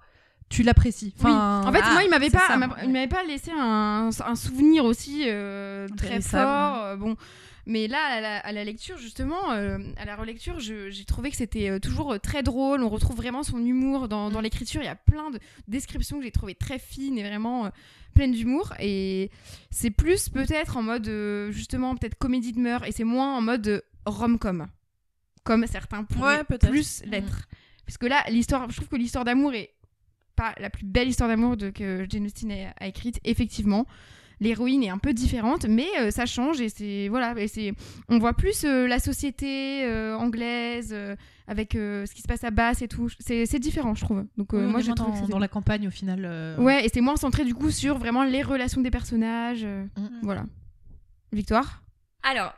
I: tu l'apprécies. Enfin,
H: en fait
G: ah,
H: moi il m'avait
G: c'est
H: pas
G: ça,
H: il m'a-
G: ouais.
H: il m'avait pas laissé un, un souvenir aussi euh, très
G: Impérissable.
H: fort euh, bon mais là à la, à la lecture justement euh, à la relecture je- j'ai trouvé que c'était euh, toujours euh, très drôle on retrouve vraiment son humour dans,
G: Mm.
H: dans l'écriture il y a plein de descriptions que j'ai trouvées très fines et vraiment euh, pleines d'humour et c'est plus peut-être en mode euh, justement peut-être comédie de mœurs et c'est moins en mode euh, rom-com comme certains pourraient
G: Ouais, peut-être.
H: plus
I: Mm.
H: l'être parce que là l'histoire je trouve que l'histoire d'amour est pas la plus belle histoire d'amour de, que Jane Austen a, a écrite effectivement l'héroïne est un peu différente mais euh, ça change et c'est voilà et c'est on voit plus euh, la société euh, anglaise euh, avec euh, ce qui se passe à Basse et tout c'est c'est différent je trouve donc euh,
I: Oui, on
H: moi
I: est
H: j'ai
I: moins
H: trouvé que
I: dans,
H: c'était-
I: dans la campagne au final. euh,
H: ouais et c'est moins centré du coup sur vraiment les relations des personnages euh,
F: Mm.
I: Mhm.
H: voilà Victoire
A: Alors,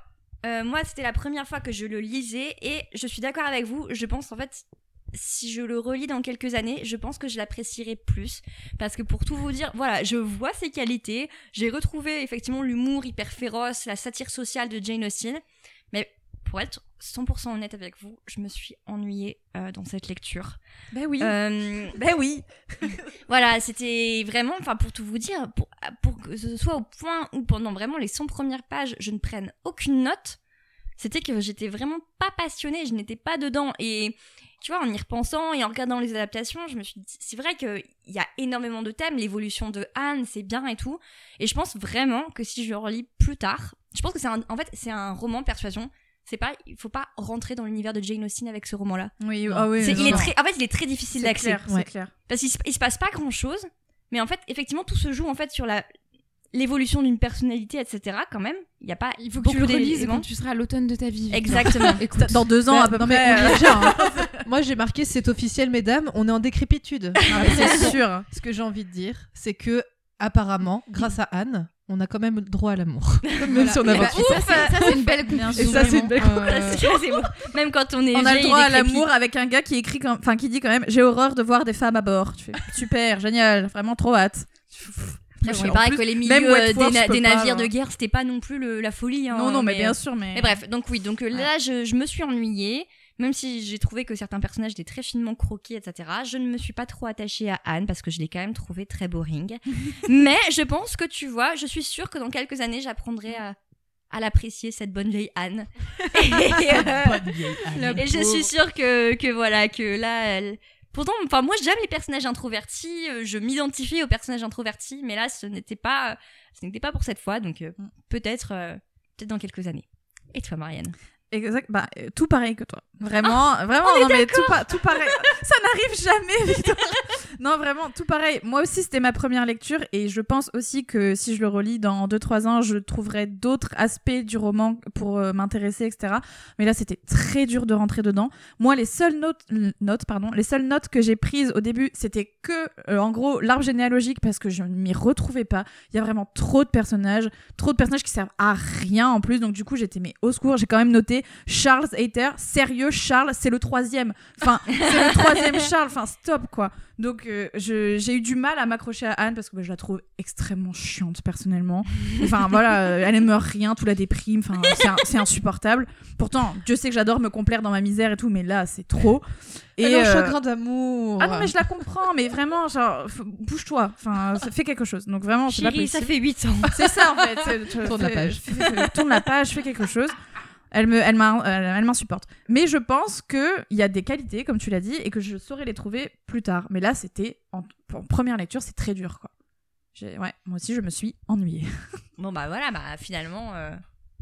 A: euh, moi, c'était la première fois que je le lisais et je suis d'accord avec vous. Je pense, en fait, si je le relis dans quelques années, je pense que je l'apprécierai plus. Parce que pour tout vous dire, voilà, je vois ses qualités. J'ai retrouvé effectivement l'humour hyper féroce, la satire sociale de Jane Austen. Mais pour être 100% honnête avec vous, je me suis ennuyée euh, dans cette lecture.
G: ben oui.
A: Euh,
G: Ben oui.
A: voilà, c'était vraiment, enfin pour tout vous dire, pour, pour que ce soit au point où pendant vraiment les 100 premières pages, je ne prenne aucune note, c'était que j'étais vraiment pas passionnée, je n'étais pas dedans. Et tu vois, en y repensant et en regardant les adaptations, je me suis dit, c'est vrai qu'il y a énormément de thèmes, l'évolution de Anne, c'est bien et tout. Et je pense vraiment que si je le relis plus tard, je pense que c'est un, en fait, c'est un roman persuasion. C'est pas, il faut pas rentrer dans l'univers de Jane Austen avec ce roman-là.
G: Oui,
F: Non.
G: ah oui,
A: C'est-
G: non,
A: il est
G: non.
A: très, en fait, il est très difficile
G: C'est
A: d'accès.
G: clair, c'est
F: Ouais.
G: clair.
A: Parce qu'il se, il se passe pas grand chose, mais en fait, effectivement, tout se joue en fait sur la l'évolution d'une personnalité, etc. Quand même, il y a pas.
H: Il faut que tu le
A: beaucoup
H: relises
A: d'éléments.
H: quand tu seras à l'automne de ta vie.
A: Exactement.
I: Écoute,
G: Dans deux ans,
I: bah,
G: à peu
I: non, mais
G: près.
I: on
G: euh,
I: est déjà, hein. Moi, j'ai marqué c'est officiel, mesdames. On est en décrépitude.
G: Ah, c'est sûr.
I: Ce que j'ai envie de dire, c'est que apparemment, grâce à Anne, on a quand même le droit à l'amour, même si on
G: Eh
I: a
H: Bah,
I: 28
H: ça, c'est- ça, c'est une belle
G: Bien
I: Et
G: sûr.
I: ça, c'est une
G: Euh,
I: belle
H: conclusion.
A: Ça, c'est- c'est beau. Même quand on est.
G: On a le
A: vieille,
G: droit à
A: décrépite.
G: l'amour avec un gars qui écrit, quand- enfin qui dit quand même, j'ai horreur de voir des femmes à bord. Tu fais, super, génial, vraiment trop hâte.
A: Après,
G: Ouais,
A: c'est
G: en
A: pareil
G: plus,
A: que les milieux
G: même
A: euh,
G: Wentworth,
A: des, na-
G: je peux
A: des
G: pas,
A: navires
G: là.
A: de guerre, c'était pas non plus le- la folie. hein,
G: non, non, mais, bien sûr, mais.
A: Mais bref, donc oui, donc euh, là, je, je me suis ennuyée, même si j'ai trouvé que certains personnages étaient très finement croqués, etc. Je ne me suis pas trop attachée à Anne parce que je l'ai quand même trouvée très boring. mais je pense que tu vois, je suis sûre que dans quelques années, j'apprendrai à, à l'apprécier, cette bonne vieille Anne. et, euh,
I: Ah,
A: et je suis sûre que, que voilà, que là, elle- Pourtant, enfin, moi j'aime les personnages introvertis, euh, je m'identifie aux personnages introvertis, mais là ce n'était pas, ce n'était pas pour cette fois, donc euh, peut-être, euh, peut-être dans quelques années. Et toi, Marianne
G: Exact, bah, euh, tout pareil que toi. Vraiment, vraiment, non, mais tout, pa- tout pareil. Ça n'arrive jamais, Victor. non, vraiment, tout pareil. Moi aussi, c'était ma première lecture et je pense aussi que si je le relis dans 2-3 ans, je trouverai d'autres aspects du roman pour euh, m'intéresser, etc. Mais là, c'était très dur de rentrer dedans. Moi, les seules notes, l- notes, pardon, les seules notes que j'ai prises au début, c'était que, euh, en gros, l'arbre généalogique parce que je ne m'y retrouvais pas. Il y a vraiment trop de personnages, trop de personnages qui servent à rien en plus. Donc, du coup, j'étais, mais au secours, j'ai quand même noté Charles Hater, sérieux, Charles, c'est le troisième. Enfin, c'est le troisième Charles, enfin, stop, quoi. Donc, euh, je- j'ai eu du mal à m'accrocher à Anne parce que bah, je la trouve extrêmement chiante, personnellement. Enfin, voilà, euh, elle aime rien, tout la déprime, enfin, c'est un- c'est insupportable. Pourtant, Dieu sait que j'adore me complaire dans ma misère et tout, mais là, c'est trop.
I: Et
G: Et
I: un
G: euh,
I: chagrin d'amour.
G: Ah non, mais je la comprends, mais vraiment, genre, f- bouge-toi, enfin, ça- fais quelque chose. Donc, vraiment, c'est pas
A: Ah. Chérie, ça
G: possible.
A: fait 8 ans.
G: C'est ça en fait. c'est- tu-
I: Tourne la
G: fais-
I: page.
G: fais- fais- tourne la page, fais quelque chose. Elle me, elle m'a- euh, elle elle m'insupporte. Mais je pense que il y a des qualités, comme tu l'as dit, et que je saurais les trouver plus tard. Mais là, c'était en, en première lecture, c'est très dur, quoi. J'ai- Ouais, moi aussi, je me suis ennuyée.
A: Bon bah voilà, bah finalement, euh,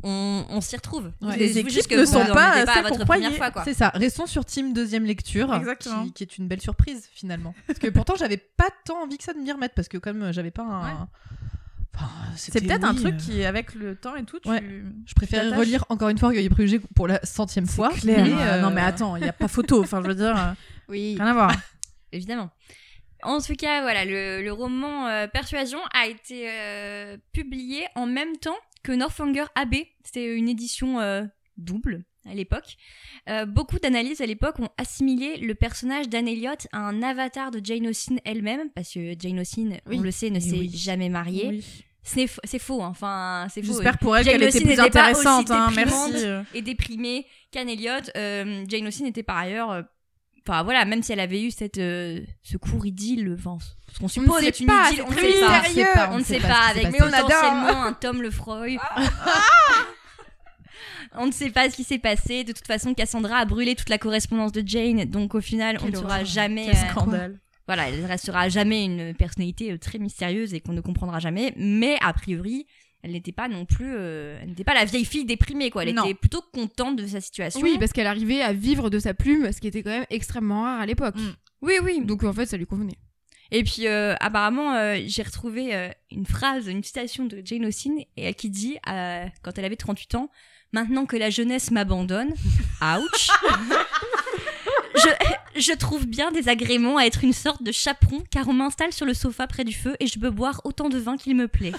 A: on, on s'y retrouve.
I: Ouais.
A: C'est
I: Les
A: juste
G: équipes
A: que
G: ne
A: vous
G: sont
A: en
G: pas
A: mettez
G: celles
A: à votre
G: qu'on
A: première
G: croyait.
A: fois quoi.
I: C'est ça, restons sur Team Deuxième Lecture,
G: Exactement.
I: qui, qui est une belle surprise finalement. Parce que pourtant, j'avais pas tant envie que ça de m'y remettre, parce que comme euh, j'avais pas un. Enfin,
G: C'est
I: c'était-
G: peut-être un
I: oui,
G: truc
I: euh,
G: qui, avec le temps et tout, tu.
I: Ouais. Je
G: tu
I: préférais
G: t'attaches.
I: relire encore une fois Orgueil et Préjugé pour la centième fois.
G: Claire,
I: mais,
G: euh,
I: euh,
G: Non mais attends, il y a pas photo. Enfin, je veux dire, euh,
I: Oui.
G: rien à voir.
A: Évidemment. En tout cas, voilà, le, le roman euh, Persuasion a été euh, publié en même temps que Northanger AB. C'était une édition euh, double à l'époque. Euh, beaucoup d'analyses à l'époque ont assimilé le personnage d'Anne Elliot à un avatar de Jane Austen elle-même, parce que Jane Austen,
I: Oui.
A: on le sait, ne
I: Eh
A: s'est
I: oui.
A: jamais mariée. Ce n'est f- C'est faux, hein. enfin, c'est faux.
G: J'espère pour elle
A: Jane
G: qu'elle était
A: Austen
G: plus
A: n'était pas aussi
G: intéressante. hein,
A: déprimante.
G: merci. euh.
A: et déprimée qu'Anne Elliot. Euh, Jane Austen était par ailleurs. euh, Enfin voilà, même si elle avait eu cette, euh, ce court idylle, enfin, ce qu'on suppose
H: sait
A: est une
H: pas,
A: idylle,
H: c'est
A: on ne
H: très
A: sait pas.
H: mystérieux.
A: On ne sait pas,
I: ce qui s'est
A: avec
I: passé.
A: potentiellement un Tom Lefroy. on ne sait pas ce qui s'est passé. De toute façon, Cassandra a brûlé toute la correspondance de Jane, donc au final, on ne
I: Quelle
A: saura
I: horreur.
A: jamais.
G: Quel
A: euh,
G: scandale.
A: voilà, elle restera jamais une personnalité euh, très mystérieuse et qu'on ne comprendra jamais, mais a priori, elle n'était pas non plus, euh, elle n'était pas la vieille fille déprimée quoi. Elle
G: Non.
A: était plutôt contente de sa situation.
H: Oui, parce qu'elle arrivait à vivre de sa plume, ce qui était quand même extrêmement rare à l'époque.
G: Mm.
A: oui, oui.
H: Donc en fait, ça lui convenait.
A: Et puis euh, apparemment, euh, j'ai retrouvé euh, une phrase, une citation de Jane Austen et qui dit euh, quand elle avait 38 ans, maintenant que la jeunesse m'abandonne, ouch. Je, je trouve bien des agréments à être une sorte de chaperon car on m'installe sur le sofa près du feu et je peux boire autant de vin qu'il me plaît.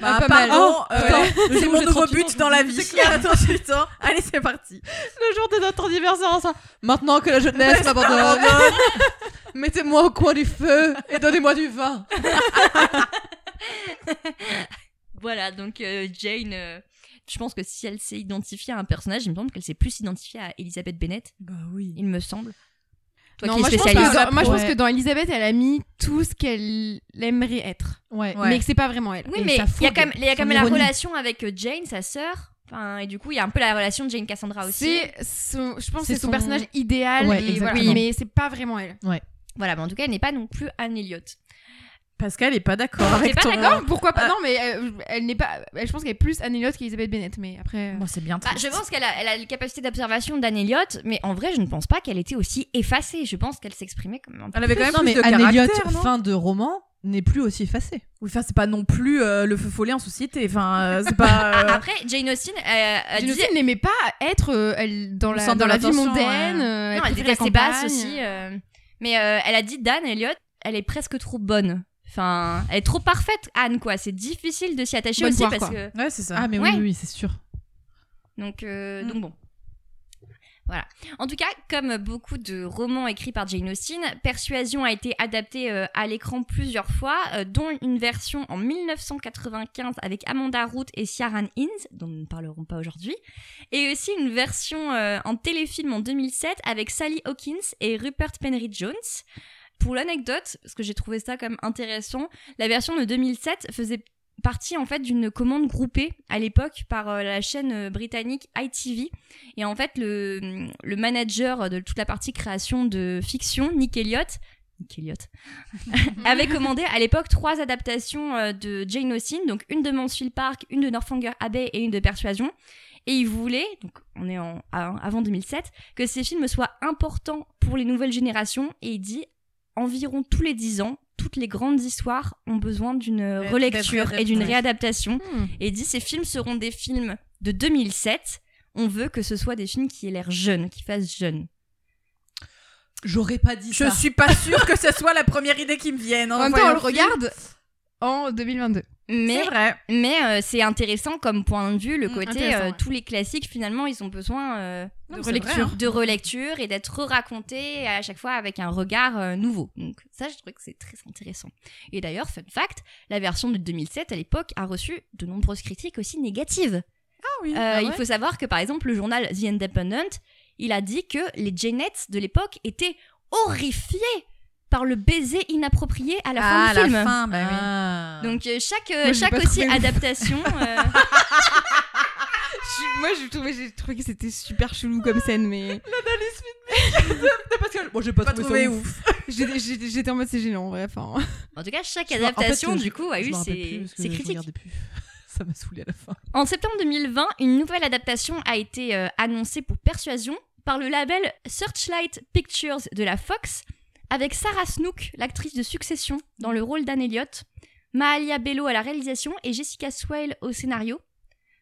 G: Bah,
I: pas mal.
G: apparemment,
I: Oh,
G: euh,
I: putain, le
G: c'est
I: jour où
G: mon
I: j'ai
G: nouveau
I: 38
G: but
I: ans,
G: dans la
I: c'est
G: vie.
I: clair.
G: Attends, 38 ans. Allez, c'est parti.
I: Le jour de notre anniversaire, ça. Maintenant que la jeunesse m'abandonne, mettez-moi au coin du feu et donnez-moi du vin.
A: Voilà, donc euh, Jane, euh, je pense que si elle s'est identifiée à un personnage, il me semble qu'elle s'est plus identifiée à Elisabeth Bennett,
G: Bah oui.
A: il me semble. Toi
H: Non,
A: qui es
H: moi, je pense
A: spécialiste.
H: que dans- moi, je pense
F: Ouais.
H: que dans Elisabeth, elle a mis tout ce qu'elle aimerait être.
F: Ouais.
G: Ouais.
H: Mais que c'est pas vraiment elle.
A: Oui,
F: Et
A: mais
F: sa
A: il y a
F: fougue,
A: quand même, il y a quand
F: son
A: même la
F: ironie.
A: relation avec euh, Jane, sa sœur. Enfin, et du coup, il y a un peu la relation de Jane
H: Ah,
A: Cassandra aussi.
H: C'est son, je pense, que
F: C'est
H: c'est son,
F: son-
H: personnage idéal.
F: Ouais,
H: et voilà.
F: exactement.
H: mais c'est pas vraiment elle.
A: Voilà, mais en tout cas, elle n'est pas non plus Anne Elliot.
G: Pascal est pas d'accord avec
A: pas
G: ton.
A: d'accord
H: Non, pourquoi pas Non, mais euh, elle n'est pas. elle- je pense qu'elle est plus Anne Elliot qu'Elisabeth Bennett. Mais après, euh,
G: Moi, c'est bien.
A: Bah, je
G: triste.
A: pense qu'elle a, elle a les capacités d'observation d'Anne Elliot, mais en vrai, je ne pense pas qu'elle était aussi effacée. Je pense qu'elle s'exprimait comme un peu.
G: Elle avait quand même
F: Non,
G: plus
F: mais
G: de
F: Anne Elliot,
G: caractère, non
F: fin de roman, n'est plus aussi effacée.
G: Oui, enfin, c'est pas non plus euh, le feu follet en société. Enfin, euh, c'est pas.
A: Ah,
G: euh,
A: Après, Jane Austen, euh, elle
H: Jane
A: disait.
H: Austen n'aimait pas être euh, elle, dans
G: Au
H: la,
G: centre
H: dans
G: de
H: la vie
G: l'attention,
H: mondaine.
G: ouais.
H: euh,
A: Non, elle
H: préférait la
A: détestait Bass
H: campagne.
A: aussi. euh, Mais euh, elle a dit d'Anne Elliot, elle est presque trop bonne. Enfin, elle est trop parfaite, Anne, quoi. C'est difficile de s'y attacher
H: Bonne
A: aussi
H: poire,
A: parce
H: quoi.
A: que.
G: Ouais, c'est ça.
F: Ah, mais oui,
A: Ouais.
F: oui, oui, c'est sûr.
A: Donc, euh,
G: Mm.
A: donc bon. Voilà. En tout cas, comme beaucoup de romans écrits par Jane Austen, Persuasion a été adaptée euh, à l'écran plusieurs fois, euh, dont une version en 1995 avec Amanda Root et Ciaran Innes, dont nous ne parlerons pas aujourd'hui, et aussi une version euh, en téléfilm en 2007 avec Sally Hawkins et Rupert Penry Jones. Pour l'anecdote, parce que j'ai trouvé ça quand même intéressant, la version de 2007 faisait partie en fait d'une commande groupée à l'époque par euh, la chaîne euh, britannique ITV et en fait le, le manager de toute la partie création de fiction Nick Elliott Nick Elliott avait commandé à l'époque trois adaptations euh, de Jane Austen donc une de Mansfield Park une de Northanger Abbey et une de Persuasion et il voulait donc on est en à- avant 2007 que ces films soient importants pour les nouvelles générations et il dit environ tous les 10 ans toutes les grandes histoires ont besoin d'une
G: d'être
A: relecture et d'une
G: réadaptées.
A: réadaptation
H: Hmm.
A: et dit ces films seront des films de 2007. On veut que ce soit des films qui aient l'air jeunes, qui fassent jeune.
F: J'aurais pas dit
G: Je
F: ça.
G: suis pas sûre que ce soit la première idée qui me vienne. hein,
H: En même temps,
G: voyons.
H: on le regarde en 2022.
A: Mais,
G: C'est vrai.
A: mais euh, c'est intéressant comme point de vue, le
G: Mm,
A: côté
G: intéressant,
A: euh,
G: ouais.
A: tous les classiques, finalement, ils ont besoin euh, de,
G: Non, mais c'est
A: relecture,
G: vrai, hein.
A: de relecture et d'être racontés à chaque fois avec un regard euh, nouveau. Donc ça, je trouve que c'est très intéressant. Et d'ailleurs, fun fact, la version de 2007 à l'époque a reçu de nombreuses critiques aussi négatives.
G: Ah oui.
A: Euh,
G: ah
A: Il
G: ouais.
A: faut savoir que par exemple le journal The Independent, il a dit que les Janettes de l'époque étaient horrifiées par le baiser inapproprié à la fin
G: Ah,
A: du
G: la
A: film.
G: fin, bah oui.
F: Ah.
A: Donc euh, chaque euh,
H: Moi, j'ai
A: chaque
H: pas
A: aussi
H: trouvé ouf.
A: adaptation. euh,
H: Je- Moi, j'ai trouvé, j'ai trouvé que c'était super chelou comme scène, mais
F: Moi, j'ai pas,
G: Pas
F: trouvé
G: trouvé
F: ça ouf.
G: ouf.
H: j'étais- j'étais j'étais en mode c'est gênant, en vrai. Enfin,
A: En tout cas, chaque
F: Je me- en fait,
A: adaptation
F: je-
A: du coup a
F: Je
A: eu
F: m'en rappelle plus
A: ses,
F: parce que
A: ses
F: je
A: critiques.
F: regardais plus. Ça m'a saoulé à la fin.
A: En septembre 2020, une nouvelle adaptation a été euh, annoncée pour Persuasion par le label Searchlight Pictures de la Fox, avec Sarah Snook, l'actrice de Succession, dans le rôle d'Anne Elliot, Mahalia Bello à la réalisation et Jessica Swale au scénario.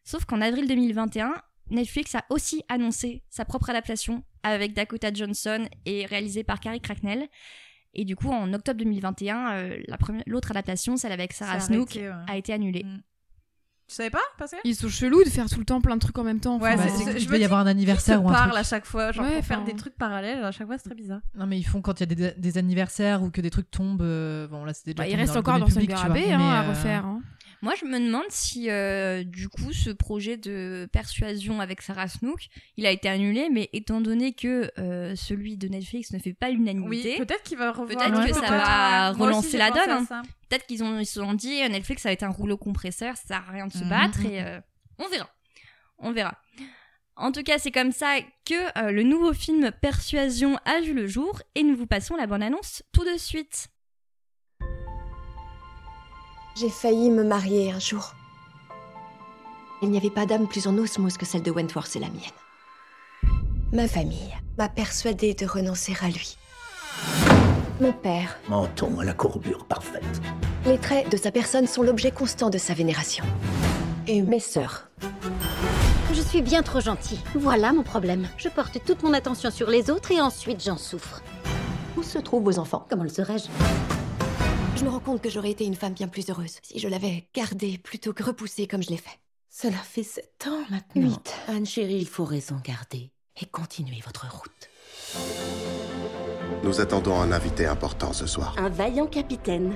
A: Sauf qu'en avril 2021, Netflix a aussi annoncé sa propre adaptation avec Dakota Johnson et réalisée par Carrie Cracknell. Et du coup, en octobre 2021, euh, la première- l'autre adaptation, celle avec Sarah
G: Ça a
A: Snook,
G: arrêté, ouais.
A: a été annulée.
G: Tu savais pas, Pascal
H: ils sont chelous de faire tout le temps plein de trucs en même temps.
G: Ouais,
H: enfin. bah,
G: c'est- c'est- je
F: il
G: me
F: doit y
G: dis,
F: avoir un anniversaire
G: Ils
F: ou
G: se
F: un
G: parlent
F: truc.
G: à chaque fois, genre
H: Ouais,
G: pour faire
H: enfin.
G: des trucs parallèles à chaque fois, c'est très bizarre.
F: Non, mais ils font quand il y a des, des anniversaires ou que des trucs tombent. euh, bon, là, c'était déjà.
H: Bah, il
F: tombé
H: reste
F: dans le
H: encore
F: domaine
H: dans son
F: public, tu vois,
H: garabé
F: mais,
H: hein, à
F: euh,
H: refaire. hein.
A: Moi, je me demande si, euh, du coup, ce projet de persuasion avec Sarah Snook, il a été annulé, mais étant donné que euh, celui de Netflix ne fait pas l'unanimité,
G: peut-être qu'il va revoir.
A: Peut-être
G: Ouais,
A: que ça
G: peut-être.
A: va
G: Ouais. Moi
A: relancer
G: aussi, j'ai
A: la
G: pensé
A: donne,
G: à
A: hein.
G: ça.
A: peut-être qu'ils ont, ils se sont dit, euh, Netflix, ça va être un rouleau compresseur, ça sert à rien de se
F: Mhm.
A: battre, et euh, on verra. On verra. En tout cas, c'est comme ça que euh, le nouveau film Persuasion a vu le jour, et nous vous passons la bonne annonce tout de suite.
J: J'ai failli me marier un jour. Il n'y avait pas d'âme plus en osmose que celle de Wentworth et la mienne. Ma famille m'a persuadée de renoncer à lui. Mon père,
C: Menton à la courbure parfaite.
J: les traits de sa personne sont l'objet constant de sa vénération. Et mes sœurs.
D: Je suis bien trop gentille. Voilà mon problème. Je porte toute mon attention sur les autres et ensuite j'en souffre.
J: Où se trouvent vos enfants
D: Comment le saurais-je
J: Je me rends compte que j'aurais été une femme bien plus heureuse si je l'avais gardée plutôt que repoussée comme je l'ai fait. Cela fait sept ans maintenant. Huit.
D: Anne chérie, il faut raison garder et continuer votre route.
K: Nous attendons un invité important ce soir.
D: Un vaillant capitaine.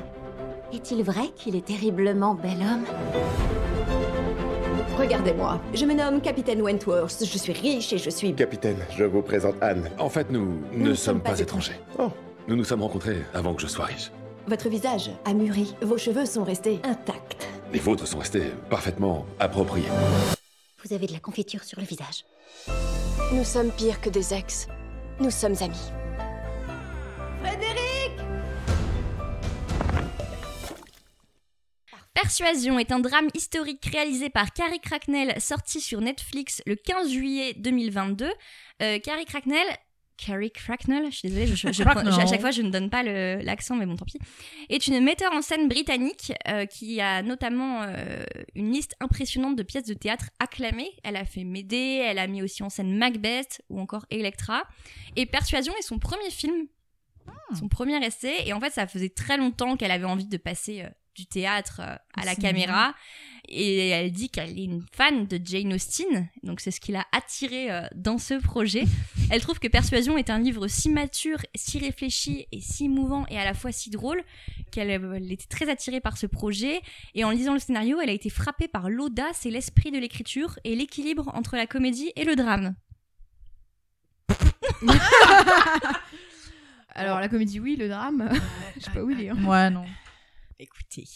D: Est-il vrai qu'il est terriblement bel homme
J: Regardez-moi, je me nomme Capitaine Wentworth, je suis riche et je suis...
K: Capitaine, je vous présente Anne.
L: En fait, nous ne sommes pas étrangers. Oh, nous nous sommes rencontrés avant que je sois riche.
J: Votre visage a mûri, vos cheveux sont restés intacts.
L: Les vôtres sont restés parfaitement appropriés.
D: Vous avez de la confiture sur le visage.
J: Nous sommes pires que des ex. Nous sommes amis. Frédéric
A: Persuasion est un drame historique réalisé par Carrie Cracknell, sorti sur Netflix le 15 juillet 2022. Euh, Carrie Cracknell. Carrie Cracknell, je suis désolée, je- je- je-
F: Cracknell.
A: à chaque fois je ne donne pas le- l'accent, mais bon tant pis, est une metteur en scène britannique euh, qui a notamment euh, une liste impressionnante de pièces de théâtre acclamées. Elle a fait Médée, elle a mis aussi en scène Macbeth ou encore Electra. Et Persuasion est son premier film son premier essai. Et en fait, ça faisait très longtemps qu'elle avait envie de passer euh, du théâtre euh, à la
H: C'est
A: caméra. Et elle dit qu'elle est une fan de Jane Austen. Donc, c'est ce qui l'a attirée euh, dans ce projet. elle trouve que Persuasion est un livre si mature, si réfléchi et si mouvant et à la fois si drôle qu'elle euh, elle était très attirée par ce projet. Et en lisant le scénario, elle a été frappée par l'audace et l'esprit de l'écriture et l'équilibre entre la comédie et le drame.
H: Alors, la comédie, oui, le drame, je sais pas où il est. hein.
F: Ouais, non.
A: écoutez.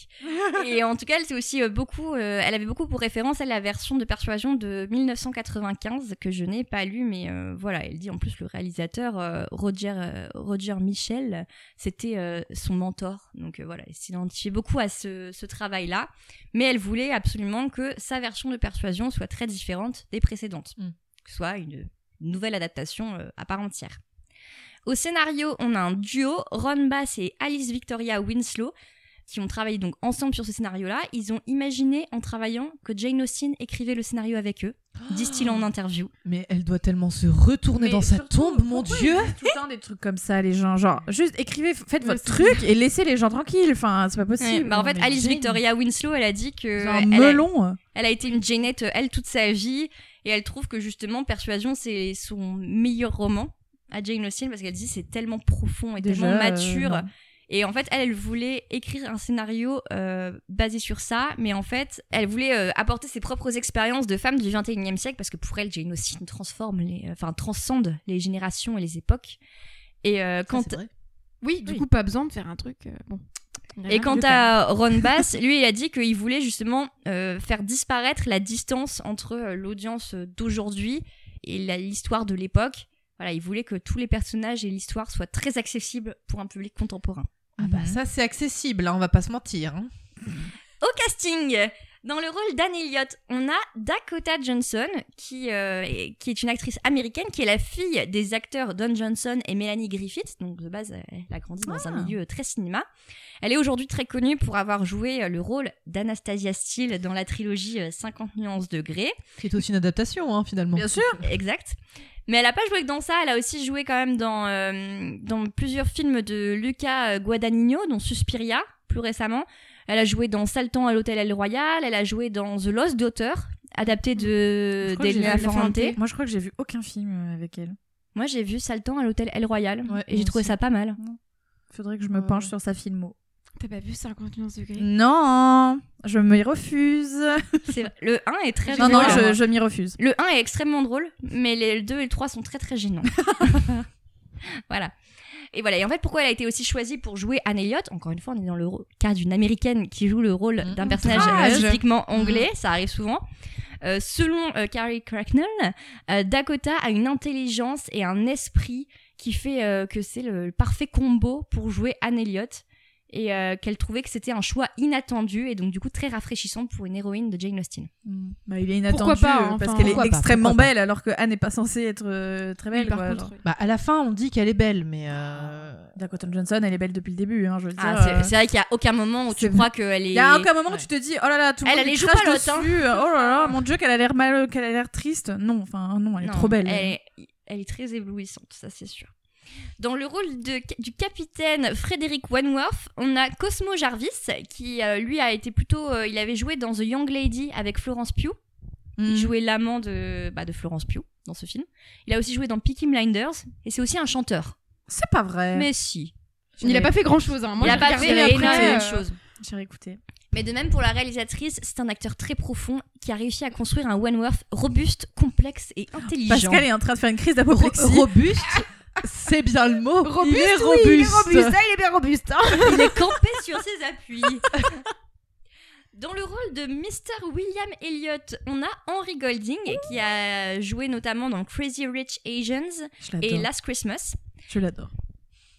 A: Et en tout cas, elle s'est aussi euh, beaucoup, euh, elle avait beaucoup pour référence elle, la version de Persuasion de 1995 que je n'ai pas lue, mais euh, voilà, elle dit en plus le réalisateur euh, Roger euh, Roger Michel, c'était euh, son mentor, donc euh, voilà, elle s'identifiait beaucoup à ce, ce travail-là, mais elle voulait absolument que sa version de Persuasion soit très différente des précédentes,
F: Mm.
A: que ce soit une nouvelle adaptation euh, à part entière. Au scénario, on a un duo, Ron Bass et Alice Victoria Winslow, qui ont travaillé donc ensemble sur ce scénario-là, ils ont imaginé en travaillant que Jane Austen écrivait le scénario avec eux, disent-ils en interview.
G: Ah,
F: Mais elle doit tellement se retourner
A: Mais
F: dans sa
A: surtout,
F: tombe, mon
A: pourquoi
F: dieu Ah,
G: Tout le temps des trucs comme ça, les gens. Genre, juste écrivez, f- faites
F: Mais
G: votre
F: c'est-
G: truc et laissez les gens tranquilles. Enfin, c'est pas possible.
A: Ouais, bah en fait,
G: Non, mais
A: Alice
G: Jane,
A: Victoria Winslow, elle a dit que.
G: c'est
A: elle
G: un
A: a-
G: melon. euh,
A: Elle a été une Janet, euh, elle, toute sa vie. Et elle trouve que justement, Persuasion, c'est son meilleur roman à Jane Austen parce qu'elle dit c'est tellement profond et
G: Déjà,
A: tellement
G: euh,
A: mature.
G: non.
A: et en fait, elle, elle voulait écrire un scénario euh, basé sur ça, mais en fait, elle voulait euh, apporter ses propres expériences de femmes du 21e siècle parce que pour elle, Jane Austen transforme les, euh, enfin, transcende les générations et les époques. Et euh, quand
H: Oui, du
A: Oui.
H: coup, pas besoin de faire un truc. euh, bon. On a
A: et
H: bien
A: quant
H: le faire.
A: à Ron Bass, lui, il a dit qu'il voulait justement euh, faire disparaître la distance entre euh, l'audience d'aujourd'hui et la- l'histoire de l'époque. Voilà, il voulait que tous les personnages et l'histoire soient très accessibles pour un public contemporain.
F: Ah bah ça c'est accessible, hein, on va pas se mentir. hein.
A: Au casting dans le rôle d'Anne Elliott, on a Dakota Johnson, qui, euh, est, qui est une actrice américaine, qui est la fille des acteurs Don Johnson et Melanie Griffith. Donc de base, elle a grandi dans un milieu très cinéma. Elle est aujourd'hui très connue pour avoir joué euh, le rôle d'Anastasia Steele dans la trilogie euh, 50 nuances de Grey.
F: C'est aussi une adaptation hein, finalement.
G: Bien sûr.
A: Exact. Mais elle a pas joué que dans ça, elle a aussi joué quand même dans, euh, dans plusieurs films de Luca euh, Guadagnino, dont Suspiria, plus récemment. Elle a joué dans Saltan à l'Hôtel El Royal, elle a joué dans The Lost Daughter, adapté de
G: Je crois que j'ai
A: d'Elena
G: vu-
A: Ferrante.
G: Moi, je crois que j'ai vu aucun film euh, avec elle.
A: Moi j'ai vu Saltan à l'Hôtel El Royal,
F: Ouais,
A: et
F: moi
A: j'ai trouvé
F: aussi.
A: ça pas mal.
G: Faudrait que je me
F: Ouais.
G: penche sur sa filmo.
H: T'as pas vu 50 nuances de gris
G: Non, je m'y refuse.
A: C'est- le 1 est très
G: Non, non,
A: rigolo.
G: je, je m'y refuse.
A: Le 1 est extrêmement drôle, mais les 2 et le 3 sont très très gênants. voilà. Et voilà. Et en fait, pourquoi elle a été aussi choisie pour jouer Anne Elliot Encore une fois, on est dans le ro- cas d'une américaine qui joue le rôle d'un personnage euh,
G: outrage.
A: typiquement anglais, ça arrive souvent. Euh, selon euh, Carrie Cracknell, euh, Dakota a une intelligence et un esprit qui fait euh, que c'est le, le parfait combo pour jouer Anne Elliot et euh, qu'elle trouvait que c'était un choix inattendu et donc du coup très rafraîchissant pour une héroïne de Jane Austen.
G: Bah, il est
H: Pourquoi
G: inattendu
H: pas,
G: euh,
H: enfin,
G: parce qu'elle est
F: pourquoi pas,
G: extrêmement
F: pourquoi pas.
G: belle, alors que Anne n'est pas censée être euh, très belle.
H: Oui, par
G: quoi,
H: contre.
G: genre.
H: oui.
F: Bah à la fin on dit qu'elle est belle mais... euh,
G: Dakota Johnson, elle est belle depuis le début, hein, je veux le
A: Ah,
G: dire,
A: c'est-
G: euh.
A: c'est vrai qu'il n'y a aucun moment où tu
G: c'est-
A: crois qu'elle est.
G: Il y a aucun moment où
F: Ouais.
G: tu te dis, oh là là, tout le
A: Elle,
G: monde
A: elle
G: lui
A: les joue
G: crache
A: pas, l'autre,
G: dessus.
A: hein.
G: euh, Oh là là, mon dieu, qu'elle a l'air mal, qu'elle a l'air triste. Non, enfin non, Oh, elle est
A: Non,
G: trop belle.
A: Elle est, elle est très éblouissante, ça c'est sûr. Dans le rôle de- du capitaine Frédéric Wanworth, on a Cosmo Jarvis, qui euh, lui a été plutôt. euh, il avait joué dans The Young Lady avec Florence Pugh.
G: Mm.
A: Il jouait l'amant de, bah, de Florence Pugh dans ce film. Il a aussi joué dans Peaky Blinders, et c'est aussi un chanteur.
G: C'est pas vrai.
A: Mais si.
H: Il a pas fait grand chose. Hein. Moi,
A: il
H: je
A: a pas
H: regardais
A: fait
H: après,
A: énormément de
H: euh,
A: choses.
G: J'ai réécouté.
A: Mais de même pour la réalisatrice, c'est un acteur très profond qui a réussi à construire un Wentworth robuste, complexe et intelligent.
G: Pascal est en train de faire une crise d'apoplexie.
A: Ro-
I: robuste C'est bien le mot.
G: Robuste,
I: il est
G: oui,
I: robuste.
G: il est
A: robuste,
G: ah, il est bien robuste.
A: Il est campé sur ses appuis. Dans le rôle de Mr. William Elliot, on a Henry Golding qui a joué notamment dans Crazy Rich Asians
G: Je l'adore.
A: et Last Christmas.
G: Je l'adore.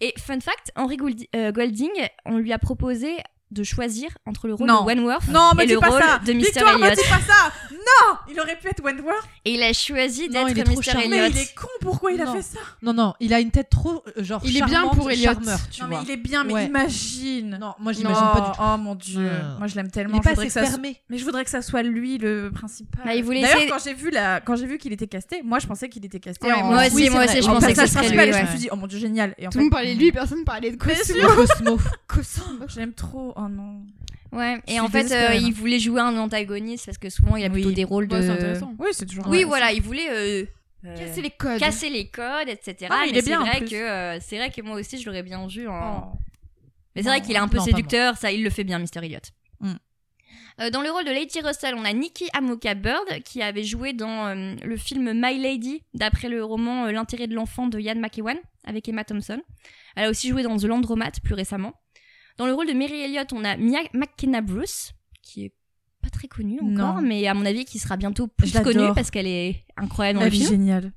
A: Et fun fact, Henry Gould- euh, Golding, on lui a proposé de choisir entre le rôle
G: Non.
A: de Wentworth
G: Non, me
A: et
G: dis
A: le
G: pas
A: rôle
G: ça.
A: de Mr.
G: Victoire, me
A: Elliot.
G: dis pas ça. Non, il aurait pu être Wentworth.
A: Et il a choisi
I: Non,
A: d'être
I: il est trop
A: Mr.
I: charmant.
A: Elliot.
I: Mais
G: Il est con, pourquoi il a
I: Non.
G: fait ça
I: Non, non, il a une tête trop euh, genre
H: Il est bien
I: charmante,
H: pour Elliot.
I: charmeur, tu
G: Non,
I: vois.
G: mais il est bien, mais
I: Ouais.
G: imagine.
I: Non, moi j'imagine pas du tout.
G: Oh mon dieu,
I: Non.
G: moi je l'aime
I: Il est
G: tellement. je
I: pas
G: voudrais
I: assez
G: que ça soit...
I: fermé.
G: Mais je voudrais que ça soit lui le principal.
A: Bah, il voulait
G: D'ailleurs,
A: essayer-
G: quand j'ai vu la, quand j'ai vu qu'il était casté, moi je pensais qu'il était casté.
H: Ouais,
G: en-
A: moi aussi,
G: Oui, c'est
A: moi
G: vrai.
A: aussi, je
G: En
A: pensais que
G: personnage
A: ce serait
G: principal,
A: lui,
G: et Je me
A: ouais.
G: suis dit, oh mon dieu, génial. Et en
H: Tout
G: fait,
H: le monde parlait de lui, personne parlait de Cosmo.
I: Le Cosmo.
H: Cosmo.
G: j'aime trop. Oh non.
A: Ouais,
G: Je
A: et en
G: suis
A: fait, euh,
G: désespérée,
A: il
G: moi.
A: voulait jouer un antagoniste parce que souvent il a
G: hein. Oui.
A: plutôt des rôles de.
H: Ouais, c'est intéressant.
G: Oui, c'est toujours.
A: Oui,
G: intéressant.
A: voilà, il voulait euh,
H: Casser les codes.
A: casser les codes, etc.
G: Ah, mais il
A: Mais
G: est
A: c'est
G: bien, en
A: vrai
G: plus.
A: que euh, c'est vrai que moi aussi je l'aurais bien vu. en-
G: Oh.
A: Mais c'est vrai qu'il est un peu
I: Non, pas moi.
A: séducteur, ça, il le fait bien, Mr. Elliot.
G: Mm.
A: Euh, dans le rôle de Lady Russell, on a Nikki Amoka Bird qui avait joué dans euh, le film My Lady, d'après le roman euh, L'intérêt de l'enfant de Ian McEwan avec Emma Thompson. Elle a aussi joué dans The Landromat plus récemment. Dans le rôle de Mary Elliott, on a Mia McKenna Bruce qui est pas très connue encore,
G: Non.
A: mais à mon avis qui sera bientôt plus
G: Je l'adore.
A: connue parce qu'elle est incroyable dans le
G: Elle est
A: film.
G: géniale.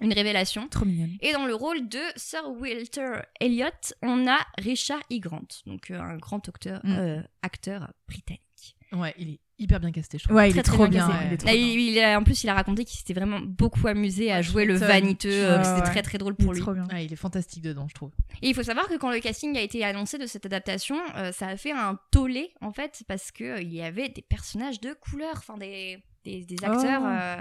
A: Une révélation.
G: Trop mignonne.
A: Et dans le rôle de Sir Walter Elliot, on a Richard E. Grant, donc euh, un grand acteur,
G: Mm.
A: euh, acteur britannique.
I: Ouais, il est hyper bien casté, je trouve.
G: Ouais, il
A: Très,
G: est
A: très
G: trop
A: bien
G: bien.
I: casté.
G: il est
A: Là,
G: trop bien.
A: il, il a- en plus, il a raconté qu'il s'était vraiment beaucoup amusé à
G: Ouais,
A: jouer
G: je
A: le
G: m'étonne.
A: vaniteux, euh, que
G: Ouais,
A: c'était
G: ouais.
A: très très drôle
G: Il est
A: pour lui.
G: trop bien.
I: Ouais, il est fantastique dedans, je trouve.
A: Et il faut savoir que quand le casting a été annoncé de cette adaptation, euh, ça a fait un tollé en fait, parce que euh, il y avait des personnages de couleur, enfin des, des, des acteurs
G: Oh.
A: euh,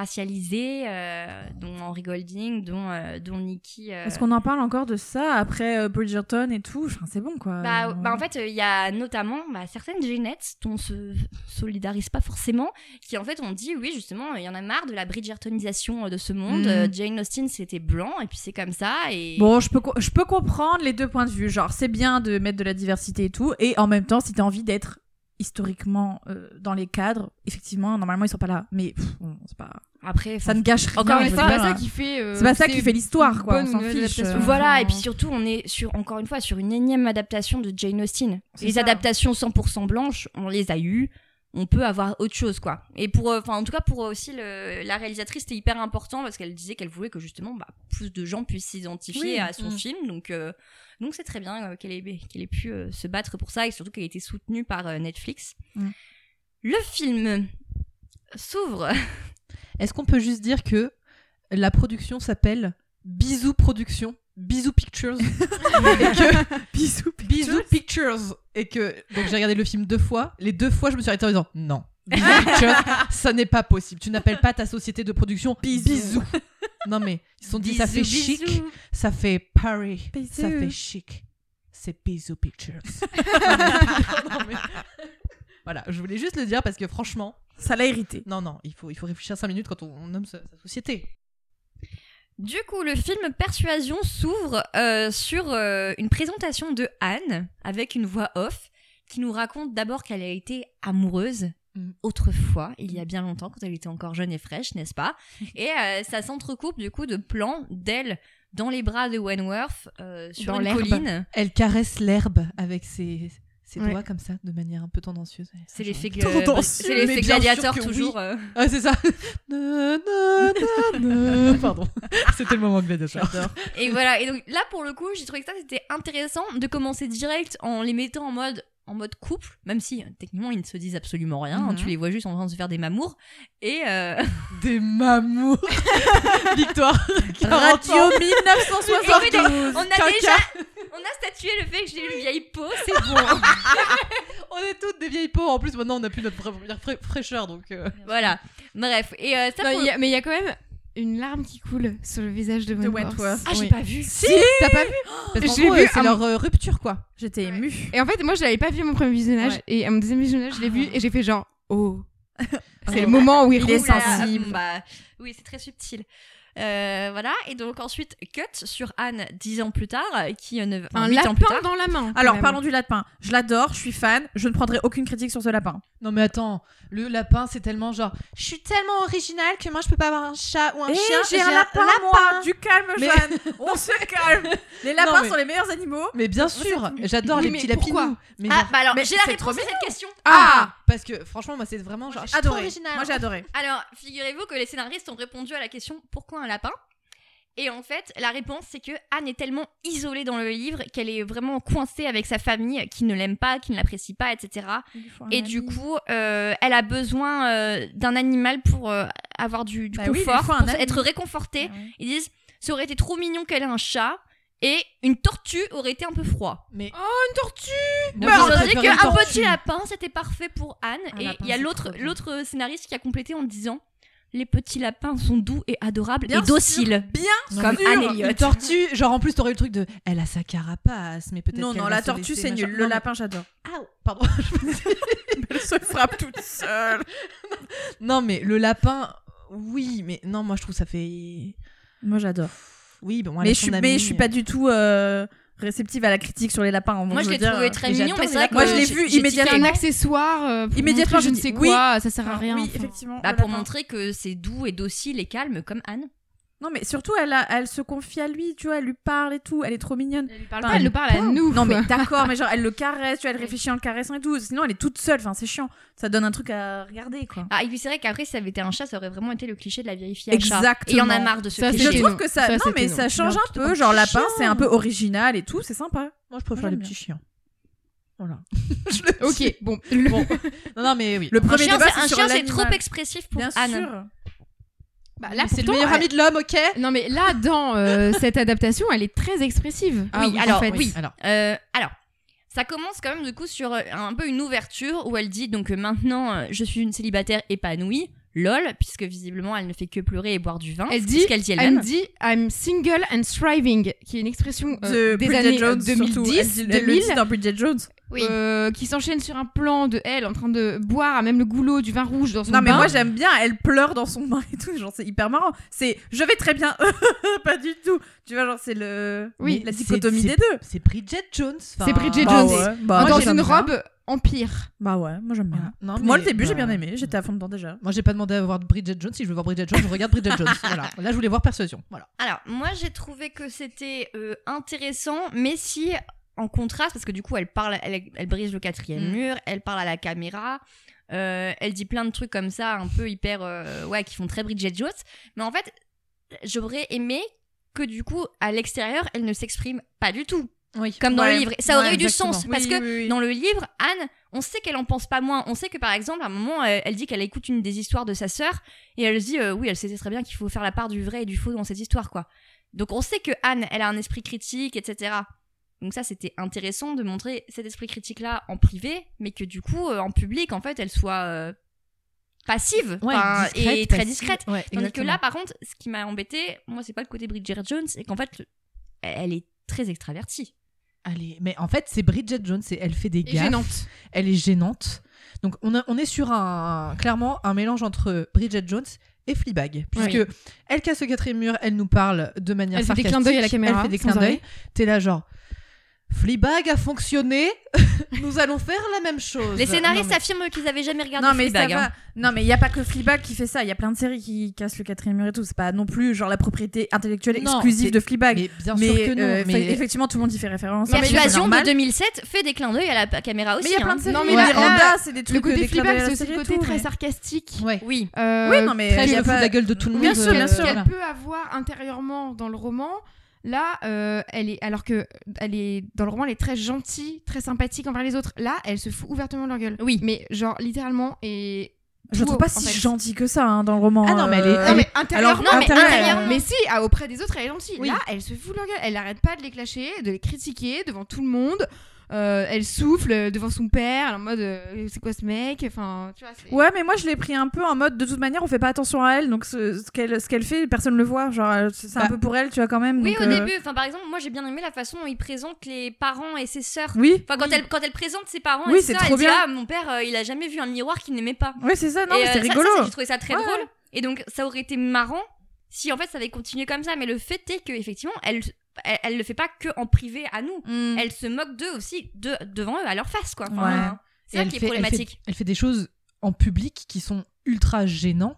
A: racialisés, euh, dont Henry Golding, dont, euh, dont Nicky. euh,
G: Est-ce qu'on en parle encore de ça après euh, Bridgerton et tout Enfin, c'est bon quoi.
A: Bah,
G: Euh,
A: bah, en fait, il y a notamment bah, certaines génettes dont on se solidarise pas forcément, qui en fait ont dit oui justement, il y en a marre de la Bridgertonisation euh, de ce monde.
G: Mhm.
A: Euh, Jane Austen c'était blanc et puis c'est comme ça et
G: Bon, je peux, co- je peux comprendre les deux points de vue. Genre, c'est bien de mettre de la diversité et tout. Et en même temps, si t'as envie d'être historiquement euh, dans les cadres, effectivement, normalement, ils sont pas là. Mais pff, bon, c'est pas...
A: après
G: ça ne gâche rien.
A: Encore
G: je
A: une
H: C'est
G: veux
A: fois,
H: pas ça
G: dire.
H: qui fait. euh,
G: C'est pas ça
H: c'est
G: qui fait l'histoire, quoi.
H: bonne
G: on
H: ou
G: s'en
H: mauvaise
G: fiche.
H: adaptation.
G: euh.
A: voilà
H: Enfin,
A: et puis surtout on est sur encore une fois sur une énième adaptation de Jane Austen.
G: C'est
A: Les
G: ça.
A: adaptations 100% blanches, on les a eues. On peut avoir autre chose, quoi. Et pour, euh, enfin, en tout cas, pour euh, aussi le- la réalisatrice, c'était hyper important parce qu'elle disait qu'elle voulait que justement, bah, plus de gens puissent s'identifier
G: Oui,
A: à son
I: mm.
A: film. Donc, euh, donc c'est très bien euh, qu'elle ait, qu'elle ait pu euh, se battre pour ça et surtout qu'elle ait été soutenue par euh, Netflix.
G: Mm.
A: Le film s'ouvre.
I: Est-ce qu'on peut juste dire que la production s'appelle Bisous Production, Bisous Pictures
G: Bisous. p-
I: Bisous Pictures et que donc j'ai regardé le film deux fois. Les deux fois, je me suis arrêtée en disant non. Bisous Pictures, ça n'est pas possible. Tu n'appelles pas ta société de production Bisous. Non mais ils se sont dit ça fait chic,
A: Bisous.
I: ça fait Paris, ça
G: Bisous.
I: fait chic. C'est Bisous Pictures. Non, mais- Voilà, je voulais juste le dire parce que franchement,
G: Ça l'a hérité.
I: non non, il faut il faut réfléchir cinq minutes quand on, on nomme sa, sa société.
A: Du coup, le film Persuasion s'ouvre euh, sur euh, une présentation de Anne avec une voix off qui nous raconte d'abord qu'elle a été amoureuse
I: Mm.
A: autrefois, il y a bien longtemps, quand elle était encore jeune et fraîche, n'est-ce pas Et euh, ça s'entrecoupe du coup de plans d'elle dans les bras de Wentworth euh, sur
H: Dans
A: une
H: l'herbe.
A: colline.
I: Elle caresse l'herbe avec ses ses
H: Ouais.
I: doigts comme ça de manière un peu tendancieuse.
A: C'est l'effet gla-
I: Tendancieux,
A: c'est l'effet
I: mais bien sûr
A: gladiateur
I: que oui.
A: toujours. euh.
I: Ah, c'est ça. Na, na, na, na. Pardon. C'était le moment gladiateur.
A: Et voilà, et donc là pour le coup, j'ai trouvé que ça c'était intéressant de commencer direct en les mettant en mode en mode couple, même si euh, techniquement ils ne se disent absolument rien, hein,
G: Mhm.
A: tu les vois juste en train de se faire des mamours et euh,
I: Des mamours. Victoire. 40
G: Radio
I: ans.
G: 1972.
A: on a
I: Caca.
A: déjà on a statué le fait que j'ai une vieille peau, c'est bon.
I: On est toutes des vieilles peaux. En plus, maintenant, on n'a plus notre fra- fra- fra- fraîcheur. Donc, euh,
A: voilà. Bref, et euh, ça
H: Non,
A: pour-
H: il y a- mais il y a quand même une larme qui coule sur le visage de
G: De
H: Wentworth.
G: Wentworth.
A: Ah, j'ai
I: oui.
A: pas vu.
I: Si, t'as pas vu Parce
H: Je l'ai
I: qu'en gros,
H: vu
I: euh, c'est
H: à
I: leur euh, rupture, quoi.
G: J'étais émue.
H: Et en fait, moi, je l'avais pas vu à mon premier visionnage.
I: Ouais.
H: Et à mon deuxième visionnage, je l'ai vu et j'ai fait genre, oh. C'est
A: Oh.
H: le moment où il,
A: Ouh
H: est
A: là là,
H: sensible.
A: bah, oui, c'est très subtil. Euh, voilà. Et donc ensuite, cut sur Anne dix ans plus tard, qui euh, ne.
G: Un
A: enfin, huit ans plus
G: lapin
A: tard.
G: dans la main, quand
A: Alors
G: même.
A: parlons
G: du lapin. Je l'adore, je suis fan, je ne prendrai aucune critique sur ce lapin.
I: Non mais attends, le lapin c'est tellement genre
G: Oh,
I: je suis tellement original que moi je peux pas avoir un chat ou un
G: Eh,
I: chien,
G: j'ai un lapin, moi. Du calme, Jeanne. On se calme. Les lapins sont les meilleurs animaux.
I: Mais bien sûr, j'adore
G: Oui,
I: les
G: mais
I: petits
G: pourquoi
I: lapins. Mais
A: Ah,
I: genre-
A: bah alors,
I: Mais
A: j'ai la
I: c'est trop
A: réponse à cette
I: mignon.
A: question.
I: Ah, parce que franchement moi c'est vraiment genre je suis trop
G: adoré.
I: originale.
G: Moi, j'ai adoré.
A: Alors, figurez-vous que les scénaristes ont répondu à la question pourquoi un lapin Et en fait, la réponse c'est que Anne est tellement isolée dans le livre qu'elle est vraiment coincée avec sa famille qui ne l'aime pas, qui ne l'apprécie pas, etc. Et du coup, euh, elle a besoin euh, d'un animal pour euh, avoir du, du
G: Bah oui, il lui
A: confort,
G: faut un
A: pour
G: ami.
A: être réconfortée. Ils disent ça aurait été trop mignon qu'elle ait un chat. Et une tortue aurait été un peu froid.
I: Mais
A: oh une tortue
I: Mais
A: Bah, on
I: vous auriez
A: dit
I: préféré une
A: qu'un
I: tortue.
A: petit lapin c'était parfait pour Anne.
I: Un
A: et
I: lapin,
A: il y a
I: c'est
A: l'autre
I: trop bien.
A: l'autre scénariste qui a complété en disant les petits lapins sont doux et adorables
I: Bien
A: et dociles.
I: sûr, bien
A: comme
I: sûr.
A: Anne Elliot.
I: Une tortue, genre en plus t'aurais eu le truc de elle a sa carapace, mais peut-être
G: Non,
I: qu'elle
G: non,
I: va
G: la
I: se
G: tortue,
I: laisser,
G: c'est
I: machin.
G: nul.
I: Non,
G: Le
I: mais-
G: lapin, j'adore.
I: Ah, pardon.
G: Elle se frappe toute seule.
I: Non mais le lapin, oui, mais non moi je trouve ça fait.
G: Moi, j'adore.
I: Oui, bon, elle
G: mais
I: est
G: je suis,
I: son
G: mais
I: amie.
G: je suis pas du tout euh, réceptive à la critique sur les lapins. en
A: Moi,
G: vrai,
A: je l'ai
G: veux dire.
A: trouvé très
G: Et
A: mignon,
G: j'adore
A: mais
G: les
A: c'est vrai que
G: lapins. Moi, je l'ai
A: j'ai-
G: vu
A: j'ai
G: immédiatement.
A: tiqué un
H: accessoire euh, pour
G: Immédiatement,
H: montrer je
G: j'ai
H: ne
G: dit
H: sais
G: oui.
H: quoi, ça sert à
G: Alors,
H: rien.
G: oui,
H: enfin.
G: effectivement.
A: Bah,
G: le
A: pour
G: lapin.
A: montrer que c'est doux et docile et calme comme Anne.
G: Non, mais surtout, elle, a- elle se confie à lui, tu vois, elle lui parle et tout, elle est trop mignonne. Elle lui parle
H: pas, elle nous parle à nous,
G: Non, mais
H: quoi.
G: d'accord, mais genre, elle le caresse, tu vois, elle réfléchit en le caressant et tout. Sinon, elle est toute seule, enfin, c'est chiant. Ça donne un truc à regarder, quoi.
A: Ah et puis c'est vrai qu'après si ça avait été un chat ça aurait vraiment été le cliché de la vieille fille à chat.
G: Exactement.
A: Et il y en a marre de ce cliché.
G: Je trouve que ça, non, mais ça change un peu. Genre, lapin, c'est un peu original et tout, c'est sympa.
I: Moi, je préfère les petits chiens. Voilà.
H: ok, bon.
I: Bon. Non, non, mais oui.
G: Le
A: Un
G: premier
A: chien,
G: débat,
A: c'est- un
G: c'est sur
A: chien, c'est
G: l'animal.
A: trop expressif pour
G: Bien
A: Anne.
G: sûr.
H: Bah, là,
I: Mais c'est le
H: pourtant,
I: meilleur
H: elle-
I: ami de l'homme, ok
H: Non, mais là, dans euh, cette adaptation, elle est très expressive.
A: oui,
H: en
A: alors
H: fait.
A: oui.
I: Alors.
A: Euh, alors, ça commence quand même du coup sur euh, un peu une ouverture où elle dit donc euh, maintenant euh, je suis une célibataire épanouie, lol, puisque visiblement elle ne fait que pleurer et boire du vin.
H: Elle
A: c'est
H: dit,
A: ce qu'elle dit
H: elle me
A: elle-même.
H: dit I'm single and thriving, qui est une expression euh,
G: De
H: des
G: Bridget
H: années
G: Jones, surtout.
H: 2010,
G: Elle dit- elle le dit
H: 2000,
G: dans Bridget Jones.
A: Oui.
H: euh, qui s'enchaîne sur un plan de elle en train de boire à même le goulot du vin rouge dans son
G: Non mais
H: bain.
G: moi j'aime bien, elle pleure dans son bain et tout, genre c'est hyper marrant. C'est je vais très bien, pas du tout. Tu vois genre c'est le
H: Oui.
G: la
I: C'est-
G: dichotomie
I: c'est-
G: des deux.
I: C'est Bridget Jones. enfin.
A: Ah.
H: C'est Bridget
G: Bah
H: Jones.
G: ouais, bah
H: dans
G: moi, j'aime
H: une
G: bien.
H: robe empire.
G: Bah ouais, moi j'aime bien.
I: Non,
G: moi
I: mais-
G: le début j'ai
I: bah,
G: bien aimé, j'étais à fond dedans déjà.
I: Moi, j'ai pas demandé à voir Bridget Jones. Si je veux voir Bridget Jones, je regarde Bridget Jones. Voilà. Là, je voulais voir Persuasion. Voilà.
A: Alors moi j'ai trouvé que c'était euh, intéressant, mais si en contraste parce que du coup elle parle, elle, elle brise le quatrième
I: Mm.
A: mur, elle parle à la caméra. euh, elle dit plein de trucs comme ça, un peu hyper, euh, ouais, qui font très Bridget Jones. Mais en fait, j'aurais aimé que du coup, à l'extérieur, elle ne s'exprime pas du tout.
I: Oui.
A: comme dans
G: Ouais,
A: le livre. Ça
G: ouais,
A: aurait eu du
G: exactement.
A: sens parce
G: Oui,
A: que
G: oui, oui.
A: dans le livre, Anne, on sait qu'elle en pense pas moins. On sait que par exemple, à un moment, elle, elle dit qu'elle écoute une des histoires de sa sœur et elle se dit euh, oui, elle sait très bien qu'il faut faire la part du vrai et du faux dans cette histoire quoi. Donc on sait que Anne, elle a un esprit critique, etc. Donc ça, c'était intéressant de montrer cet esprit critique là en privé, mais que du coup, euh, en public, en fait, elle soit euh, passive enfin, et très discrète.
I: Ouais,
A: Tandis que là, par contre, ce qui m'a embêté, moi, c'est pas le côté Bridget Jones, c'est qu'en fait, le- elle est très extravertie.
I: Allez, mais en fait, c'est Bridget Jones. et Elle fait des
H: Et
I: gaffes.
H: gênante.
I: Elle est gênante. Donc, on, a- on est sur un clairement un mélange entre Bridget Jones et Fleabag, puisque elle casse le quatrième mur, elle nous parle de manière
H: Elle fait des
I: sarcastique,
H: clins d'œil à la caméra,
I: elle fait des
H: sans
I: clins d'œil.
H: arrêt.
I: T'es là genre. Fleabag a fonctionné, nous allons faire la même chose.
A: Les
I: Non,
A: scénaristes
I: mais-
A: affirment qu'ils avaient jamais regardé
G: Euh, Non mais
A: Fleabag,
G: ça va.
A: hein.
G: Non mais il y a pas que Fleabag qui fait ça, il y a plein de séries qui cassent le quatrième mur et tout, c'est pas non plus genre la propriété intellectuelle
I: Non,
G: exclusive
I: c'est-
G: de Fleabag.
I: Mais bien
G: Mais,
I: sûr que non.
G: euh,
I: mais-
G: fait- effectivement tout le monde y fait référence.
H: Non, mais
G: c'est
A: Persuasion
G: normal.
A: de 2007 fait des clins d'œil à la pa- caméra aussi.
G: Mais il y a plein de
A: hein.
G: séries.
H: Non, mais
G: mais
I: Ah,
H: là-
G: Miranda, c'est des trucs
H: Le
G: de-
H: côté
G: des clins
H: Fleabag,
G: d'œil à
H: c'est
G: la
H: aussi le
G: série et
H: côté
G: tout,
H: très
G: mais-
H: sarcastique.
I: Ouais.
A: Oui.
H: Euh,
G: Oui, non, mais
I: Très
G: il y a
I: je me fous
G: pas-
I: de la gueule de tout le
G: Bien
I: monde.
G: sûr, bien
I: euh,
G: sûr.
I: voilà.
H: qu'elle peut avoir intérieurement dans le roman. Là, euh, elle est alors que elle est dans le roman, elle est très gentille, très sympathique envers les autres. Là, elle se fout ouvertement de leur gueule.
A: Oui.
H: Mais genre littéralement et
G: Je trouve pas
H: tout, en
G: si
H: fait.
G: gentille que ça hein, dans le roman.
I: Ah non, mais elle est-
G: euh,
H: Non, mais intérieurement,
A: non, mais
G: intérieurement.
A: intérieurement.
H: Mais si, ah, auprès des autres, elle est gentille.
I: Oui.
H: Là, elle se fout de leur gueule. Elle arrête pas de les clasher, de les critiquer devant tout le monde. Euh, elle souffle devant son père, elle est en mode euh, c'est quoi ce mec Enfin, tu vois. c'est-
G: Ouais, mais moi je l'ai pris un peu en mode de toute manière on fait pas attention à elle donc ce, ce qu'elle ce qu'elle fait personne le voit genre euh, c'est c'est un
I: Bah.
G: peu pour elle tu vois quand même.
A: Oui,
G: donc,
A: au
G: euh,
A: début. Enfin, par exemple, moi j'ai bien aimé la façon dont il présente les parents et ses sœurs.
G: Oui.
A: Enfin, quand, elle, quand elle présente ses parents
G: Oui,
A: et ses
G: c'est
A: sœurs, elle
G: trop
A: dit
G: bien.
A: Ah, mon père, euh, il a jamais vu un miroir qu'il n'aimait pas.
G: Oui, c'est ça. Non,
A: et
G: mais
A: euh,
G: c'est
A: ça-
G: rigolo.
A: ça, c'est- J'ai trouvé ça très
G: Ouais.
A: drôle. Et donc, ça aurait été marrant si en fait ça avait continué comme ça. Mais le fait est que effectivement, elle, elle, elle le fait pas que en privé à nous.
G: Hmm.
I: Mm.
A: Elle se moque d'eux aussi, de, devant eux, à leur face, quoi.
I: Ouais.
A: Enfin, C'est
I: Et
A: ça
I: elle
A: qui est
I: fait- elle fait-
A: problématique.
I: Elle fait, des choses en public qui sont ultra gênants.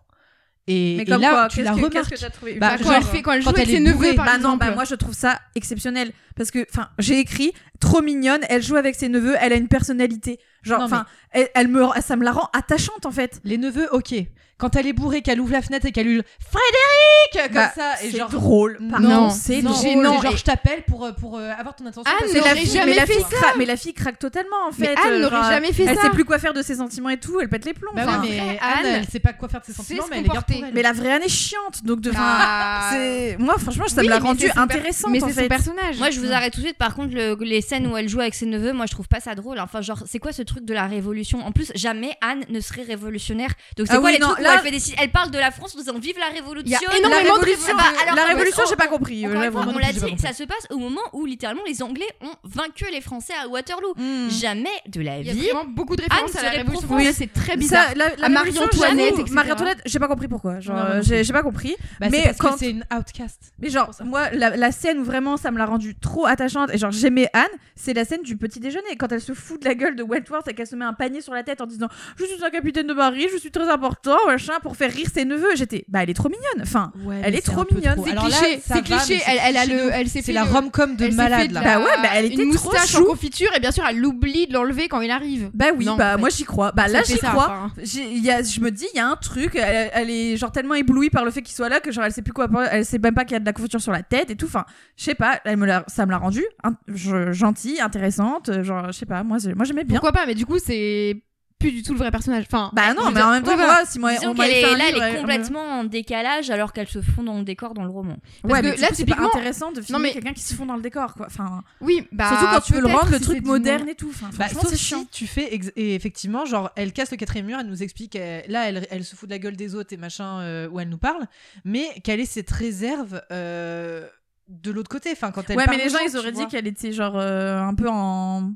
I: Et,
G: Mais
I: et
G: comme
I: là,
G: quoi,
I: tu la
G: qu'est-ce que-
I: remarques.
G: qu'est-ce que t'as trouvé
I: Bah,
G: ultra
I: genre,
G: gênant
I: elle est bourrée.
G: Bah non, bah moi je trouve ça exceptionnel parce que enfin j'ai écrit trop mignonne, elle joue avec ses neveux, elle a une personnalité. Genre
I: Non,
G: enfin elle, elle me ça me la rend attachante en fait.
I: Les neveux, OK. Quand elle est bourrée, qu'elle ouvre la fenêtre et qu'elle hurle Frédéric comme
G: Bah,
I: ça et
G: c'est
I: genre
G: drôle, pardon.
I: Non,
G: Non, c'est drôle.
I: gênant.
G: Et-
I: Genre je t'appelle pour euh, pour euh, avoir ton attention.
G: Anne
I: parce que
G: n'aurait
I: j'ai
G: jamais
I: la
G: fait
I: fille
G: ça.
I: craque,
G: Mais la fille craque totalement en
I: Mais
G: fait.
I: Anne
G: euh,
I: n'aurait
G: genre,
I: jamais fait
G: elle
I: ça.
G: sait plus quoi faire de ses sentiments et tout, elle pète les plombs.
I: Bah
G: enfin.
I: oui, mais Après, Anne, Anne, elle sait pas quoi faire de ses sait sentiments, se mais elle les garde pour comporter. elle.
G: Mais la vraie Anne est chiante, donc de.
A: Bah.
G: c'est Moi, franchement, ça me
A: Oui,
G: l'a
A: mais
G: rendue
A: c'est son per-
G: intéressante en fait.
A: Moi, je vous arrête tout de suite. Par contre, le- les scènes où elle joue avec ses neveux, moi, je trouve pas ça drôle. Enfin, genre, c'est quoi ce truc de la révolution En plus, jamais Anne ne serait révolutionnaire. Donc, c'est
G: Ah
A: quoi
G: oui,
A: les
G: non,
A: trucs
G: là-
A: où elle fait des ci- Elle parle de la France en disant vive la révolution.
G: Il y a énormément de révolution.
A: Ah bah, alors,
G: La
A: en plus,
G: révolution,
A: on-
G: j'ai pas
A: on-
G: compris.
A: encore
G: La
A: une fois,
G: révolution,
A: on l'a
G: j'ai pas
A: dit,
G: compris.
A: ça se passe au moment où littéralement les Anglais ont vaincu les Français à Waterloo.
G: Hmm.
A: Jamais de la
H: Il
A: vie.
H: y a vraiment beaucoup de références
A: Anne
H: à la
A: serait
H: Révolution
A: profonde.
H: française, c'est très bizarre.
G: Ça, la, la
H: À
G: Marie
H: Marie-Antoinette,
G: Antoinette,
H: etc.
G: Marie Antoinette, j'ai pas compris pourquoi. Genre,
H: Non, non,
G: euh,
H: non
G: j'ai
H: plus.
G: j'ai pas compris.
I: Bah, c'est
G: mais
I: parce que
G: quand
I: c'est une outcast.
G: Mais genre, moi, la, la scène où vraiment ça me l'a rendue trop attachante et genre j'aimais Anne, c'est la scène du petit déjeuner. Quand elle se fout de la gueule de Wentworth et qu'elle se met un panier sur la tête en disant Je suis un capitaine de Marie, je suis très important, machin, pour faire rire ses neveux. J'étais, bah elle est trop mignonne. Enfin, elle est,
I: c'est
G: trop
I: un peu
G: mignonne.
I: trop. Alors là, ça va, mais c'est cliché de ouf. C'est la rom-com de malade, là.
G: Bah ouais, bah elle était
H: une
G: trop
H: moustache en
G: chou.
H: confiture et bien sûr elle oublie de l'enlever quand il arrive.
G: Bah oui, bah moi j'y crois. Bah là
H: Ça fait
G: j'y
H: ça,
G: crois.
H: enfin.
G: J'ai- il y a- Je me dis, il y a un truc. Elle, elle est genre tellement éblouie par le fait qu'il soit là que genre elle sait plus quoi. Elle sait même pas qu'il y a de la couverture sur la tête et tout. Enfin, je sais pas. Elle me l'a- ça me l'a rendue hein, je- gentille, intéressante. euh, Genre, je sais pas. Moi, j'ai- moi j'aimais bien.
H: Pourquoi pas Mais du coup c'est plus du tout le vrai personnage. Enfin.
G: Bah non,
H: je veux
G: mais
H: dire-
G: en même temps,
H: Oui,
G: moi,
H: voilà.
G: si moi,
A: Disons
G: on m'avait
A: qu'elle est-
G: fait un
A: là,
G: livre,
A: elle est
G: euh,
A: complètement en décalage alors qu'elle se fond dans le décor dans le roman.
G: Parce
H: Ouais,
G: que
H: mais du
G: là,
H: coup, c'est pas
G: typiquement, intéressant
H: intéressant
G: de
H: de
G: filmer
H: filmer
G: quelqu'un qui se fond dans le décor, quoi. Enfin,
H: Oui, bah,
G: surtout quand tu veux le
H: peut-être
G: rendre le
H: si
G: truc
H: c'est du
G: moderne
H: monde.
G: et tout. Enfin,
I: Bah,
G: franchement,
I: sauf
G: c'est
I: si
G: chiant.
I: tu fais ex- et effectivement genre elle casse le quatrième mur, elle nous explique euh, là elle, elle se fout de la gueule des autres et machin euh, où elle nous parle, mais quelle est cette réserve euh, de l'autre côté Enfin quand elle
G: ouais, mais
I: parle aux
G: les gens,
I: gens,
G: ils
I: tu
G: auraient dit
I: vois.
G: qu'elle était genre euh, un peu en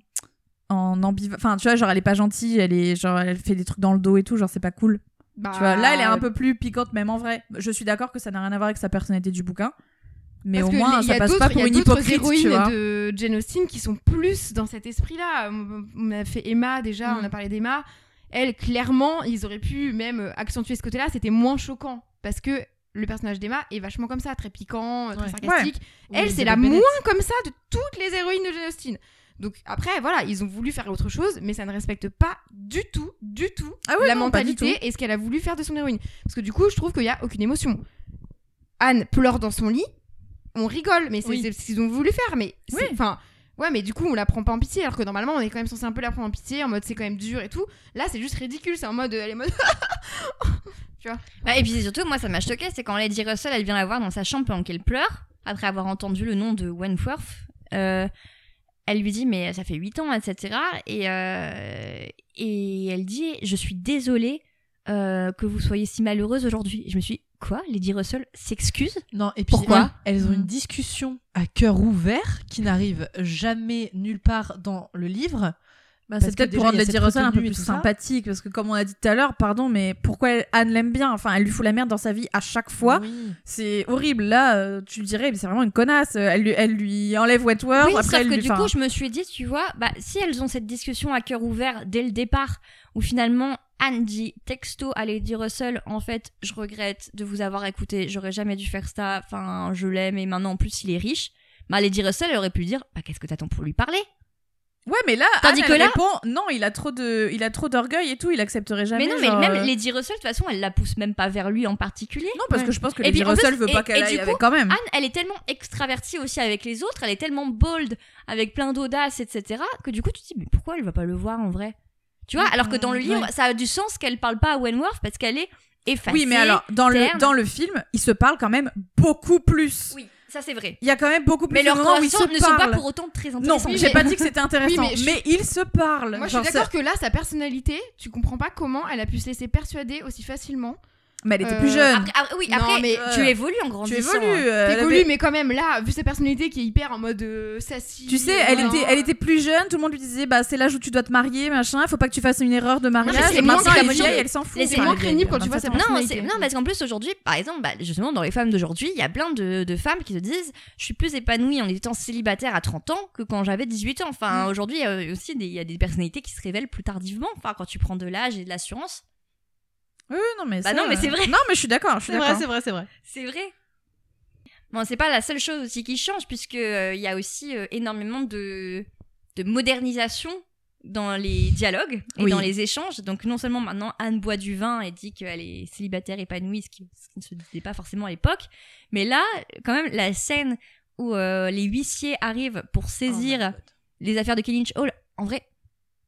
G: en ambiva... enfin tu vois genre elle est pas gentille elle est genre elle fait des trucs dans le dos et tout genre c'est pas cool
H: Bah,
G: tu vois là elle est un peu plus piquante même en vrai je suis d'accord que ça n'a rien à voir avec sa personnalité du bouquin mais
H: Parce
G: au
H: que
G: moins
H: les- il y
G: ça
H: a
G: passe pas
H: d'autres- il y
G: pour
H: a
G: une
H: d'autres
G: hypocrite tu vois
H: héroïnes de Jane Austen qui sont plus dans cet esprit-là. On on a fait Emma déjà,
G: Mm.
H: on a parlé d'Emma. Elle, clairement, ils auraient pu même euh, accentuer ce côté-là. C'était moins choquant parce que le personnage d'Emma est vachement comme ça, très piquant, euh, très
I: Ouais.
H: sarcastique.
I: Ouais. Ou
H: Elle, c'est
I: Elizabeth
H: la
I: Bennet.
H: moins comme ça de toutes les héroïnes de Jane Austen. Donc après, voilà, ils ont voulu faire autre chose, mais ça ne respecte pas du tout, du tout
G: Ah ouais,
H: la
G: non, pas du
H: mentalité et ce qu'elle a voulu faire de son héroïne. Parce que du coup, je trouve qu'il n'y a aucune émotion. Anne pleure dans son lit, on rigole, mais c'est
I: Oui.
H: c'est ce qu'ils ont voulu faire. Mais c'est-
I: Oui.
H: enfin, ouais, mais du coup, on la prend pas en pitié, alors que normalement, on est quand même censé un peu la prendre en pitié, en mode c'est quand même dur et tout. Là, c'est juste ridicule, c'est en mode elle est en mode.
A: Bah, et puis surtout, moi, ça m'a choqué, c'est quand Lady Russell, elle vient la voir dans sa chambre pendant qu'elle pleure, après avoir entendu le nom de Wentworth. euh, elle lui dit, mais ça fait 8 ans, etc. Et, euh, et elle dit, je suis désolée euh, que vous soyez si malheureuse aujourd'hui. Et Je me suis dit, quoi Lady Russell s'excuse
I: Non, et puis
A: Pourquoi
I: elles, elles ont
G: Hmm.
I: une discussion à cœur ouvert qui n'arrive jamais nulle part dans le livre.
G: Bah,
I: Parce
G: c'est
I: que
G: peut-être pour
I: déjà,
G: rendre
I: il y a
G: Lady
I: cette
G: Russell un peu
I: retenue et
G: plus
I: tout hein. ça.
G: sympathique, parce que comme on a dit tout à l'heure, pardon, mais pourquoi elle- Anne l'aime bien Enfin, elle lui fout la merde dans sa vie à chaque fois.
I: Oui.
G: C'est horrible. Là, euh, tu le dirais, mais c'est vraiment une connasse. Euh, Elle lui, elle lui enlève Wetworth.
A: Oui,
G: après,
A: sauf
G: elle
A: que
G: lui-
A: du
G: enfin,
A: coup, je me suis dit, tu vois, bah, si elles ont cette discussion à cœur ouvert dès le départ, où finalement Anne dit texto à Lady Russell, en fait, je regrette de vous avoir écouté, j'aurais jamais dû faire ça, enfin, je l'aime et maintenant en plus il est riche, bah, Lady Russell elle aurait pu dire, bah, qu'est-ce que t'attends pour lui parler
G: Ouais, mais là,
A: Tandis
G: Anne,
A: que
G: elle
A: là-
G: répond non, il a trop de, il a trop d'orgueil et tout, il accepterait jamais.
A: Mais non,
G: genre,
A: mais
G: euh,
A: même Lady Russell, de toute façon, elle la pousse même pas vers lui en particulier.
G: Non, parce que je pense que
A: Et
G: Lady
A: puis, en
G: Russell
A: plus,
G: veut pas
A: et-
G: qu'elle
A: et
G: aille
A: du
G: avec
A: coup,
G: quand même.
A: Anne, elle est tellement extravertie aussi avec les autres, elle est tellement bold, avec plein d'audace, etc., que du coup, tu te dis, mais pourquoi elle va pas le voir en vrai Tu vois, alors que dans le
G: Ouais.
A: livre, ça a du sens qu'elle parle pas à Wentworth parce qu'elle est effacée.
G: Oui, mais alors dans le
A: terne.
G: dans le film, ils se parlent quand même beaucoup plus.
A: Oui, ça c'est vrai.
G: Il y a quand même beaucoup plus
A: Mais
G: de
A: leurs
G: moments où ils
A: relations
G: se
A: ne sont pas
G: parlent.
A: pour autant très
G: Non,
A: intéressantes.
G: j'ai pas dit que c'était intéressant,
H: Oui, mais je-
G: mais, ils se parlent.
H: Moi, je
G: Genre,
H: suis
G: c'est-
H: d'accord que là, sa personnalité, tu comprends pas comment elle a pu se laisser persuader aussi facilement
G: Mais elle était plus jeune.
A: Après, après- oui, après, tu évolues en grandissant.
G: euh,
A: hein.
G: évolues, euh, elle
H: T'évolues,
G: avait-
H: mais quand même, là, vu sa personnalité qui est hyper en mode euh, sassy.
G: Tu sais, elle
H: euh,
G: était, elle était plus jeune, tout le monde lui disait bah c'est l'âge où tu dois te marier, machin, faut pas que tu fasses une erreur de mariage.
A: mais c'est
G: Et
A: moins
G: maintenant, elle est
A: crédible.
G: vieille, elle s'en fout.
A: Mais c'est
G: Enfin,
A: moins
G: elle est vieille,
H: crédible quand tu vois sa
G: 27 ans.
A: Non,
H: personnalité.
A: c'est- non, parce qu'en plus aujourd'hui, par exemple, bah, justement dans les femmes d'aujourd'hui, il y a plein de, de femmes qui se disent je suis plus épanouie en étant célibataire à 30 ans que quand j'avais 18 ans. Enfin, aujourd'hui, il y a aussi des, il y a des personnalités qui se révèlent plus tardivement. Enfin, quand tu prends de l'âge et de l'assurance,
G: Oui, non mais
A: Bah
G: ça,
A: non, mais c'est
G: euh,
A: vrai.
G: Non mais je suis d'accord, je suis
I: C'est vrai,
G: d'accord.
I: c'est vrai, c'est vrai.
A: c'est vrai. Bon, c'est pas la seule chose aussi qui change, puisque euh, il y a aussi euh, énormément de, de modernisation dans les dialogues et
G: Oui.
A: dans les échanges. Donc non seulement maintenant Anne boit du vin et dit qu'elle est célibataire épanouie, ce qui, ce qui ne se disait pas forcément à l'époque, mais là, quand même, la scène où euh, les huissiers arrivent pour
G: Oh,
A: saisir les affaires de Kellynch Hall, en vrai,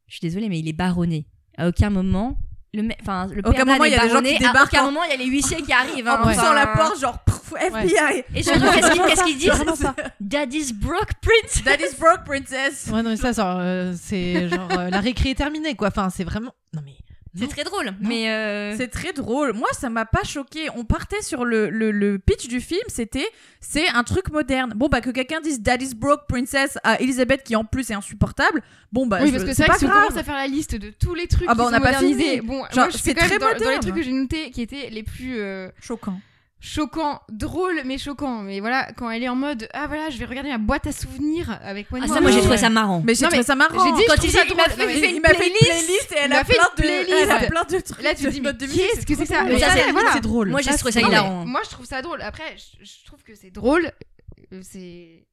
A: je suis désolée, mais il est baronné. À aucun moment, le, me- enfin, le
G: À aucun
A: père
G: moment,
A: Nade
G: il y
A: est
G: a des gens qui
A: baronné, à
G: débarquent
A: aucun
G: en-
A: moment, il y a les huissiers qui arrivent. hein.
G: En poussant
A: Enfin,
G: la porte, genre pff, FBI.
A: et surtout, qu'est-ce qu'ils- qu'est-ce qu'ils disent Daddy's broke print
G: That is broke, princess.
I: Ouais, non, mais ça, genre, euh, c'est genre euh, la récré est terminée, quoi. Enfin, c'est vraiment. Non, mais.
A: C'est très drôle, mais euh,
G: C'est très drôle. Moi, ça m'a pas choqué. On partait sur le, le, le pitch du film, c'était c'est un truc moderne. Bon bah que quelqu'un dise Daddy's broke princess à Elisabeth qui en plus est insupportable. Bon bah
H: oui,
G: je-
H: parce que c'est vrai
G: pas
H: que si on
G: grave.
H: commence à faire la liste de tous les trucs
G: Ah bah,
H: qui sont
G: on n'a pas
H: modernisés,
G: fini.
H: Bon,
G: Genre,
H: moi, je
G: c'est
H: suis quand même
G: très
H: dans, dans les
G: moderne.
H: trucs que j'ai notés qui étaient les plus euh,
G: choquant.
H: choquants, drôles, mais choquants. Mais voilà, quand elle est en mode ah voilà, je vais regarder ma boîte à souvenirs avec
A: ah, ça, moi j'ai trouvé ça marrant.
G: Mais j'ai
H: Non,
G: trouvé
H: mais
G: ça marrant.
H: j'ai dit, je
G: Quand
H: trouve
G: il
H: ça
G: dit, il m'a
H: drôle. Non, mais
G: fait,
H: il
G: il
H: m'a
G: m'a
H: fait
G: fait
H: une
G: une playlist et
H: Il
G: elle
H: m'a
G: a,
H: fait
G: plein
H: une
G: de, elle a
H: playlist.
G: plein de trucs.
H: Là, tu te dis,
G: de
H: mais
G: mode 2000,
H: qu'est-ce que c'est que ça
A: Mais ça,
H: voilà,
A: c'est-
H: voilà.
I: C'est drôle.
A: Moi j'ai
I: Là,
A: trouvé ça
I: c'est-
H: Non, mais
A: hilarant.
H: Moi, je trouve ça drôle. Après, je, je trouve que c'est drôle. Euh, C'est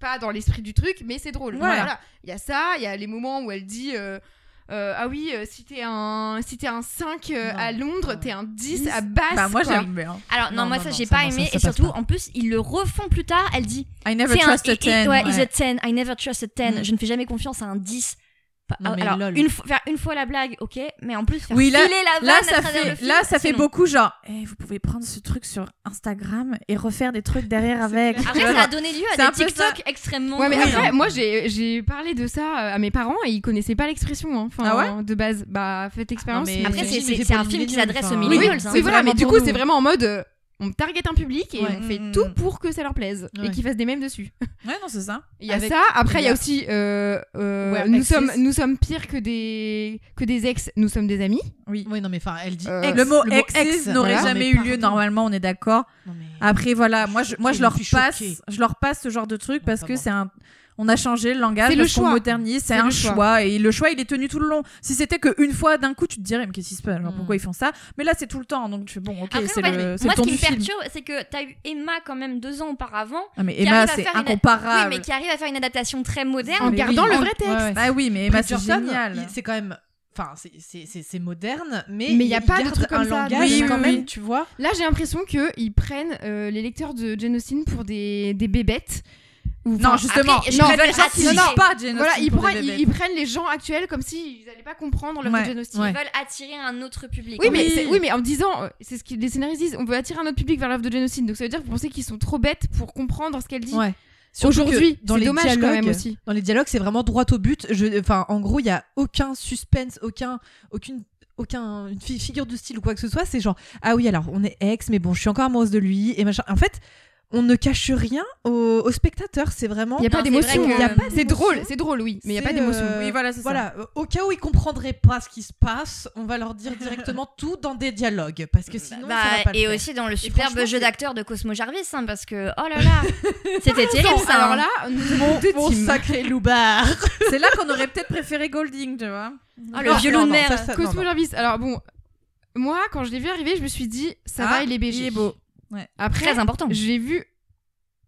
H: pas dans l'esprit du truc, mais c'est drôle.
G: Ouais.
H: Voilà. Il y a ça, il y a les moments où elle dit. euh, euh, ah oui, euh, si t'es un, si t'es un 5 euh,
I: Non.
H: à Londres, t'es un 10 à
G: Ah Dix.
H: Basse.
G: Bah moi
H: quoi.
G: j'aime bien.
A: Alors, non,
I: Non,
A: moi
I: non,
A: ça
I: non,
A: j'ai
I: ça,
A: pas
I: non, ça,
A: aimé,
I: ça
A: et
I: passe
A: surtout,
I: pas.
A: en plus, ils le refont plus tard. Elle dit
G: I never
A: c'est un.
G: trust
A: i-
G: a
A: i-
G: ten.
A: ouais,
G: ouais. Mm.
A: is a 10, I never trust a 10. Je ne fais jamais confiance à un 10. Bah,
I: Non, mais
A: alors,
I: lol.
A: une fois- faire une fois la blague, ok, mais en plus, faire
G: Oui, là-
A: filer la vanne
G: Là
A: à
G: ça,
A: travers le
G: fait,
A: film,
G: là, ça fait
A: c'est non.
G: beaucoup genre, Eh, vous pouvez prendre ce truc sur Instagram et refaire des trucs derrière avec.
A: Après, ça a donné lieu
G: C'est
A: à
G: un
A: des
G: peu ça.
A: TikTok extrêmement.
H: Ouais, mais
A: drôles.
H: après, moi j'ai j'ai parlé de ça euh, à mes parents et ils connaissaient pas l'expression hein. enfin,
G: Ah ouais
H: de base. Bah, faites
G: Ah,
H: expérience.
I: mais-
A: Après,
I: Et
A: c'est-
I: j'imagine que
A: c'est
I: c'est
A: c'est
I: pour
A: un
I: les
A: film qui
I: millennials,
A: s'adresse aux
I: enfin.
H: Oui,
A: millennials.
H: oui,
A: hein.
H: oui, voilà, mais
G: vraiment
H: du
G: pour
H: coup,
G: nous.
H: c'est vraiment en mode euh, on target un public et
I: Ouais.
H: on fait
G: Mm,
H: tout
G: mm.
H: pour que ça leur plaise et
I: Ouais.
H: qu'ils fassent des mèmes dessus.
G: Ouais, non, c'est ça.
H: Il y a
I: Avec-
H: ça, après il y a aussi euh, euh,
I: Ouais,
H: nous
I: exes.
H: sommes nous sommes pires que des que des ex, nous sommes des amis.
I: Oui, non, mais enfin, elle dit.
H: Euh,
I: ex,
G: Le mot ex, n'aurait
I: voilà.
G: jamais
I: Mais
G: eu lieu
I: pardon.
G: normalement, on est d'accord.
I: Non, mais-
G: Après voilà, moi je,
I: suis
G: moi je
I: choquée,
G: leur
I: je suis
G: passe,
I: choquée.
G: je leur passe ce genre de truc
I: Non,
G: parce
I: ça
G: que
I: va.
G: c'est un on a changé le langage,
H: C'est le
G: parce qu'on
H: choix.
G: modernise, c'est
H: C'est
G: un
H: le
G: choix.
H: choix.
G: et le choix il est tenu tout le long. Si c'était qu'une fois d'un coup, tu te dirais mais qu'est-ce qui se passe, genre,
I: Mm.
G: pourquoi ils font ça Mais là c'est tout le temps, donc tu fais bon ok,
A: Hmm. Après,
G: c'est
A: en fait,
G: le, c'est
A: moi,
G: le ton
A: ce qui
G: du
A: me
G: film.
A: perturbe, c'est que t'as eu Emma quand même deux ans auparavant.
G: Ah, mais
A: qui
G: Emma
A: arrive à
G: c'est
A: faire une-
G: incomparable.
A: Oui, mais qui arrive à faire une adaptation très moderne.
H: En
G: Mais
H: gardant
G: oui.
H: le
G: En-
H: vrai texte.
I: ouais, ouais.
G: Bah oui, mais Emma c'est
I: Bridgerton,
G: génial.
I: il- C'est quand même. Enfin, c'est- c'est c'est- c'est moderne, mais.
H: Mais il y a pas de
I: garde
H: truc comme
I: un
H: ça,
I: langage
G: oui,
I: quand
G: oui,
I: même,
G: oui.
I: tu vois.
H: Là, j'ai l'impression que ils prennent euh, les lecteurs de Jane Austen pour des des bébêtes. Ou,
G: Non,
H: enfin,
G: justement,
A: après,
G: je
H: non,
G: préfère
H: voilà,
G: les gens qui
H: non,
G: lisent
H: non.
G: pas Jane
H: voilà,
G: Austen
H: ils,
G: pour des
H: prennent, ils,
G: bébés.
H: ils prennent les gens actuels comme s'ils n'allaient pas comprendre leur
G: Ouais,
H: Jane Austen.
A: Ils
I: ouais.
A: veulent attirer un autre public. Bah,
H: Oui, mais
G: Oui.
H: c'est- oui, mais en me disant, euh, c'est ce que les scénaristes disent, on veut attirer un autre public vers l'œuvre de génocide. Donc ça veut dire que vous pensez qu'ils sont trop bêtes pour comprendre ce qu'elle dit.
I: Ouais. Surtout que
H: Aujourd'hui,
I: dans
H: c'est
I: les
H: dommage quand même
I: dialogues-
H: aussi.
I: Dans les dialogues, c'est vraiment droit au but. Je, enfin, en gros, il y a aucun suspense, aucun, aucune, aucun une fi- figure de style ou quoi que ce soit. C'est genre, ah oui, alors on est ex, mais bon, je suis encore amoureuse de lui et machin. En fait, on ne cache rien au, au spectateur. C'est vraiment.
H: Il n'y a
A: Non,
H: pas
A: c'est vrai
H: d'émotion.
A: que-
H: hein.
A: y a pas
H: C'est
I: d'émotion.
H: drôle, c'est drôle, oui, mais il n'y a pas
I: C'est,
H: d'émotion.
I: euh,
G: Oui, voilà, c'est ça.
I: Voilà, euh, au cas où ils comprendraient pas ce qui se passe, on va leur dire directement tout dans des dialogues, parce que sinon
A: Bah,
I: ça va pas le
A: et
I: faire.
A: aussi dans le superbe jeu
I: franchement, c'est-
A: d'acteur de Cosmo Jarvis, hein, parce que oh là là, c'était terrible
H: Bon,
A: ça. hein.
H: alors là, nous avons deux
I: Mon
H: teams.
I: sacré loupard.
G: C'est là qu'on aurait peut-être préféré Golding, tu vois.
A: Ah, le violon de mer.
H: Cosmo Jarvis. Alors bon, moi, quand je l'ai vu arriver, je me suis dit, ça
G: Ah,
H: va, il est BG.
G: il est beau.
H: Après,
A: Très important.
H: je l'ai vu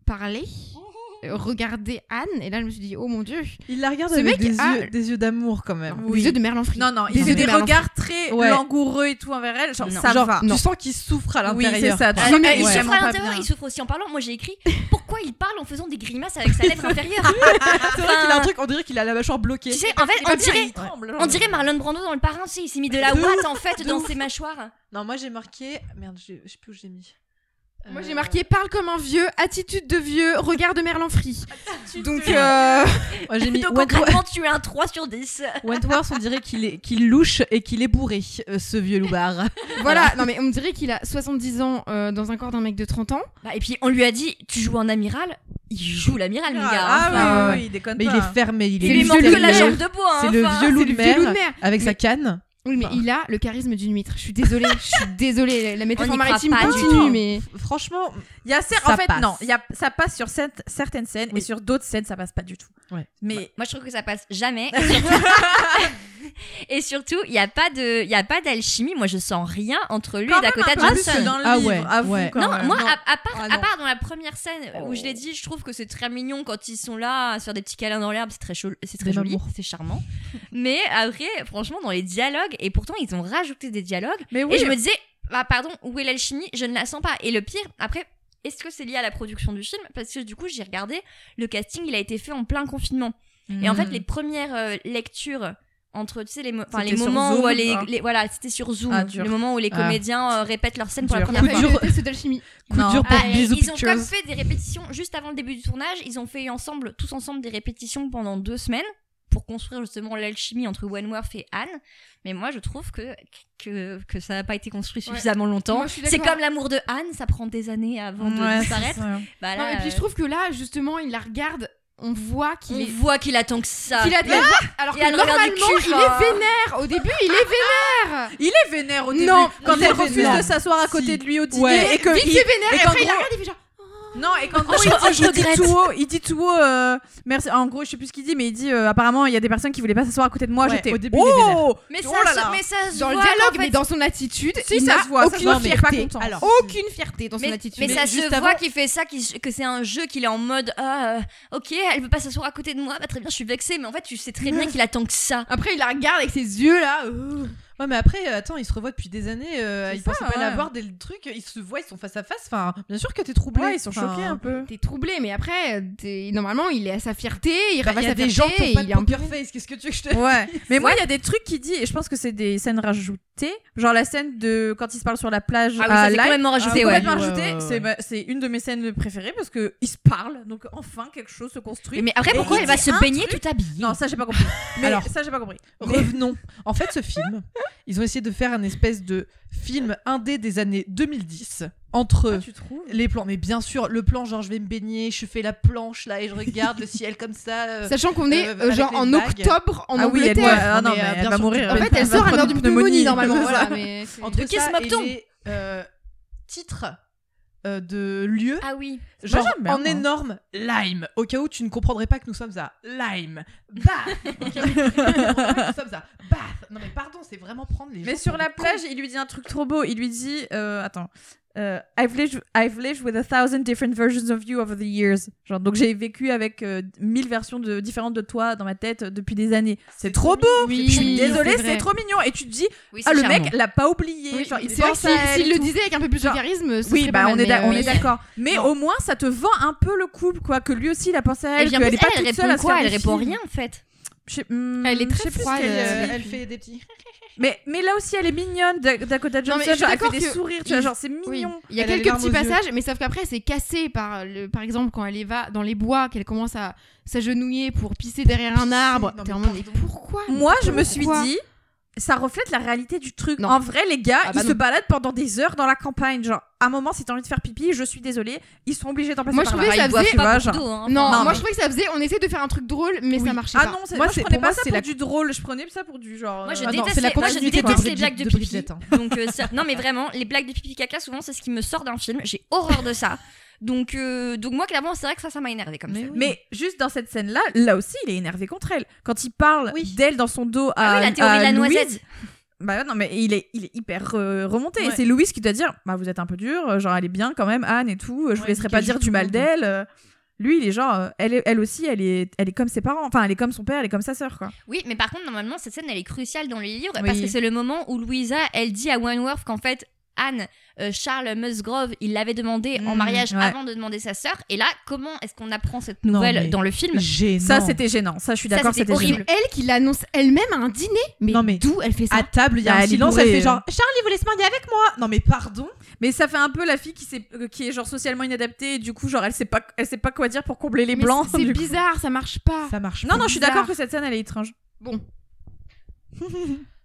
H: parler, euh, regarder Anne, et là, je me suis dit, oh mon dieu,
I: Il la regarde
H: Ce
I: avec
H: mec
I: des,
H: a-
I: yeux, des yeux d'amour quand même.
H: les yeux de Merlin Free.
G: Non, non,
H: Les
G: ils
H: yeux
G: ont
H: de
G: des
H: Merlin
G: regards très
I: Ouais.
G: langoureux et tout envers elle. Genre,
A: Non.
G: ça
I: Genre,
G: va.
I: tu sens qu'il souffre à
G: Oui,
I: l'intérieur.
G: c'est ça,
I: quoi.
A: Ah,
G: Ouais,
A: mais il
G: ouais.
A: souffre à
G: Vraiment pas
A: l'intérieur,
G: bien.
A: il souffre aussi en parlant. Moi j'ai écrit pourquoi il parle en faisant des grimaces avec sa lèvre inférieure.
I: C'est vrai qu'il a un
A: Enfin,
I: truc, on dirait qu'il a la mâchoire bloquée.
A: Tu sais, en fait, on dirait,
I: tremble.
A: on dirait Marlon Brando dans le parrain, tu sais, il s'est mis de la
I: De
A: ouate en fait
I: de
A: dans
I: ouf.
A: ses mâchoires.
I: Non, moi j'ai marqué. Merde, j'ai- je sais plus où j'ai mis.
G: Euh,
H: Moi j'ai marqué parle comme un vieux, attitude de vieux, regard de Merlin Free. Donc
A: de-
H: euh,
I: Moi, j'ai mis
A: Donc
I: Wentworth-
A: concrètement, tu es un 3 sur 10.
I: Wentworth, on dirait qu'il est- qu'il louche et qu'il est bourré, euh, ce vieux loupard.
H: voilà, non mais on dirait qu'il a 70 ans euh, dans un corps d'un mec de 30 ans.
A: Bah, et puis on lui a dit tu joues en amiral, il joue l'amiral le gars. hein.
I: Ah ouais.
F: il déconne
I: Mais il
G: Bah.
I: est fermé, il
A: Il
I: est
A: lui manque
I: mystérieux.
A: que la jambe de bois. hein,
I: C'est le
A: enfin.
I: vieux loup
H: c'est
I: de
H: le vieux loup de
I: mer
H: mer.
I: avec sa
H: Mais-
I: canne.
H: Oui mais
I: Enfin.
H: il a le charisme d'une huître. Je suis désolée, je suis désolée, la métaphore
A: n'y croit
H: maritime
A: pas du
H: continue
A: tout.
H: mais
I: Franchement,
G: Il y a cer-
I: Ça
G: en fait
I: passe.
G: non, il y a- ça passe sur cette- certaines scènes
I: Oui.
G: et sur d'autres scènes ça passe pas du tout.
I: Ouais.
G: Mais
A: Moi je trouve que ça passe jamais. Et surtout, il n'y a pas de, il y a pas d'alchimie. Moi je sens rien entre lui
G: quand
A: et Dakota
G: même un peu
A: Johnson.
G: dans le hein.
I: Ah
G: livre,
I: ouais,
G: avoue,
I: ouais.
G: quand
A: Non,
G: même.
A: moi, À, à part,
I: Ah
A: à
I: non.
A: part dans la première scène où je l'ai dit, je trouve que c'est très mignon quand ils sont là à se faire des petits câlins dans l'herbe, c'est très, chou- c'est très
I: Des
A: joli,
I: mamours.
A: c'est charmant. Mais après, franchement, dans les dialogues, et pourtant ils ont rajouté des dialogues,
G: Mais oui,
A: et je me disais, bah pardon, où est l'alchimie Je ne la sens pas. Et le pire, après, est-ce que c'est lié à la production du film Parce que du coup, j'ai regardé, le casting, il a été fait en plein confinement. Et en fait, les premières euh, lectures entre tu sais, les, mo- enfin, les
G: Hmm. C'était sur
A: moments où
G: Zoom,
A: euh, les,
G: hein.
A: les- voilà c'était sur Zoom
G: Ah, dur.
A: le moment où les
I: Ah.
A: comédiens euh, répètent leur scène pour la
I: Dur.
A: première
I: Coup
A: fois
I: dur.
H: Enfin, le test d'alchimie.
I: Coup
G: Non.
I: dur pour
A: ah, et
I: Bisous
A: ils ont
I: Pictures.
A: comme fait des répétitions juste avant le début du tournage. Ils ont fait ensemble, tous ensemble, des répétitions pendant deux semaines pour construire justement l'alchimie entre Wentworth et Anne. Mais moi, je trouve que que, que ça n'a pas été construit suffisamment longtemps.
H: Moi, je suis
A: C'est
H: d'accord.
A: comme l'amour de Anne, ça prend des années avant de
G: Ouais,
A: disparaître.
G: c'est ça.
A: Bah,
H: Non,
A: là,
H: et puis je
A: euh,
H: trouve que là justement, il la regarde, on voit qu'il
A: on
H: est
A: voit qu'il attend que ça.
H: qu'il Ah, a de la- alors
A: Il a
H: que
A: le regard du
H: normalement,
A: cul,
H: il
A: genre.
H: est vénère au début, il est vénère.
G: Il est vénère au début
H: Non,
G: quand
I: il est
G: elle refuse
I: vénère.
G: de s'asseoir à côté
I: Si.
G: de lui au dîner
I: Ouais.
G: et que
H: Vite,
G: il-
H: c'est vénère
G: et
H: et
G: qu'en
H: après il la
G: gros-
H: regarde, il fait genre
G: Non, et quand
A: je- oh, je
G: il, dit
A: regrette.
G: tout haut, il dit tout haut, euh, merci. En gros, je sais plus ce qu'il dit, mais il dit euh, apparemment, il y a des personnes qui voulaient pas s'asseoir à côté de moi.
I: Ouais,
G: J'étais
I: au début, il est vénère.
G: oh,
A: Mais ça,
G: Oh là
A: se-
G: là.
A: mais ça se
H: dans le
A: voit,
H: dialogue,
A: qu'en fait-
H: mais dans son attitude,
G: Si,
H: il
G: ça
H: n'a
G: se voit, ça se
H: aucune
G: voit, mais
H: fierté.
G: pas content.
I: Alors,
H: aucune fierté dans son
A: Mais,
H: attitude.
A: mais ça se
I: juste
A: voit
I: avant-
A: qu'il fait ça, qu'il- que c'est un jeu qu'il est en mode ah euh, ok elle veut pas s'asseoir à côté de moi, bah très bien je suis vexée mais en fait tu sais très bien qu'il attend que ça.
H: Après, il la regarde avec ses yeux là. euh.
I: Ouais, mais après, euh, attends, ils se revoient depuis des années. euh,
G: C'est
I: ils
G: ça,
I: pensent pas
G: ouais.
I: l'avoir dès le truc. Ils se voient, ils sont face à face. Enfin, bien sûr que t'es troublé.
G: Ouais, ils sont
I: Enfin,
G: choqués un peu.
H: T'es troublé, mais après, t'es- normalement, il est à sa fierté, il
I: bah, Il
H: ravasse
I: y a
H: sa
I: des
H: fierté.
I: gens qui ont pas
H: il
I: de
H: est un peu-
I: poker face. Qu'est-ce que tu veux que je te
G: Ouais. Mais moi, il y a des trucs qui dit, et je pense que c'est des scènes rajoutées, genre la scène de quand ils se parlent sur la plage
A: Ah oui,
G: à
A: ça c'est
G: Lyme.
A: complètement
G: C'est
A: rajouté ouais.
G: complètement
I: Ouais, ouais,
G: rajouté.
I: ouais, ouais.
G: C'est, ma- c'est une de mes scènes préférées parce que ils se parlent, donc enfin quelque chose se construit.
A: Mais, mais après,
G: Et
A: pourquoi
G: il
A: elle va
G: dit
A: se
G: un
A: baigner
G: truc-
A: tout habillée hein
G: Non, Ah, ça j'ai pas compris. Mais
I: Alors-
G: ça j'ai pas compris.
I: Revenons. En fait, ce film, ils ont essayé de faire un espèce de film indé des années 2010
H: Ah,
I: entre
G: Ah, tu trouves
I: les plans. Mais bien sûr, le plan genre je vais me baigner, je fais la planche là et je regarde le ciel comme ça. euh,
H: Sachant qu'on est
I: Euh,
H: euh,
I: avec
H: genre
I: les
H: en
I: vagues.
H: octobre en
G: ah oui, elle,
H: Angleterre.
G: ouais, ah non,
I: Mais,
G: mais
I: euh, bien
G: elle va
I: sûr,
G: mourir.
I: tu
H: En
I: peux
H: fait, elle sort à l'heure d'une pneumonie normalement. voilà, mais c'est-
I: entre
A: De qui
I: ça
A: se moque-t-on
I: et les, euh, titres euh, de lieux
A: Ah oui.
I: Genre
G: Moi, Bah, j'aime bien,
I: en
G: moi.
I: énorme lime, au cas où tu ne comprendrais pas que nous sommes à lime, bath, au cas où tu ne comprendrais pas que nous sommes à bath. Non mais pardon, c'est vraiment prendre les.
G: Mais
I: gens
G: sur
I: pour
G: la
I: des
G: plage, il lui dit un truc trop beau. Il lui dit, euh, attends, euh, I've lived, I've lived with a thousand different versions of you over the years. Genre, donc j'ai vécu avec euh, mille versions de, différentes de toi dans ma tête euh, depuis des années. C'est trop beau.
H: Oui,
G: Je suis
H: c'est
G: désolée,
H: vrai.
G: c'est trop mignon. Et tu te dis,
A: Oui, c'est
G: ah le
A: charmant.
G: mec l'a pas oublié.
H: Oui,
G: Genre, il
H: c'est vrai que
G: pense à
H: si-
G: elle
H: s'il
G: et
H: le
G: tout.
H: disait avec un peu plus de
G: Genre,
H: charisme, ce
G: Oui,
H: serait
G: bah
H: pas
G: on
H: mal,
G: est, d'a-
H: mais,
G: on
H: euh,
G: est d'accord. Mais
H: Bon.
G: au moins, ça te vend un peu le couple, quoi. Que lui aussi, il a pensé à
H: Eh
A: Elle
G: elle.
A: vient
G: qu'elle est
A: plus,
G: pas
A: elle
G: toute
A: répond
G: seule à se
A: quoi
G: faire
A: Elle
G: des
A: répond
G: films.
A: rien en fait.
G: Je sais- hmm,
H: Elle est
G: je sais
H: très
G: plus ce
H: froide.
I: Elle,
G: qu'elle, euh,
I: euh, elle fait des petits.
G: Mais, mais là aussi, elle est mignonne, Da- Dakota
H: Non,
G: Johnson.
H: mais je suis
G: genre, elle fait
H: d'accord
G: des
H: que-
G: sourires, tu vois,
H: il-
G: genre, c'est
H: Oui.
G: mignon.
H: Il y a
I: Elle a les
H: quelques
I: larmes
H: petits
I: aux yeux.
H: passages, mais sauf qu'après, c'est cassé par le, par exemple, quand elle va dans les bois, qu'elle commence à s'agenouiller pour pisser derrière un
I: Pisser,
H: arbre.
I: non,
H: T'es
I: mais
H: en mode, mais
I: pardon.
H: pourquoi
G: Moi, je me
H: Pourquoi
G: suis dit, ça reflète la réalité du truc.
H: Non.
G: En vrai, les gars,
H: Ah bah
G: ils
H: non.
G: se baladent pendant des heures dans la campagne. Genre, à un moment, si t'as envie de faire pipi, je suis désolée, ils sont obligés d'en passer
H: Moi, je
G: par
H: trouvais
G: là. Ah,
H: que ça
G: Ils boivent,
H: faisait-
G: tu vois, genre.
A: d'eau, hein.
H: Non,
G: Non,
H: moi
G: mais-
H: je trouvais que ça faisait. On essayait de faire un truc drôle, mais ça
I: Oui.
H: marchait
G: Ah
H: pas.
G: non, c'est-
I: Moi,
G: moi, je
I: c'est-
G: prenais
I: pour
G: pas
I: moi,
G: ça
I: c'est
G: pour
I: la-
G: du drôle, je prenais ça pour du genre.
A: Moi je
G: euh,
I: Ah non,
A: déteste,
I: c'est la
A: les, moi, je
I: continuité,
A: déteste
I: quoi.
A: les blagues de,
I: De
A: pipi.
I: Bridget, hein.
A: Donc euh, ça- non mais vraiment les blagues de pipi caca souvent c'est ce qui me sort d'un film. J'ai horreur de ça. Donc euh, donc moi clairement c'est vrai que ça ça m'a énervé comme ça.
G: Mais juste dans cette scène-là, là aussi, il est énervé contre elle. Quand il parle
I: Oui.
G: d'elle dans son dos
A: Ah
G: à,
A: oui, la théorie
G: à
A: de la
G: Louise,
A: noisette.
G: Bah non, mais il est, il est hyper euh, remonté. Et
I: Ouais.
G: c'est Louise qui doit dire Bah vous êtes un peu dur, euh, genre elle est bien quand même, Anne et tout, euh, je vous
I: Ouais,
G: laisserai
I: il
G: pas
I: cache
G: dire
I: tout
G: du
I: le
G: mal
I: monde.
G: d'elle. Euh, Lui, il est genre, euh, elle, est- elle aussi, elle est, elle est comme ses parents, enfin elle est comme son père, elle est comme sa sœur, quoi.
A: Oui, mais par contre, normalement, cette scène, elle est cruciale dans les livres
G: Oui.
A: parce que c'est le moment où Louisa, elle dit à Wentworth qu'en fait, Anne, euh, Charles Musgrove, il l'avait demandé en
G: Mm,
I: Mmh,
A: mariage
I: ouais.
A: avant de demander sa sœur. Et là, comment est-ce qu'on apprend cette nouvelle
I: mais
A: dans le film
I: Gênant.
G: Ça, c'était gênant. Ça, je suis d'accord,
A: Ça, c'était
G: c'était
A: horrible.
G: gênant.
H: Elle qui l'annonce elle-même à un dîner Mais,
I: Non, mais
H: d'où elle fait ça
I: à table, il y a
G: Bah,
I: un
G: elle est
I: silence, elle fait
G: bourrée, euh.
I: genre Charlie voulait se marier avec moi. Non mais pardon.
G: Mais ça fait un peu la fille qui, s'est- euh, qui est genre socialement inadaptée et du coup, genre, elle sait pas, elle sait pas quoi dire pour combler les
H: Mais
G: blancs.
H: C'est
G: du coup.
H: bizarre, ça marche pas.
I: Ça marche.
G: Non,
I: pas.
G: non, je suis
H: bizarre.
G: d'accord que cette scène, elle est étrange.
H: Bon.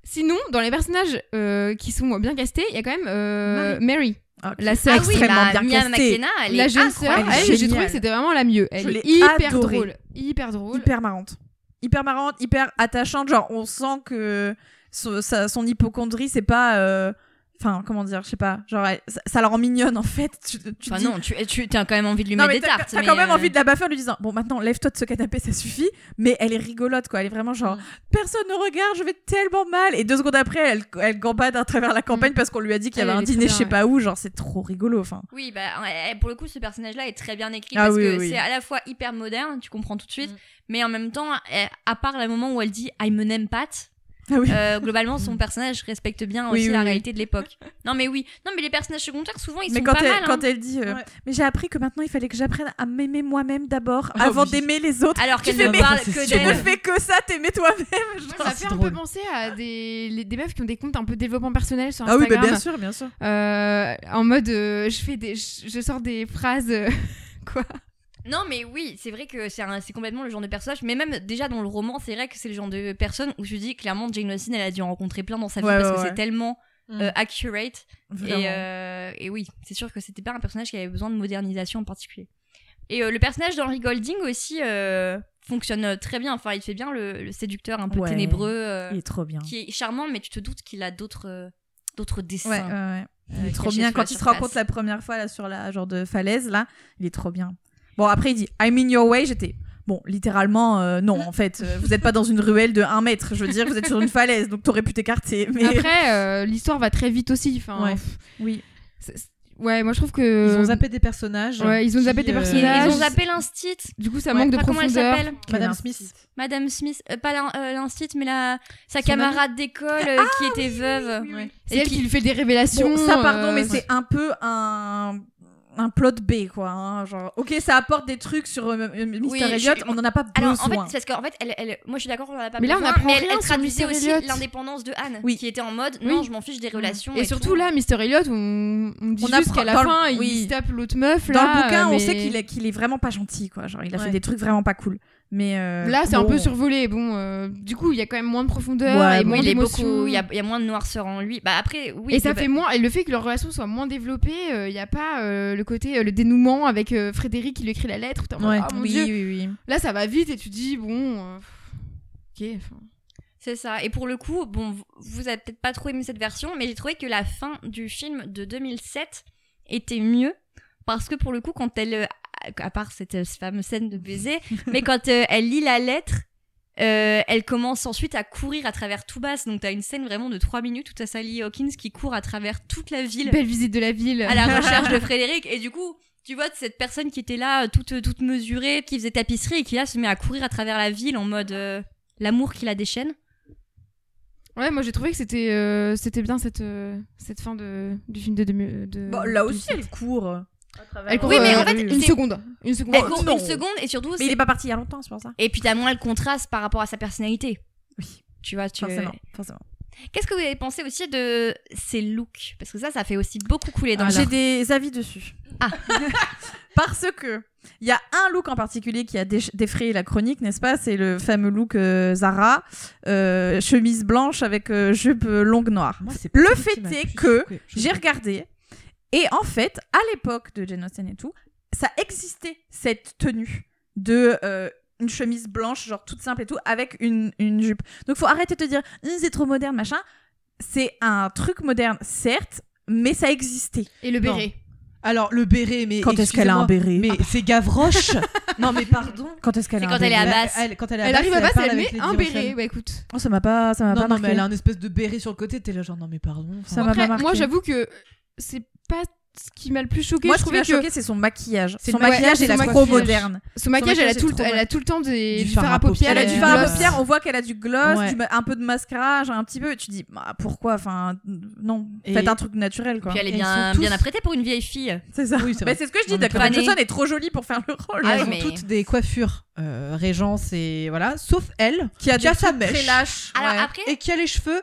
H: Sinon, dans les personnages euh, qui sont bien castés, il y a quand même euh, Mary, la sœur.
A: Ah oui,
G: extrêmement
A: bah,
G: bien
A: Mia
G: castée.
A: McKenna, elle
H: la
A: est
H: jeune sœur,
A: incroyable.
G: elle est
H: elle, j'ai
G: géniale.
H: trouvé que c'était vraiment la mieux. Elle
G: Je
H: est
G: l'ai
H: hyper
G: adorée.
H: drôle. Hyper drôle.
G: Hyper marrante. Hyper marrante, hyper attachante. Genre, on sent que son, sa- son hypochondrie, c'est pas. euh, Enfin, comment dire, je sais pas. Genre, elle- ça, ça la rend mignonne en fait. Tu, tu
A: Enfin,
G: dis-
A: non, tu, tu as quand même envie de lui
G: Non,
A: mettre
G: mais
A: des
G: t'as
A: tartes.
G: t'as
A: mais,
G: quand même
A: euh,
G: envie de la baffer en lui disant Bon, maintenant, lève-toi de ce canapé, ça suffit. Mais elle est rigolote, quoi. Elle est vraiment genre
A: Mm.
G: Personne ne regarde, je vais tellement mal. Et deux secondes après, elle, elle gambade à travers la
A: Mm.
G: campagne parce qu'on lui a dit qu'il y
H: Elle,
G: avait un
H: elle est
G: dîner,
H: très
G: je sais
H: bien,
G: pas où. Genre, c'est trop rigolo. Enfin,
A: Oui, bah, euh, pour le coup, ce personnage-là est très bien écrit
G: Ah
A: parce
G: oui,
A: que
G: oui, oui.
A: c'est à la fois hyper moderne, tu comprends tout de suite,
H: Mm.
A: mais en même temps, euh, à part le moment où elle dit I'm an empath,
G: ah oui.
A: euh, globalement, son personnage respecte bien
G: Oui,
A: aussi
G: oui,
A: la
G: oui.
A: réalité de l'époque. Non, mais oui, non, mais les personnages secondaires, souvent, ils
G: mais
A: sont
G: quand,
A: pas
G: elle,
A: mal. hein.
G: quand elle dit euh,
I: Ouais.
G: Mais j'ai appris que maintenant, il fallait que j'apprenne à m'aimer moi-même d'abord
A: Oh,
I: Ah
G: avant
I: oui.
G: d'aimer les autres.
A: Alors
G: Tu
A: qu'elle
G: fais,
A: ne
G: mais
A: parle
I: c'est
A: que
G: Tu ne
A: d'elle.
G: fais que ça, t'aimer toi-même. genre.
H: Ah, Ça fait un peu
I: drôle.
H: penser à des, les- des meufs qui ont des comptes un peu développement personnel sur
G: Ah
H: Instagram.
G: oui, bah, bien sûr, bien sûr.
H: Euh, en mode, euh, je fais des, je, je sors des phrases. euh, Quoi
A: Non, mais oui, c'est vrai que c'est un- c'est complètement le genre de personnage, mais même déjà dans le roman, c'est vrai que c'est le genre de personne où je dis clairement, Jane Austen, elle a dû en rencontrer plein dans sa vie
G: Ouais,
A: parce
G: ouais,
A: que
G: ouais.
A: c'est tellement
I: Mm.
A: euh, accurate.
G: Vraiment.
A: Et, euh, et oui, c'est sûr que c'était pas un personnage qui avait besoin de modernisation en particulier. Et euh, le personnage d'Henry Golding aussi euh, fonctionne euh, très bien. Enfin, il fait bien le, le séducteur un peu
G: Ouais.
A: ténébreux, euh,
G: Il est trop
H: Hein.
G: bien.
A: qui est charmant, mais tu te doutes qu'il a d'autres euh, d'autres dessins.
G: Ouais, ouais, ouais. Il
A: Euh,
G: est trop
A: caché
G: bien.
A: sous
G: Quand
A: la
G: il se rencontre
A: surface.
G: la première fois là, sur la genre de falaise, là, il est trop bien. Bon, après, il dit I'm in your way. J'étais. Bon, littéralement, euh, non, en fait. euh, vous n'êtes pas dans une ruelle de 1 mètre. Je veux dire, vous êtes sur une falaise, donc t'aurais pu t'écarter. Mais...
H: Après, euh, l'histoire va très vite aussi. Enfin,
I: Ouais.
H: pff,
G: oui.
H: c'est- c'est- ouais, moi je trouve que.
I: Ils ont zappé des personnages.
H: Euh, Ouais, ils ont
I: qui,
H: zappé des
I: euh,
A: Ils,
H: personnages.
A: ils ont zappé l'instit.
H: Du coup, ça
A: Ouais,
H: manque de
A: pas comment elle
H: profondeur.
A: s'appelle
I: Madame Smith.
A: Madame Smith, euh, pas l'in- euh, l'instit, mais la, sa
I: Son
A: camarade d'école
H: Ah,
A: euh, qui était veuve.
I: Ouais.
H: C'est elle
A: qui-
H: qui lui fait des révélations.
G: Bon, ça, pardon,
H: euh,
G: mais c'est un peu un un plot B quoi hein, genre ok ça apporte des trucs sur euh, euh, Mr
A: Oui, je-
G: Elliot on n'en a pas
A: Alors,
G: besoin
A: en fait, c'est parce qu'en fait, elle, elle- moi je suis d'accord, on en a pas
H: Mais là, on
A: besoin,
H: apprend
A: mais elle,
H: rien
A: elle
H: sur
A: traduisait
H: Mr.
A: aussi
H: Elliot.
A: l'indépendance de Anne,
G: Oui.
A: qui était en mode non,
H: Oui.
A: je m'en fiche des relations.
H: Et,
A: Et,
H: surtout
A: tout.
H: là, Mister Elliot, on, on dit
G: On
H: juste
G: apprend-
H: qu'à la
G: dans le-
H: fin,
G: oui.
H: il se tape l'autre meuf.
G: dans
H: là,
G: le bouquin
H: mais-
G: on sait qu'il est qu'il est vraiment pas gentil quoi genre il a fait
I: Ouais.
G: des trucs vraiment pas cool mais euh,
H: Là, c'est un
G: bon.
H: peu survolé. Bon, euh, du coup, il y a quand même moins de profondeur
G: Ouais,
H: et
G: bon,
H: moins
A: il est
H: d'émotion.
A: beaucoup, il y, a, il y a moins de noirceur en lui. Bah après, oui.
H: et ça
A: globa-
H: fait moins. Et le fait que leur relation soit moins développée, il n'y a pas euh, le côté, euh, le dénouement avec euh, Frédéric qui lui écrit la lettre. où t'es en mode,
I: Ouais.
H: oh mon
G: oui,
H: dieu.
G: oui oui
H: Là, ça va vite et tu dis, bon. euh, pff, ok. enfin.
A: C'est ça. Et pour le coup, bon, vous- vous avez peut-être pas trop aimé cette version, mais j'ai trouvé que la fin du film de 2007 était mieux parce que pour le coup, quand elle, euh, à à part cette euh, fameuse scène de baiser, mais quand euh, elle lit la lettre. euh, elle commence ensuite à courir à travers tout basse. Donc, t'as une scène vraiment de 3 minutes où t'as Sally Hawkins qui court à travers toute la ville
H: Belle visite de la ville.
A: à la recherche de Frédéric. Et du coup, tu vois, cette personne qui était là, euh, toute, euh, toute mesurée, qui faisait tapisserie et qui là se met à courir à travers la ville en mode euh, l'amour qui la déchaîne.
H: Ouais, moi j'ai trouvé que c'était euh, c'était bien cette euh, cette fin de du film de, demi- de-
G: Bon, Bah, là
H: de-
G: aussi elle court
H: Elle court,
A: Oui, mais en
H: euh,
A: fait,
H: une
A: c'est-
H: seconde, une seconde.
A: Elle court
G: non.
A: une seconde et surtout,
G: mais il
A: c'est-
G: est pas parti il y a longtemps c'est pour ça
A: et puis t'as moins le contraste par rapport à sa personnalité.
G: oui
A: Tu vois, tu.
G: forcément forcément
A: Qu'est-ce que vous avez pensé aussi de ses looks Parce que ça, ça fait aussi beaucoup couler dans le
G: j'ai des avis dessus
A: Ah.
G: parce que il y a un look en particulier qui a déch- défrayé la chronique n'est-ce pas c'est le fameux look euh, Zara euh, chemise blanche avec euh, jupe euh, longue noire
I: Moi, c'est
G: Le
I: pas ça
G: fait
I: qui m'a
G: est
I: le plus
G: que
I: secouée. Je-
G: J'ai regardé. Et en fait, à l'époque de Jane Austen et tout, ça existait cette tenue de euh, une chemise blanche, genre toute simple et tout, avec une, une jupe. Donc faut arrêter de te dire, Hum, c'est trop moderne, machin. C'est un truc moderne, certes, mais ça existait.
H: Et le béret.
I: Alors le béret, mais excusez-moi,
G: béret
I: Mais c'est Gavroche. non mais pardon.
G: Quand est-ce qu'elle
A: C'est
G: a
A: quand
G: un
A: elle
G: béret
A: est à
I: Elle-
A: basse.
I: elle- quand elle est à
H: Elle
I: basse,
H: arrive à
I: parle
H: passer, elle
I: avec
H: met
I: les
H: un
I: Diophènes.
H: béret. Bah écoute.
G: Oh, ça m'a pas, ça m'a
I: Non,
G: pas
I: non,
G: marqué.
I: mais elle a un espèce de béret sur le côté, t'es là genre non mais pardon. enfin.
G: Ça m'a pas
H: Après,
G: marqué.
H: moi j'avoue que c'est pas ce qui m'a le plus choqué,
G: Moi,
H: je
G: ce qui
H: trouvais
G: m'a
H: que
G: choqué, c'est son maquillage.
H: C'est
G: Son
H: le ma-
G: maquillage,
H: ouais,
G: il
H: son
G: est trop
H: maquillage.
G: moderne.
H: Son maquillage, elle a
G: maquillage,
H: tout,
G: il
H: le temps-
G: est trop
H: elle a
G: moderne.
H: tout le temps des-
G: du
H: du fard à paupières.
G: Elle a
H: et
G: du
H: du
G: fard à
H: gloss.
G: paupières, on voit qu'elle a du gloss,
H: Ouais.
G: du- un peu de mascara, un petit peu. Tu dis, bah, pourquoi Enfin, non.
A: Et-
G: Faites un truc naturel, quoi.
A: Puis elle est bien, bien apprêtée pour une vieille fille.
G: C'est ça.
A: Oui,
G: Mais c'est ce que je dis, Dakota Johnson est trop jolie pour faire le rôle.
A: Ah
G: Elles
A: oui,
G: ont
A: mais-
G: toutes-
I: Toutes des coiffures euh, Régence et voilà, sauf elle
G: qui a, des
I: sa
G: trucs très
I: mèche
G: lâches,
A: Alors après-
I: et qui a les cheveux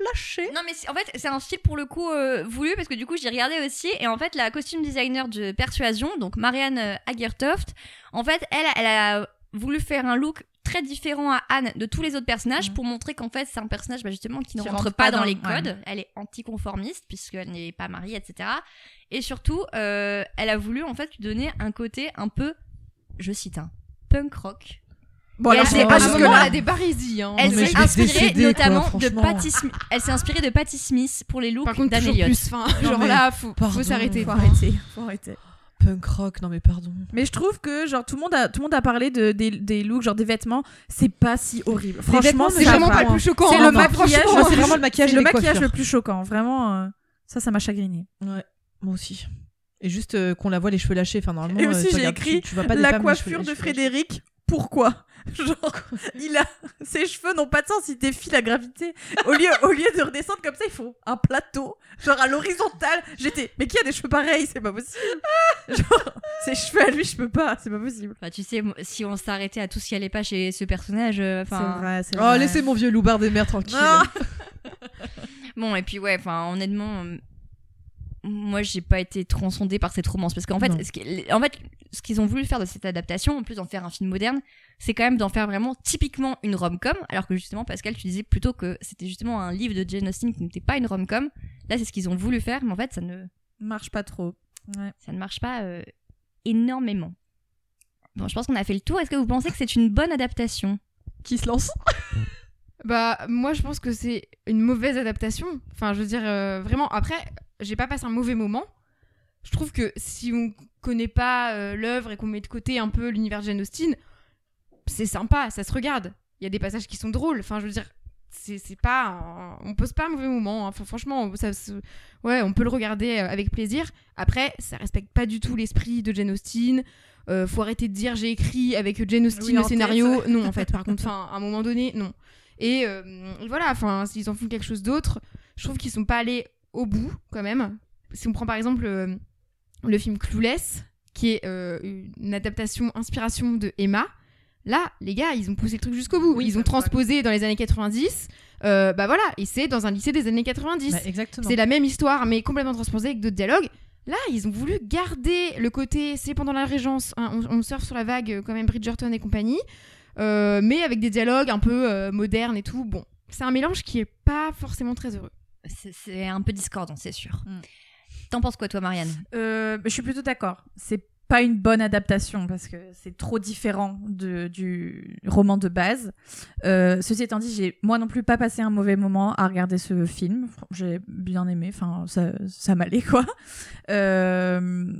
I: lâchés.
A: Non mais c'est- en fait c'est un style pour le coup euh, voulu parce que du coup j'ai regardé aussi et en fait la costume designer de Persuasion donc Marianne euh, Agertoft en fait elle elle a voulu faire un look très différent à Anne de tous les autres personnages pour montrer qu'en fait c'est un personnage bah, justement Mm. qui ne
G: Qui
A: rentre, pas dans, les
G: ouais.
A: codes elle est anticonformiste puisqu'elle n'est pas mariée etc et surtout euh, elle a voulu en fait lui donner un côté un peu je cite un punk rock
G: Bon,
A: Et
G: alors,
A: elle
G: c'est
H: Ah,
A: s'est
G: pas
A: inspirée-
G: jusque-là.
H: Elle a des barésies. hein.
A: elle
I: mais
A: s'est
I: je vais
A: inspirée
I: décéder, quoi,
A: notamment de
I: franchement.
A: Patti Smith. Elle s'est inspirée de Patti Smith pour les looks
H: Par contre,
A: d'Anne
H: toujours
A: Elliot.
H: plus fin.
I: Non,
H: Genre
I: mais-
H: là, faut,
I: Pardon.
H: faut s'arrêter.
G: Faut
H: quoi.
G: arrêter, faut arrêter.
I: Punk rock, non mais pardon.
G: Mais je trouve que genre tout le monde a tout le monde a parlé de des, des looks genre des vêtements, c'est pas si horrible. Franchement,
I: vêtements,
G: c'est
H: C'est vraiment
I: va,
H: pas
G: pas
H: le plus choquant.
G: C'est
H: hein,
G: le
H: non.
G: maquillage,
I: Franchement,
G: moi,
I: c'est
G: c'est
I: vraiment le
G: c'est
I: maquillage et
G: le
I: les
G: maquillage
I: coiffures.
G: le plus choquant, vraiment euh, ça ça m'a chagriné.
I: Ouais, moi aussi. Et juste euh, qu'on la voit les cheveux lâchés. Enfin, normalement,
G: Et
I: euh,
G: aussi,
I: tu
G: j'ai
I: regardes-
G: écrit
I: tu, tu vois pas des
G: La
I: femmes, les cheveux-
G: coiffure
I: les
G: de
I: cheveux lâchés.
G: Frédéric, pourquoi Genre il a ses cheveux n'ont pas de sens, il défie la gravité. Au lieu au lieu de redescendre comme ça, ils font un plateau, genre à l'horizontale. J'étais mais qui a des cheveux pareils, c'est pas possible. Genre ses cheveux à lui, je peux pas, c'est pas possible.
A: Bah, tu sais, moi, si on s'arrêtait à tout ce qui allait pas chez ce personnage, euh, enfin.
G: vrai, c'est
I: Oh, laissez mon vieux loupard des mers tranquille.
G: Non.
A: Bon, et puis ouais, enfin, honnêtement, euh, moi j'ai pas été transcendée par cette romance parce qu'en
I: Non.
A: fait, ce qui- en fait, ce qu'ils ont voulu faire de cette adaptation, en plus d'en faire un film moderne, c'est quand même d'en faire vraiment typiquement une rom-com, alors que justement, Pascal, tu disais plutôt que c'était justement un livre de Jane Austen qui n'était pas une rom-com. Là, c'est ce qu'ils ont voulu faire, mais en fait, ça ne,
G: marche pas trop. Ouais.
A: ça ne marche pas euh, énormément. Bon, je pense qu'on a fait le tour. Est-ce que vous pensez que c'est une bonne adaptation
I: Qui se lance
H: Bah, moi, je pense que c'est une mauvaise adaptation. Enfin, je veux dire, euh, vraiment, après, j'ai pas passé un mauvais moment. Je trouve que si on connaît pas euh, l'œuvre et qu'on met de côté un peu l'univers de Jane Austen, c'est sympa, ça se regarde. Il y a des passages qui sont drôles. Enfin, je veux dire, c'est c'est pas. un- On pose pas un mauvais moment. hein. Enfin, franchement, ça, se- ouais, on peut le regarder euh, avec plaisir. Après, ça respecte pas du tout l'esprit de Jane Austen. Euh, faut arrêter de dire j'ai écrit avec Jane Austen
G: Oui, en
H: le
G: tête.
H: scénario. Non, en fait, par contre, enfin, à un moment donné, non. Et euh, voilà, enfin, s'ils en font quelque chose d'autre, je trouve qu'ils sont pas allés au bout quand même. Si on prend par exemple euh, le film Clueless, qui est euh, une adaptation inspiration de Emma, là, les gars, ils ont poussé le truc jusqu'au bout.
G: Oui,
H: ils
G: ça
H: ont
G: me parle.
H: transposé dans les années 90. euh, bah voilà, et c'est dans un lycée des années 90.
I: Bah, Exactement.
H: C'est la même histoire, mais complètement transposée avec d'autres dialogues. Là, ils ont voulu garder le côté c'est pendant la Régence, hein, on, on surfe sur la vague euh, quand même Bridgerton et compagnie, euh, mais avec des dialogues un peu euh, modernes et tout. Bon, c'est un mélange qui est pas forcément très heureux.
A: C'est- C'est un peu discordant, c'est sûr.
G: Mm.
A: T'en penses quoi, toi, Marianne
G: Euh, je suis plutôt d'accord. C'est pas une bonne adaptation parce que c'est trop différent de- du roman de base. Euh, ceci étant dit, j'ai moi non plus pas passé un mauvais moment à regarder ce film. J'ai bien aimé, enfin ça, ça m'allait quoi. Euh,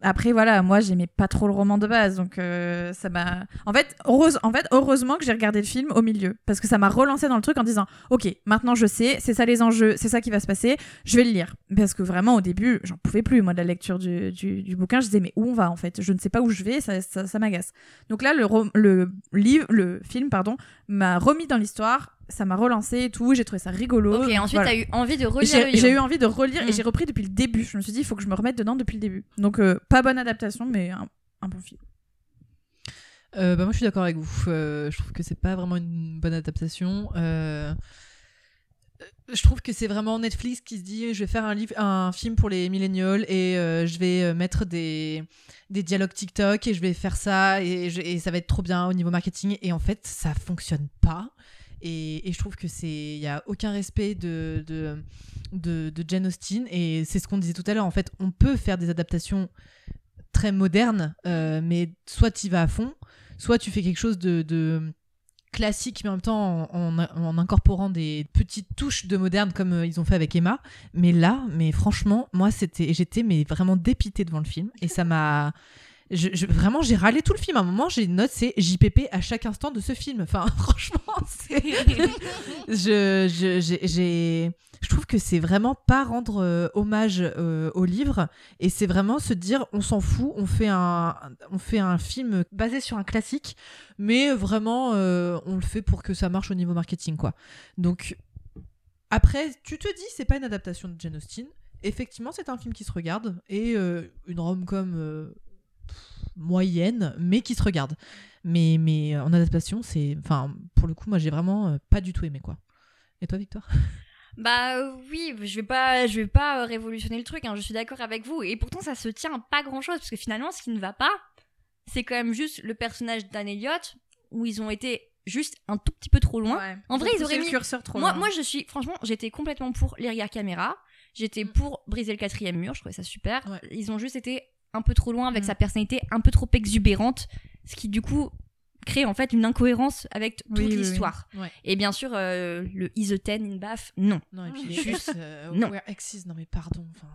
G: Après voilà, moi j'aimais pas trop le roman de base, donc euh, ça m'a. En fait, heureuse, en fait, heureusement que j'ai regardé le film au milieu parce que ça m'a relancé dans le truc en disant, ok, maintenant je sais, c'est ça les enjeux, c'est ça qui va se passer je vais le lire. Parce que vraiment, au début, j'en pouvais plus, moi, de la lecture du, du, du bouquin. Je disais, mais où on va, en fait Je ne sais pas où je vais, ça, ça, ça m'agace. Donc là, le, rom- le, livre, le film pardon, m'a remis dans l'histoire, ça m'a relancé et tout, j'ai trouvé ça rigolo.
A: Ok, ensuite,
G: Oh, Voilà.
A: t'as eu envie de
G: Et
A: relire le
G: J'ai j'ai eu
A: livre.
G: envie de relire
A: Mm.
G: et j'ai repris depuis le début. Je me suis dit, il faut que je me remette dedans depuis le début. Donc, euh, pas bonne adaptation, mais un, un bon film.
I: Euh, bah, moi, je suis d'accord avec vous. Euh, je trouve que c'est pas vraiment une bonne adaptation. Euh, Je trouve que c'est vraiment Netflix qui se dit je vais faire un, livre, un film pour les millénials et euh, je vais euh, mettre des, des dialogues TikTok et je vais faire ça et, je- et ça va être trop bien au niveau marketing. Et en fait, ça fonctionne pas. Et, et je trouve que c'est il y a aucun respect de, de, de, de Jane Austen et c'est ce qu'on disait tout à l'heure. En fait, on peut faire des adaptations très modernes, euh, mais soit tu vas à fond, soit tu fais quelque chose de, de classique, mais en même temps en, en- en incorporant des petites touches de moderne comme euh, ils ont fait avec Emma. Mais là, mais franchement, moi c'était, j'étais mais vraiment dépité devant le film et ça m'a je, je- vraiment, j'ai râlé tout le film. À un moment, j'ai une note, c'est JPP à chaque instant de ce film. Enfin, franchement, c'est- je, je, j'ai- j'ai- je trouve que c'est vraiment pas rendre euh, hommage euh, au livre. Et c'est vraiment se dire, on s'en fout, on fait, un, on fait un film basé sur un classique, mais vraiment, euh, on le fait pour que ça marche au niveau marketing, quoi. Donc, après, tu te dis, c'est pas une adaptation de Jane Austen. Effectivement, c'est un film qui se regarde et euh, une rom-com euh, pff, moyenne, mais qui se regarde. Mais, mais euh, en adaptation, c'est. Enfin, pour le coup, moi, j'ai vraiment euh, pas du tout aimé, quoi. Et toi, Victoire
A: Bah euh, oui, je vais pas, je vais pas euh, révolutionner le truc. hein, je suis d'accord avec vous. Et pourtant, ça se tient à pas grand chose parce que finalement, ce qui ne va pas, c'est quand même juste le personnage d'Anne Elliot où ils ont été juste un tout petit peu trop loin. En vrai, ils auraient mis.
G: le curseur trop
A: moi,
G: loin.
A: moi, je suis franchement, j'étais complètement pour les regards caméra. J'étais pour briser le quatrième mur. Je trouvais ça super. Ils ont juste été un peu trop loin avec sa personnalité un peu trop exubérante, ce qui du coup crée en fait une incohérence avec t- toute
F: Oui, oui, oui.
A: l'histoire.
I: Ouais.
A: Et bien sûr, euh, le is a ten in bath, non.
I: Non, et puis les
A: Juste,
I: X, euh,
A: non.
I: We're X's, non, mais pardon. enfin.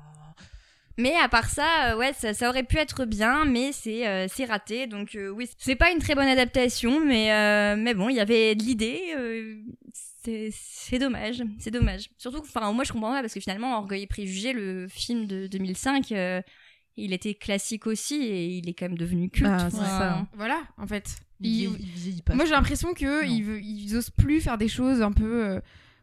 A: Mais à part ça, euh, ouais, ça, ça aurait pu être bien, mais c'est euh, c'est raté. Donc euh, oui, c'est pas une très bonne adaptation, mais euh, mais bon, il y avait de l'idée. euh, c'est c'est dommage, c'est dommage. Surtout, que, enfin, moi je comprends pas parce que finalement, Orgueil et Préjugés, le film de 2005, euh, il était classique aussi et il est quand même devenu culte.
F: Bah, c'est
A: Enfin,
F: ça.
H: Voilà, en fait.
I: Il
H: Ils-
I: vieillit- il vieillit pas.
H: Moi, j'ai l'impression que ils, ve- ils osent plus faire des choses un peu euh,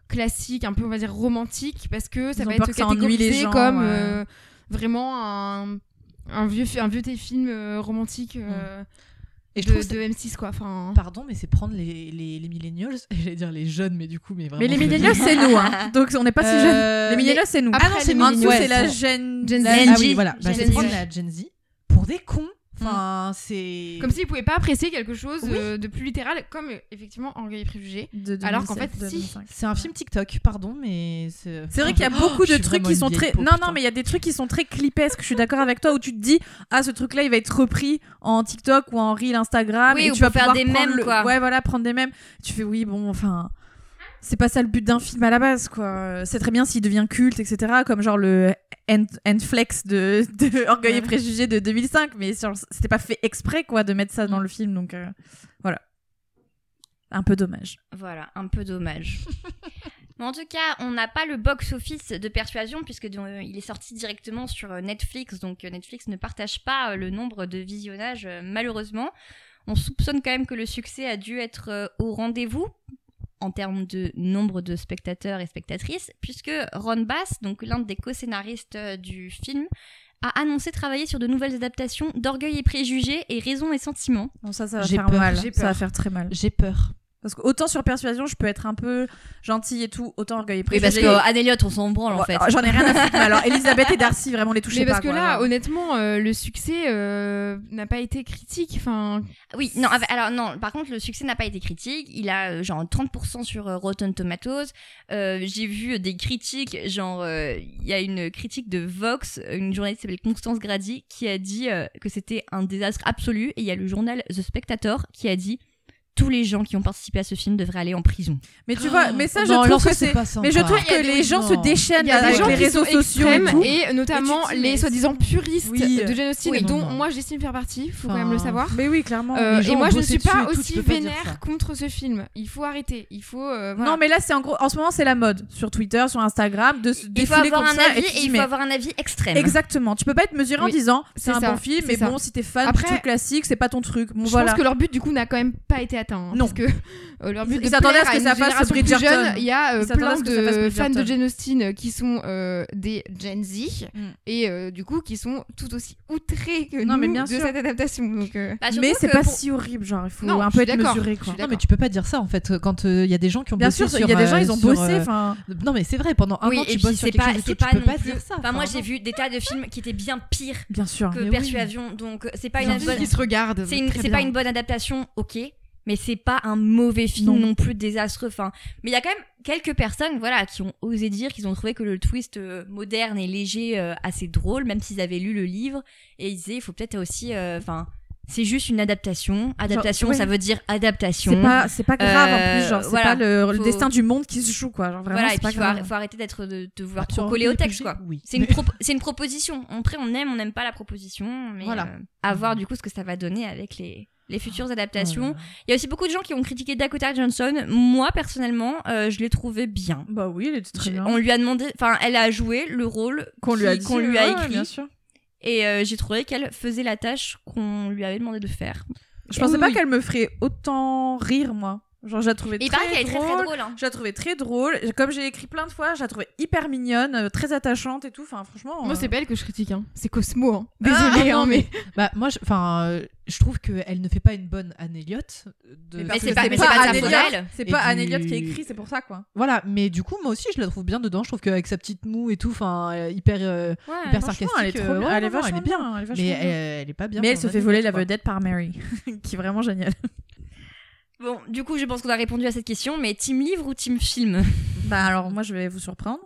H: classiques, un peu, on va dire, romantiques, parce que ça
F: Ils ont
H: va
F: peur
H: être
F: que ça ennuie les
H: catégorisé
F: gens,
H: comme
F: ouais.
H: euh, vraiment un, un vieux, fi- un vieux des films euh, romantiques
F: Mm.
H: euh,
I: Et je
H: de,
I: trouve que
H: de M6, quoi. Enfin,
I: Pardon, mais c'est prendre les, les, les millennials, j'allais dire les jeunes, mais du coup, mais vraiment.
G: Mais les
I: jeunes.
G: milléniaux, c'est nous, hein. Donc on n'est pas si
I: Euh,
G: jeunes. Les milléniaux,
I: mais-
G: c'est nous.
I: Ah non, c'est
G: En dessous,
I: milléniaux,
G: c'est la
I: ouais.
G: gêne.
H: Gen Z.
I: La-
H: Gen
I: Ah
H: Z.
I: oui, voilà. Bah,
H: Gen
I: c'est
H: Z.
I: prendre la Gen Z pour des cons.
A: Mm.
I: Enfin, c'est.
H: Comme s'ils pouvaient pas apprécier quelque chose
I: Oui.
H: euh, de plus littéral, comme euh, effectivement Orgueil et Préjugés. Alors qu'en fait, si.
I: C'est un film TikTok, pardon, mais c'est.
G: C'est vrai qu'il y a
I: Oh,
G: beaucoup
I: je
G: de
I: suis
G: trucs
I: vraiment
G: qui
I: une
G: sont
I: vieille
G: très.
I: peau,
G: Non, non,
I: putain.
G: mais il y a des trucs qui sont très clipesques. Je suis d'accord avec toi où tu te dis ah ce truc-là il va être repris en TikTok ou en reel Instagram
A: Oui,
G: et
A: ou
G: tu
A: pour
G: vas
A: faire
G: pouvoir
A: des
G: prendre
A: mèmes,
G: le-
A: quoi.
G: Ouais, voilà, prendre des mèmes. Tu fais oui, bon, enfin. C'est pas ça le but d'un film à la base, quoi. C'est très bien s'il devient culte, etc. Comme genre le End End Flex de, de Orgueil et Préjugés de 2005, mais sur- c'était pas fait exprès, quoi, de mettre ça dans le film, donc euh, voilà. Un peu dommage.
A: Voilà, un peu dommage. Mais en tout cas, on n'a pas le box-office de Persuasion puisque euh, il est sorti directement sur euh, Netflix, donc euh, Netflix ne partage pas euh, le nombre de visionnages euh, malheureusement. On soupçonne quand même que le succès a dû être euh, au rendez-vous en termes de nombre de spectateurs et spectatrices, puisque Ron Bass, donc l'un des co-scénaristes euh, du film, a annoncé travailler sur de nouvelles adaptations d'Orgueil et Préjugés et Raison et Sentiments.
G: Non, ça, ça va
I: J'ai
G: faire
I: peur,
G: mal.
I: j'ai
G: Ça va
I: peur.
G: faire très mal.
I: J'ai peur.
G: Parce que autant sur persuasion, je peux être un peu gentille et tout, autant orgueil et
A: Oui, parce
G: préjugé.
A: que euh, Anne Elliot, on s'en branle en fait.
G: Oh, J'en ai rien à foutre. mais alors, Elisabeth et Darcy, vraiment, les touchez
H: Mais
G: pas.
H: parce que
G: quoi,
H: là,
G: genre.
H: honnêtement, euh, le succès euh, n'a pas été critique. Enfin,
A: Oui, non, av- alors non, par contre, le succès n'a pas été critique. Il a euh, genre 30% sur euh, Rotten Tomatoes. Euh, J'ai vu des critiques, genre, euh, il y a une critique de Vox, euh, une journaliste qui s'appelle Constance Grady, qui a dit euh, que c'était un désastre absolu. Et il y a le journal The Spectator qui a dit tous les gens qui ont participé à ce film devraient aller en prison.
G: Mais tu vois, mais ça, je
I: Non, alors
G: trouve
I: ça,
G: que
I: c'est
G: c'est.
I: pas sympa.
G: Mais je trouve
I: Il
H: Oh. y a
G: que
H: des
G: les gens
I: gens-
G: se déchaînent
H: il y a des
G: avec
H: gens
G: les
H: qui
G: réseaux
H: sont
G: sociaux et
H: extrêmes
G: tout.
H: et, notamment
G: Et tu te dis,
H: les
G: mais-
H: soi-disant puristes
G: Oui.
H: de Jane Austen,
I: Oui, non,
H: dont
I: non.
H: moi j'estime faire partie. Faut quand
I: Enfin,
H: même le savoir.
G: Mais oui, clairement.
H: Euh,
I: les gens
H: et
I: ont
H: moi, je ne
I: bossé
H: suis
I: dessus
H: pas
I: et tout, tu
H: aussi
I: peux pas dire ça.
H: vénère contre ce film. Il faut arrêter. Il faut. euh, voilà.
G: Non, mais là, c'est en gros, en ce moment, c'est la mode sur Twitter, sur Instagram, de
A: Il
G: se
A: faut
G: défiler
A: avoir
G: comme
A: un
G: ça.
A: avis
G: tu te
A: et
G: dis,
A: il
G: mais-
A: faut avoir un avis extrême.
G: Exactement. Tu peux pas être mesuré en
H: Oui,
G: disant c'est
H: c'est
G: un
H: ça,
G: bon film,
H: c'est
G: mais
H: ça.
G: bon, si t'es fan
H: Après-
G: de trucs classiques, c'est pas ton truc. Bon,
H: je
G: voilà.
H: pense que leur but du coup n'a quand même pas été atteint. hein,
G: Non.
H: Parce que euh, leur but
G: Ils
H: de
G: s'attendaient
H: plaire
G: à ce
H: une
G: que ça fasse
H: génération plus
G: Bridgerton.
H: jeune, il y a euh,
G: Ils s'attendaient à
H: plein
G: ce que ça fasse
H: de fans de
G: Bridgerton.
H: Jane Austen euh, qui sont euh, des Gen Z
G: Mm.
H: et euh, du coup qui sont tout aussi outrés que
G: Non,
H: nous
G: mais bien
H: de
G: sûr.
H: cette adaptation. Donc euh,
A: Bah, surtout
G: Mais c'est
A: que
G: pas
A: pour-
G: si horrible, genre, il faut
H: Non,
G: un
H: je
G: peu
H: suis
G: être
H: d'accord,
G: mesuré,
H: je suis
G: quoi.
I: Non,
H: D'accord.
I: mais tu peux pas dire ça en fait quand euh, il y a des gens qui ont
G: Bien
I: bossé
G: sûr,
I: sur.
G: il y a des gens,
I: euh,
G: ils ont
I: sur,
G: bossé.
I: euh,
G: enfin
I: Non, mais c'est vrai, pendant un
A: Oui,
I: an,
A: et
I: tu
A: puis
I: bosses sur
A: c'est
I: quelque
A: pas,
I: chose et
A: c'est
I: tout,
A: pas
I: tu peux
A: non
I: pas
A: plus-
I: dire ça.
A: Enfin, moi,
I: vraiment.
A: j'ai vu des tas de films qui étaient bien pires
G: Bien sûr.
A: que
I: Mais oui.
A: Persuasion, donc euh, c'est pas une
H: les gens
A: bonne.
H: qui se regardent.
A: C'est une-
H: très
A: c'est pas
H: bien.
A: une bonne adaptation, ok, mais c'est pas un mauvais film non,
G: Non.
A: plus désastreux. Enfin, mais il y a quand même quelques personnes, voilà, qui ont osé dire qu'ils ont trouvé que le twist euh, moderne et léger, euh, assez drôle, même s'ils avaient lu le livre, et ils disaient, il faut peut-être aussi, euh, enfin. C'est juste une adaptation. Adaptation,
G: ouais.
A: ça veut dire adaptation.
G: C'est pas, c'est pas grave en
A: Euh,
G: plus, genre, c'est
A: voilà.
G: pas le, le
A: Faut-
G: destin du monde qui se joue, quoi. Genre, vraiment,
A: voilà, et
G: c'est
A: puis
G: pas
A: faut,
G: grave.
A: arr- faut arrêter d'être de, de vouloir
G: Bah, tu
A: tout
G: as
A: coller
G: envie
A: au
G: de
A: texte,
G: bouger,
A: quoi.
G: oui.
A: C'est une,
G: Mais-
A: propo- c'est une proposition. Après, on aime, on n'aime pas la proposition, mais
F: Voilà.
A: euh, à voir du coup ce que ça va donner avec les, les
G: Ah.
A: futures adaptations. Il y a aussi beaucoup de gens qui ont critiqué Dakota Johnson. Moi, personnellement, euh, je l'ai trouvé bien.
G: Bah oui, elle était très bien.
A: On lui a demandé, enfin, elle a joué le rôle
G: Qu'on lui a
A: qui-
G: dit,
A: qu'on lui
G: ouais,
A: a
G: ouais,
A: écrit.
G: bien sûr.
A: Et euh, j'ai trouvé qu'elle faisait la tâche qu'on lui avait demandé de faire.
G: Je pensais pas
A: Oui.
G: qu'elle me ferait autant rire, moi. Genre, je la trouvais
A: Et il
G: très,
A: paraît qu'elle est très,
G: drôle.
A: très drôle, hein.
G: Je la trouvais très drôle. Comme j'ai écrit plein de fois, je la trouvais hyper mignonne, euh, très attachante et tout. Enfin, franchement.
H: Moi,
G: euh,
H: c'est pas elle que je critique, hein. c'est Cosmo. Hein.
G: Ah,
H: Désolée,
G: non,
H: hein, mais.
I: Bah, moi, je- enfin, euh, je trouve qu'elle ne fait pas une bonne Anne Elliot. De...
G: Mais
A: parce
G: que
A: c'est pas- mais c'est pas de sa
G: Anne
A: faute
G: Elliot-
A: à elle.
G: C'est
I: Et
G: pas Anne
I: du-
G: Elliot qui a écrit, c'est pour ça, quoi.
I: Voilà, mais du coup, moi aussi, je la trouve bien dedans. Je trouve qu'avec sa petite moue et tout, enfin, euh, hyper, euh,
A: Ouais,
I: hyper sarcastique.
G: franchement, elle est trop
I: euh,
G: bien.
I: ouais,
G: Elle est
I: non, non,
G: vachement
I: elle est bien.
G: bien, elle est vachement
I: mais
G: bien.
I: elle, elle est pas bien.
G: Mais elle
I: dans
G: se
I: Anne
G: fait voler
I: Elliot,
G: la
I: quoi.
G: vedette par Mary, qui est vraiment géniale.
A: Bon, du coup, je pense qu'on a répondu à cette question, mais team livre ou team film
G: Bah alors moi je vais vous surprendre.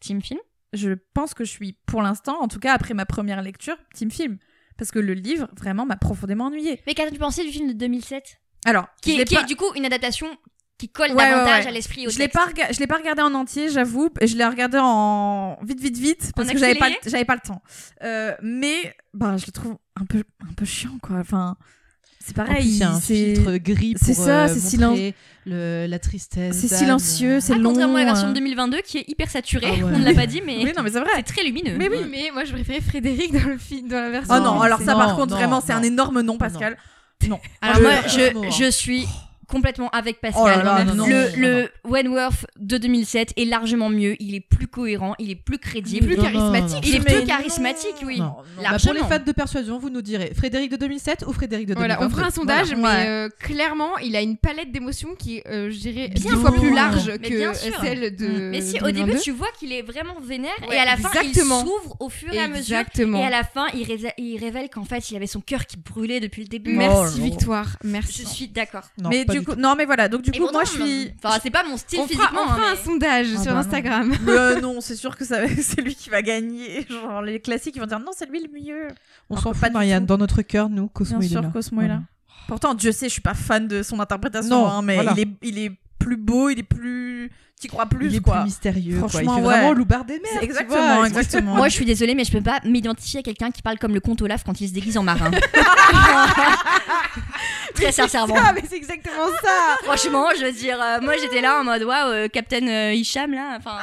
A: Team film
G: Je pense que je suis pour l'instant, en tout cas après ma première lecture, team film. Parce que le livre vraiment m'a profondément ennuyée.
A: Mais qu'as-tu pensé du film de 2007
G: Alors,
A: Qui,
G: je
A: est,
G: l'ai
A: qui est
G: pas-
A: du coup une adaptation qui colle
G: Ouais,
A: davantage
G: ouais, ouais.
A: à l'esprit et au
G: je l'ai
A: texte.
G: pas, rega- je l'ai pas regardé en entier, j'avoue. Je l'ai regardé en vite, vite, vite, parce
A: En
G: que j'avais pas, le-
A: accéléré
G: j'avais pas le temps. Euh, mais bah, je le trouve un peu, un peu chiant, quoi. Enfin, c'est
I: En plus,
G: pareil.
I: il y a un
G: c'est-
I: filtre gris pour
G: c'est ça,
I: euh,
G: c'est
I: montrer
G: silen-
I: le- la tristesse.
G: C'est
I: d'Anne.
G: silencieux, c'est
A: Ah,
G: long.
A: contrairement à la version
G: euh.
A: de 2022 qui est hyper saturée,
I: Ah ouais.
A: on ne l'a pas dit, mais
G: Oui, non, mais c'est vrai.
A: c'est très lumineux.
G: Mais oui,
H: Mais moi, je préférais Frédéric dans, le film, dans la version.
G: Oh non, alors ça
I: Non,
G: par contre,
I: non,
G: vraiment, c'est
I: non.
G: un énorme non, Pascal. Non.
A: Alors
I: Je-
A: moi,
I: Franchement,
A: je,
I: hein.
A: je suis complètement avec Pascal.
G: Oh là là, non, non,
A: le
I: non,
A: le Wentworth de 2007 est largement mieux, il est plus cohérent, il est plus crédible.
H: Plus
I: Non, non,
H: charismatique.
I: non, non.
A: Il est
G: Mais
A: plus
G: non.
A: charismatique, oui.
I: Non, non. Bah, pour
A: Largement.
I: les fans de persuasion, vous nous direz Frédéric de 2007 ou Frédéric de 2022
H: Voilà, on fera un sondage,
G: Voilà.
H: mais euh, clairement, il a une palette d'émotions qui est, euh, je dirais,
A: Bien
H: dix fois
A: sûr.
H: plus large
A: Mais
H: que
A: bien sûr. Mm.
H: celle de.
A: Mais si, au
H: 2022.
A: début, tu vois qu'il est vraiment vénère
H: Ouais,
A: et à la fin,
H: exactement.
A: il s'ouvre au fur et à mesure.
H: Exactement.
A: Et à la fin, il, rése- il révèle qu'en fait, il avait son cœur qui brûlait depuis le début.
H: Merci,
I: Oh là là.
H: Victoire. Merci.
A: Je suis d'accord.
I: Non,
G: euh, mais
I: pas
G: du
I: du
G: coup, non, mais voilà. Donc du
A: Et
G: coup,
A: pourtant,
G: moi, je suis.
A: Enfin, c'est pas mon style
H: On fera,
A: physiquement.
H: on fera
A: hein,
H: un
A: mais-
H: sondage
G: Ah
H: sur
G: bah non.
H: Instagram.
G: Mais non, c'est sûr que ça... c'est lui qui va gagner. Genre les classiques, ils vont dire non, c'est lui le mieux.
I: On
G: Alors
I: s'en
G: que
I: fout,
G: pas du
I: Marianne.
G: tout.
I: Dans notre cœur, nous,
G: Bien
I: Cosmo, il est
G: sûr,
I: là.
G: Cosmo est là.
I: Voilà.
G: Pourtant, Dieu sait, je suis pas fan de son interprétation,
I: Non,
G: hein, mais
I: voilà.
G: il, est, il est plus beau, il est plus. T'y crois plus,
I: Il est
G: quoi.
I: plus mystérieux. quoi.
G: Franchement,
I: Il fait
G: ouais.
I: vraiment loupard des mers.
G: C'est
I: tu
G: exactement,
I: vois.
G: exactement.
A: Moi, je suis désolée, mais je peux pas m'identifier à quelqu'un qui parle comme le comte Olaf quand il se déguise en marin. Très sincèrement.
G: Ah, mais c'est exactement ça.
A: Franchement, je veux dire, euh, moi j'étais là en mode waouh, euh, Captain euh, Hicham là, enfin.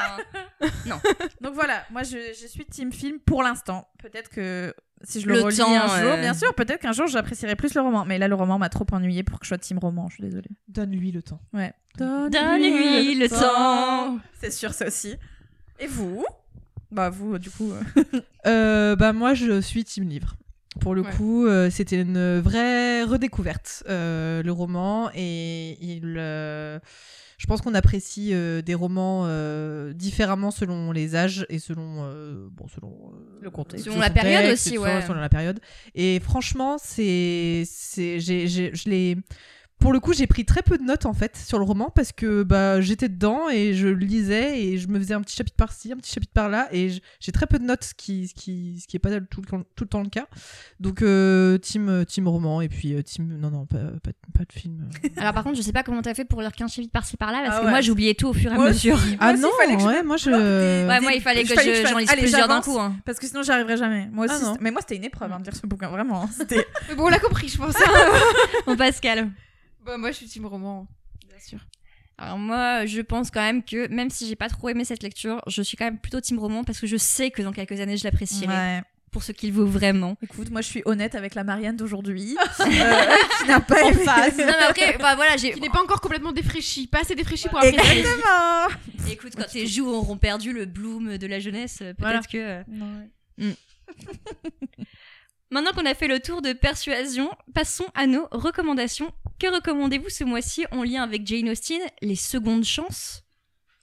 G: Donc voilà, moi, je, je suis team film pour l'instant. Peut-être que si je le,
A: Le
G: relis
A: temps,
G: un jour,
A: euh.
G: bien sûr, peut-être qu'un jour, j'apprécierai plus le roman. Mais là, le roman m'a trop ennuyé pour que je sois team roman. Je suis désolée.
I: Donne-lui le temps.
G: Ouais.
A: Donne-lui le temps.
G: C'est sûr, ça aussi. Et vous Bah, vous, du coup. euh,
I: Euh, bah moi je suis team livre. Pour le
H: Ouais.
I: coup, euh, c'était une vraie redécouverte euh, le roman et il. euh, je pense qu'on apprécie euh, des romans euh, différemment selon les âges et selon euh, bon selon euh,
G: Le contexte.
A: Selon la période aussi,
I: et selon-
A: ouais.
I: selon la période. Et franchement, c'est c'est j'ai j'ai- je l'ai pour le coup, j'ai pris très peu de notes en fait sur le roman parce que bah, j'étais dedans et je lisais et je me faisais un petit chapitre par-ci, un petit chapitre par-là et je- j'ai très peu de notes, ce qui, ce qui, ce qui est pas tout le, temps- tout le temps le cas. Donc, euh, team, team roman et puis euh, team. Non, non, pas, pas, pas de film.
A: Alors par contre, je sais pas comment t'as fait pour lire 15 chapitres par-ci par-là parce
G: Ah
A: que
G: ouais.
A: moi j'oubliais tout au fur et à
G: Moi aussi.
A: mesure.
I: ah
G: aussi,
I: non,
G: il fallait que je
I: ouais, moi je.
A: Ouais, moi il fallait que
G: Il fallait
A: je-
G: que je
A: j'en lise
G: fasse- Allez,
A: plusieurs d'un
G: j'avance.
A: coup. hein.
G: Parce que sinon, j'y arriverai jamais. Moi
I: Ah
G: aussi.
I: non.
G: c'est- mais moi, c'était une épreuve hein, de lire ce bouquin, vraiment. hein. C'était.
H: Mais bon, on l'a compris, je pense. hein.
A: Bon, Pascal.
H: bah, moi, je suis team roman, bien sûr.
A: Alors moi, je pense quand même que même si j'ai pas trop aimé cette lecture, je suis quand même plutôt team roman parce que je sais que dans quelques années je l'apprécierai
G: Ouais.
A: pour ce qu'il vaut vraiment.
G: Écoute, moi, je suis honnête avec la Marianne d'aujourd'hui. euh, qui n'a pas aimé.
A: non mais après, bah, voilà, j'ai.
H: Qui n'est pas encore complètement défraîchi, pas assez défraîchi pour
A: Exact.
H: apprécier.
G: Exactement.
A: Écoute, quand tes joues auront perdu le bloom de la jeunesse, peut-être
G: Voilà.
A: que. euh, Maintenant qu'on a fait le tour de persuasion, passons à nos recommandations. Que recommandez-vous ce mois-ci en lien avec Jane Austen Les secondes chances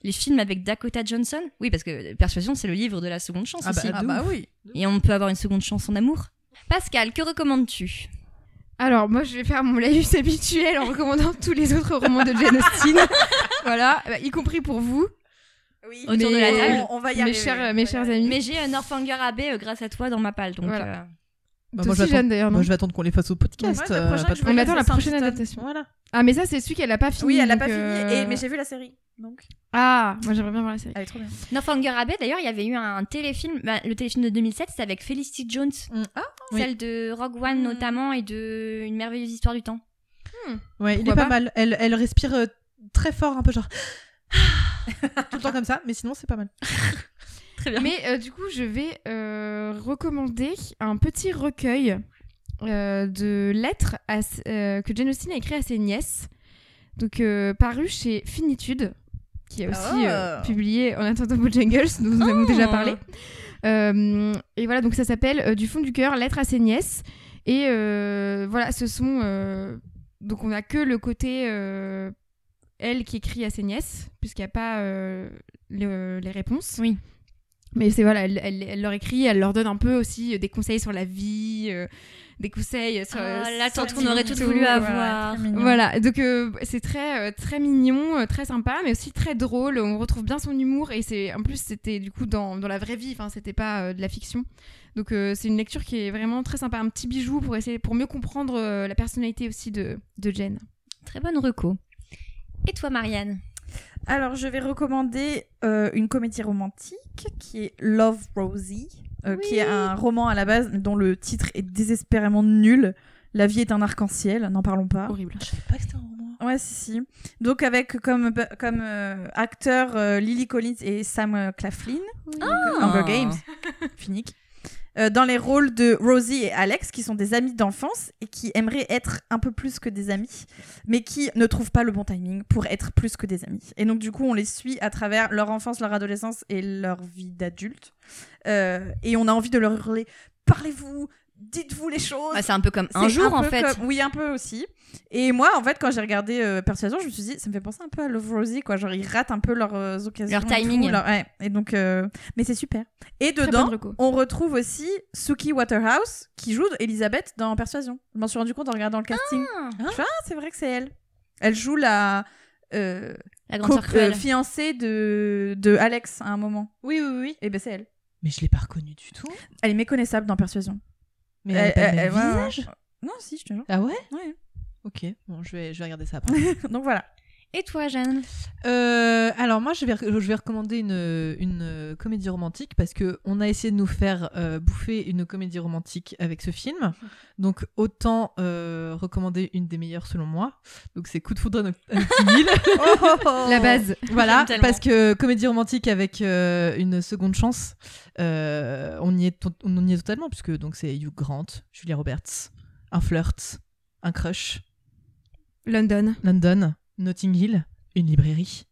A: Les films avec Dakota Johnson Oui, parce que Persuasion, c'est le livre de la seconde chance
I: Ah bah,
A: aussi.
I: de Ah bah ouf.
G: oui.
A: Et on peut avoir une seconde chance en amour. Pascal, que recommandes-tu
H: Alors, moi, je vais faire mon laïus habituel en recommandant tous les autres romans de Jane Austen. voilà, bah, y compris pour vous,
G: Oui.
A: Autour de la
G: Mais
A: table.
G: On, on va y
H: mes
G: arriver.
H: chers, mes chers amis.
A: Mais j'ai un Northanger Abbey euh, grâce à toi dans ma palle, donc
H: Voilà.
A: euh,
I: Bah,
H: Tout
I: moi, je
H: aussi
I: vais
H: jeune
I: attendre-
H: d'ailleurs. non
I: moi, je vais attendre qu'on les fasse au podcast.
H: Ouais, la
I: euh,
H: prochaine,
I: pas de
H: je vais
I: problème.
H: On attend la C'est un prochaine système. adaptation.
G: Voilà.
H: Ah, mais ça, c'est celui qu'elle a pas fini.
G: Oui, elle a
H: donc,
G: pas fini,
H: euh,
G: et- mais j'ai vu la série. Donc.
H: Ah, moi j'aimerais bien voir la série.
G: Elle est trop bien.
A: Northanger Abbey, d'ailleurs, il y avait eu un téléfilm, bah, le téléfilm de 2007, c'était avec Felicity Jones,
I: Ah, oui.
A: celle de Rogue One notamment et de Une merveilleuse histoire du temps.
I: Ouais, il est
H: Pourquoi
I: pas,
H: pas
I: mal. Elle, elle respire euh, très fort, un peu genre. Tout le temps comme ça, mais sinon, c'est pas mal.
A: Très bien.
H: Mais euh, du coup, je vais euh, recommander un petit recueil euh, de lettres à s- euh, que Jane Austen a écrit à ses nièces. Donc, euh, paru chez Finitude, qui a aussi
G: Ah.
H: euh, publié En attendant Bojangles, dont nous avons déjà parlé. Euh, et voilà, donc ça s'appelle euh, Du fond du cœur, lettre à ses nièces. Et euh, voilà, ce sont. euh, donc on a que le côté euh, elle qui écrit à ses nièces, puisqu'il n'y a pas euh, le- les réponses.
A: Oui.
H: Mais c'est voilà, elle, elle- elle leur écrit, elle leur donne un peu aussi euh, des conseils sur la vie, euh, des conseils euh, sur.
A: Ah,
H: sur
A: la tante
H: la
A: qu'on aurait
H: vie,
A: toutes voulu
H: voilà.
A: avoir.
H: Voilà, donc euh, c'est très euh, très mignon, euh, très sympa, mais aussi très drôle. On retrouve bien son humour et c'est en plus c'était du coup dans, dans la vraie vie, enfin c'était pas euh, de la fiction. Donc euh, c'est une lecture qui est vraiment très sympa, un petit bijou pour essayer pour mieux comprendre euh, la personnalité aussi de de Jen.
A: Très bonne reco. Et toi, Marianne
G: Alors, je vais recommander euh, une comédie romantique qui est Love Rosie, euh, qui est un roman à la base dont le titre est désespérément nul. La vie est un arc-en-ciel, n'en parlons pas.
H: Horrible.
I: Pas que c'était un roman.
G: Ouais, si, si. Donc, avec comme, comme euh, acteurs euh, Lily Collins et Sam euh, Claflin, Donc,
A: Ah.
G: Hunger
H: Ah.
G: Games, Finnick. Euh, dans les rôles de Rosie et Alex, qui sont des amis d'enfance et qui aimeraient être un peu plus que des amis, mais qui ne trouvent pas le bon timing pour être plus que des amis. Et donc, du coup, on les suit à travers leur enfance, leur adolescence et leur vie d'adulte. Euh, et on a envie de leur hurler Parlez-vous, dites-vous les choses.
A: Ah, C'est un peu comme un
G: C'est
A: jour, en
G: peu
A: fait.
G: comme- Oui, un peu aussi. Et moi, en fait, quand j'ai regardé euh, Persuasion, je me suis dit, ça me fait penser un peu à Love Rosie, quoi. Genre, ils ratent un peu leurs euh, occasions.
A: Leur
G: et tout,
A: timing.
G: leur- ouais. Et donc, euh, mais c'est super. Et
H: Très
G: dedans,
H: bonne reco.
G: on retrouve aussi Suki Waterhouse qui joue Elisabeth dans Persuasion. Je m'en suis rendu compte en regardant le casting.
A: Ah,
G: Je fais, ah, c'est vrai que c'est elle. Elle joue la euh,
A: La grande
G: co-
A: sœur cruelle.
G: euh, fiancée de, de Alex à un moment.
I: Oui, oui, oui.
G: Et ben c'est elle.
I: Mais je l'ai pas reconnue du tout.
G: Elle est méconnaissable dans Persuasion.
I: Mais elle, a pas le même
G: Euh, ouais, ouais, ouais.
I: visage.
G: Non, si, je te jure.
I: Ah ouais
G: Ouais.
I: Ok, bon, je vais, je vais regarder ça après.
G: Donc voilà.
A: Et toi, Jeanne
I: Euh, alors moi, je vais, je vais recommander une, une euh, comédie romantique parce que on a essayé de nous faire euh, bouffer une comédie romantique avec ce film. Donc autant euh, recommander une des meilleures selon moi. Donc c'est Coup de foudre à Noct- à Nocturnville.
G: Oh,
I: Oh.
H: La base.
I: voilà,
A: J'aime tellement.
I: parce que comédie romantique avec euh, une seconde chance, euh, on, y est to- on y est totalement puisque donc c'est Hugh Grant, Julia Roberts, un flirt, un crush.
H: London.
I: London, Notting Hill, une librairie.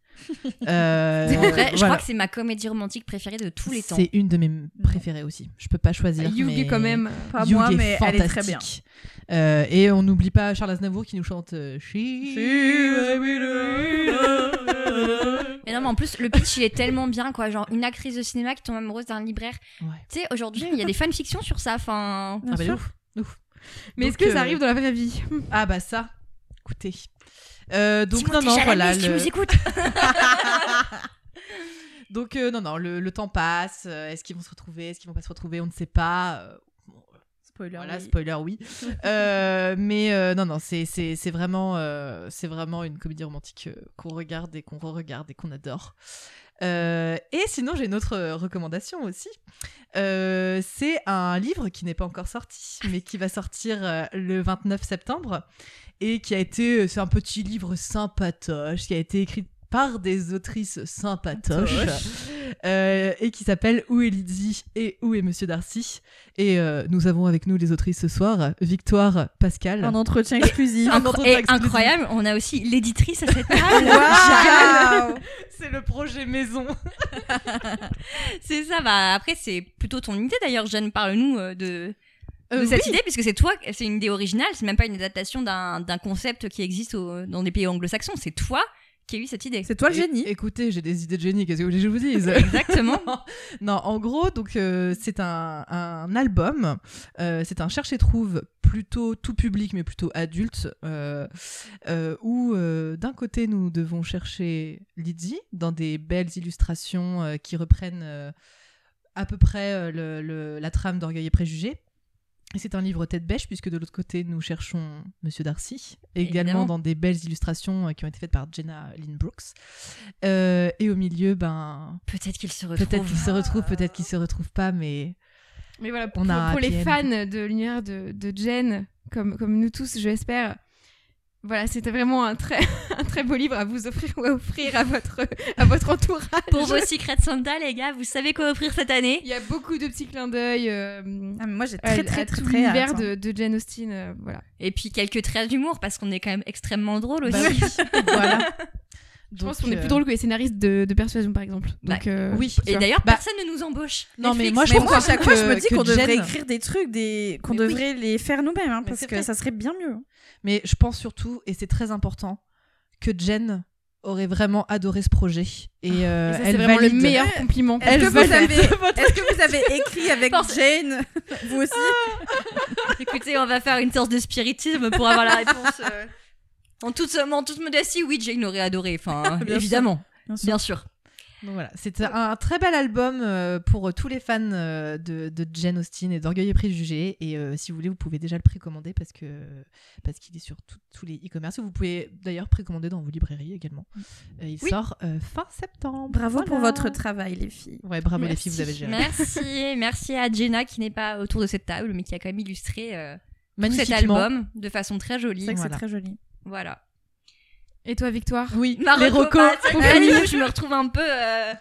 I: Euh,
A: En vrai, je
I: voilà.
A: crois que c'est ma comédie romantique préférée de tous les temps.
I: C'est une de mes préférées aussi. Je peux pas choisir.
H: Yugi
I: mais-
H: quand même.
G: Pas
I: Youg
G: moi,
I: est
G: mais elle est très bien.
I: fantastique. Euh, et on n'oublie pas Charles Aznavour qui nous chante euh, She. Ah,
A: Mais non, mais en plus, le pitch, il est tellement bien, quoi. Genre, une actrice de cinéma qui tombe amoureuse d'un libraire.
I: Ouais.
A: Tu sais, aujourd'hui, il y a des fanfictions sur ça. Enfin,
I: Ah bah, de ouf, de ouf.
H: Mais est-ce
I: Donc,
H: que ça
I: euh,
H: arrive dans la vraie vie
I: Ah bah ça, écoutez. Euh, donc
A: Timothée
I: non non
A: Chalamet,
I: voilà.
A: si tu
I: le-
A: nous écoutes.
I: Donc euh, non non le, le temps passe. euh, Est-ce qu'ils vont se retrouver Est-ce qu'ils vont pas se retrouver On ne sait pas. Euh, bon,
G: Spoiler.
I: Voilà,
G: oui.
I: spoiler, oui. Euh, mais euh, non, non, c'est- c'est c'est vraiment, euh, c'est vraiment une comédie romantique euh, qu'on regarde et qu'on re-regarde et qu'on adore. Euh, et sinon, j'ai une autre euh, recommandation aussi. Euh, c'est un livre qui n'est pas encore sorti, mais qui va sortir euh, le 29 septembre et qui a été, euh, c'est un petit livre sympatoche qui a été écrit par des autrices sympatoches euh, et qui s'appelle Où est Lydie et Où est Monsieur Darcy et euh, nous avons avec nous les autrices ce soir Victoire Pascal
G: Un entretien exclusif.
I: Un autre
A: Et
I: texte
A: incroyable, on a aussi l'éditrice à cette table.
G: Waouh
I: c'est le projet maison
A: c'est ça, bah après, c'est plutôt ton idée d'ailleurs, Jeanne. Parle-nous euh, de, de
I: Euh,
A: cette
I: oui.
A: idée, puisque c'est toi, c'est une idée originale, c'est même pas une adaptation d'un d'un concept qui existe au- dans des pays anglo-saxons. C'est toi qui as eu cette idée.
G: C'est toi le
I: É-
G: génie.
I: écoutez j'ai des idées de génie qu'est-ce que vous voulez que je vous dise
A: Exactement.
I: non, en gros, donc euh, c'est un, un album, euh, c'est un cherche et trouve plutôt tout public mais plutôt adulte, euh, euh, où euh, d'un côté nous devons chercher Lydie dans des belles illustrations euh, qui reprennent euh, à peu près euh, le- le- la trame d'Orgueil et Préjugés. Et c'est un livre tête bêche, puisque de l'autre côté, nous cherchons Monsieur Darcy, également Évidemment. dans des belles illustrations euh, qui ont été faites par Jenna Lynn Brooks. Euh, et au milieu, ben.
A: Peut-être qu'il se retrouve.
I: Peut-être qu'il
H: euh,
I: se retrouve, peut-être qu'il se retrouve pas, mais.
H: Mais voilà,
I: On
H: pour,
I: a
H: pour les
I: APN.
H: fans de l'univers de, de Jen, comme, comme nous tous, je l'espère, voilà, c'était vraiment un très, un très beau livre à vous offrir ou à offrir à votre, à votre entourage.
A: Pour vos secrets de Santa, les gars, vous savez quoi offrir cette année
H: Il y a beaucoup de petits clins d'œil euh,
G: Ah, mais moi, j'ai
H: à-
G: très,
H: à
G: très, très,
H: tout
G: très
H: l'univers
G: hâte,
H: de,
G: hein.
H: de Jane Austen. euh, voilà.
A: Et puis quelques traits d'humour, parce qu'on est quand même extrêmement drôle aussi.
I: Bah oui. voilà.
H: Je pense qu'on est plus drôle que les scénaristes de, de Persuasion, par exemple. Donc, euh,
I: Oui.
H: tu
A: Et
H: vois.
A: d'ailleurs,
I: Bah-
A: personne ne nous embauche.
I: Non, mais
A: Netflix,
I: moi, je
G: Mais
I: pense
G: moi, à
I: que-
G: chaque fois, je me dis
I: que
G: qu'on devrait
I: Jen-
G: écrire des trucs, des... qu'on
I: Mais oui.
G: devrait les faire nous-mêmes, hein, parce
I: c'est
G: que
I: vrai.
G: ça serait bien mieux.
I: Mais je pense surtout, et c'est très important, que Jen aurait vraiment adoré ce projet. Et, euh,
H: Ah, Et ça, c'est
I: elle
H: vraiment le
I: valide.
H: meilleur compliment.
G: Est-ce que,
I: Elle valide.
G: vous avez... Est-ce que vous avez écrit avec
A: Pense-
G: Jane Vous aussi
A: Écoutez, on va faire une séance de spiritisme pour avoir la réponse. euh, En toute, en toute modestie, oui, Jane aurait adoré. Enfin,
I: Bien sûr.
A: évidemment,
G: Bien sûr.
A: bien sûr.
I: Donc voilà, c'est un très bel album euh, pour tous les fans euh, de, de Jane Austen et d'Orgueil et Préjugés. Et euh, si vous voulez, vous pouvez déjà le précommander parce que parce qu'il est sur tout- tous les e-commerce. Vous pouvez d'ailleurs précommander dans vos librairies également. Euh, il
A: Oui.
I: sort euh, fin septembre.
G: Bravo pour
I: Voilà.
G: votre travail, les filles.
I: Ouais, bravo les
G: Merci.
I: filles, vous avez géré.
A: Merci, merci à Jenna qui n'est pas autour de cette table, mais qui a quand même illustré euh, tout cet
I: Magnifiquement.
A: album de façon très
G: C'est
A: jolie.
G: vrai que
I: Voilà.
G: c'est très joli.
A: Voilà.
H: Et toi, Victoire Ah,
I: Oui, les
A: Marocco,
I: recos.
A: bah, c'est vrai que là, du coup, je me retrouve un peu euh,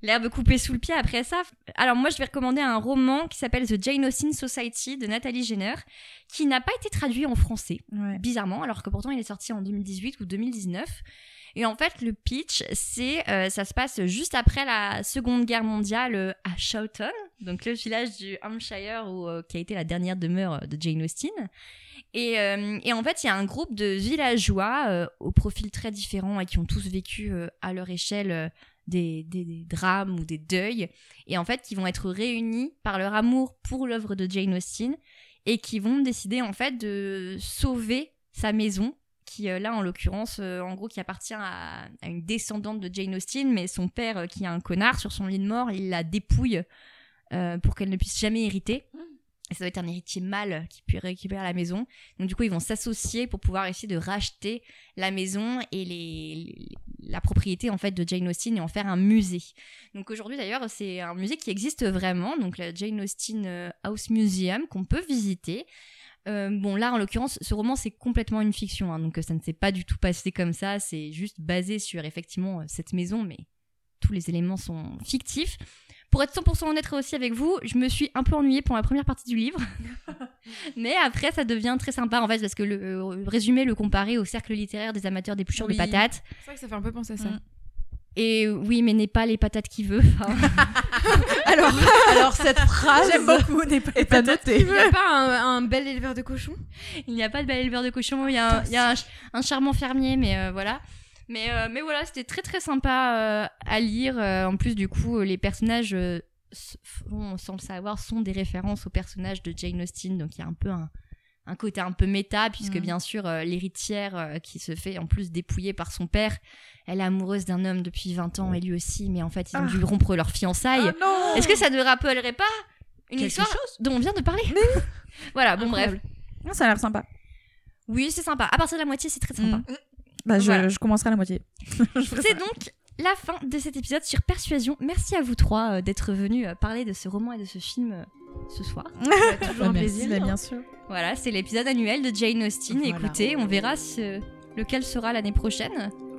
A: l'herbe coupée sous le pied après ça. Alors moi, je vais recommander un roman qui s'appelle The Jane Austen Society de Nathalie Jenner, qui n'a pas été traduit en français
G: Ouais.
A: bizarrement, alors que pourtant il est sorti en 2018 ou 2019. Et en fait, le pitch, c'est euh, ça se passe juste après la Seconde Guerre mondiale euh, à Shoughton, donc le village du Hampshire où, euh, qui a été la dernière demeure euh, de Jane Austen. Et, euh, et en fait, il y a un groupe de villageois euh, aux profils très différents et qui ont tous vécu euh, à leur échelle euh, des, des- des drames ou des deuils, et en fait qui vont être réunis par leur amour pour l'œuvre de Jane Austen et qui vont décider en fait de sauver sa maison qui euh, là en l'occurrence euh, en gros qui appartient à, à une descendante de Jane Austen mais son père euh, qui est un connard sur son lit de mort il la dépouille euh, pour qu'elle ne puisse jamais hériter et ça doit être un héritier mâle qui peut récupérer la maison donc du coup ils vont s'associer pour pouvoir essayer de racheter la maison et les, la propriété en fait de Jane Austen et en faire un musée donc aujourd'hui d'ailleurs c'est un musée qui existe vraiment donc la Jane Austen euh, House Museum qu'on peut visiter euh, bon, là, en l'occurrence, ce roman, c'est complètement une fiction, hein, donc euh, ça ne s'est pas du tout passé comme ça, c'est juste basé sur, effectivement, euh, cette maison, mais tous les éléments sont fictifs. Pour être 100% honnête aussi avec vous, je me suis un peu ennuyée pour la première partie du livre, mais après, ça devient très sympa, en fait, parce que le euh, résumé, le comparer au cercle littéraire des amateurs des pluchures
G: Oui.
A: de patates,
H: C'est vrai que ça fait un peu penser à ça.
G: Mm.
A: et euh, oui, mais n'est pas les patates qui veut. enfin.
I: Alors, alors cette phrase.
G: J'aime beaucoup, n'est pas
I: est à noter.
H: Il n'y a pas un, un bel éleveur de cochons
A: Il n'y a pas de bel éleveur de cochons, il y a, un, il y a un ch- un charmant fermier, mais euh, voilà. Mais, euh, mais voilà, c'était très très sympa euh, à lire. Euh, en plus, du coup, euh, les personnages, euh, s- font, sans le savoir, sont des références aux personnages de Jane Austen, donc il y a un peu un, un côté un peu méta, puisque
G: Mhm.
A: bien sûr, euh, l'héritière euh, qui se fait en plus dépouiller par son père, elle est amoureuse d'un homme depuis 20 ans, et lui aussi, mais en fait, ils ont
G: Ah.
A: dû rompre leur fiançailles.
G: non
A: Est-ce que ça ne rappellerait pas une
I: Quelque
A: histoire dont on vient de parler Voilà, bon bref.
G: Non, ça a l'air sympa.
A: Oui, c'est sympa. À partir de la moitié, c'est très sympa.
G: Mm. Bah, je,
A: Voilà.
G: je commencerai à la moitié. Je ferai
A: C'est
G: ça.
A: donc la fin de cet épisode sur Persuasion. Merci à vous trois euh, d'être venus euh, parler de ce roman et de ce film euh, ce soir.
H: C'est Toujours un
I: Merci,
H: plaisir.
G: Bah, bien sûr.
A: Voilà, c'est l'épisode annuel de Jane Austen.
I: Voilà.
A: Écoutez, on verra ce- lequel sera l'année prochaine.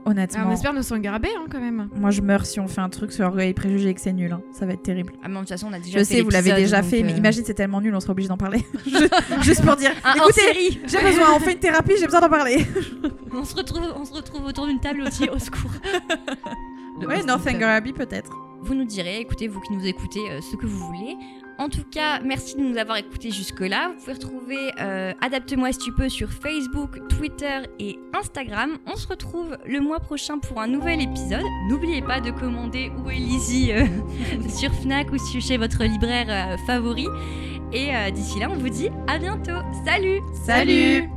H: Ah,
G: Honnêtement,
H: on espère nos sangarabés hein, quand même.
G: moi, je meurs si on fait un truc sur Orgueil et Préjugés et que c'est nul. hein. Ça va être terrible.
A: Ah, mais de toute façon, on a déjà
G: Je
A: fait
G: sais, vous l'avez
A: l'épisode,
G: déjà
A: donc,
G: fait, mais
A: euh, Ah,
G: imagine, c'est tellement nul, on sera obligé d'en parler. Juste- Juste pour dire.
A: Un
G: Écoutez,
A: hors-série.
G: J'ai besoin, on fait une thérapie, j'ai besoin d'en parler.
A: On se retrouve, on se retrouve autour d'une table aussi, au secours.
G: Ouais, Northanger Abbey peut-être.
A: Vous nous direz, écoutez, vous qui nous écoutez, euh, ce que vous voulez. En tout cas, merci de nous avoir écoutés jusque-là. Vous pouvez retrouver euh, Adapte-moi si tu peux sur Facebook, Twitter et Instagram. On se retrouve le mois prochain pour un nouvel épisode. N'oubliez pas de commander Où est Lizzie euh, sur Fnac ou sur- chez votre libraire euh, favori. Et euh, d'ici là, on vous dit à bientôt. Salut
G: Salut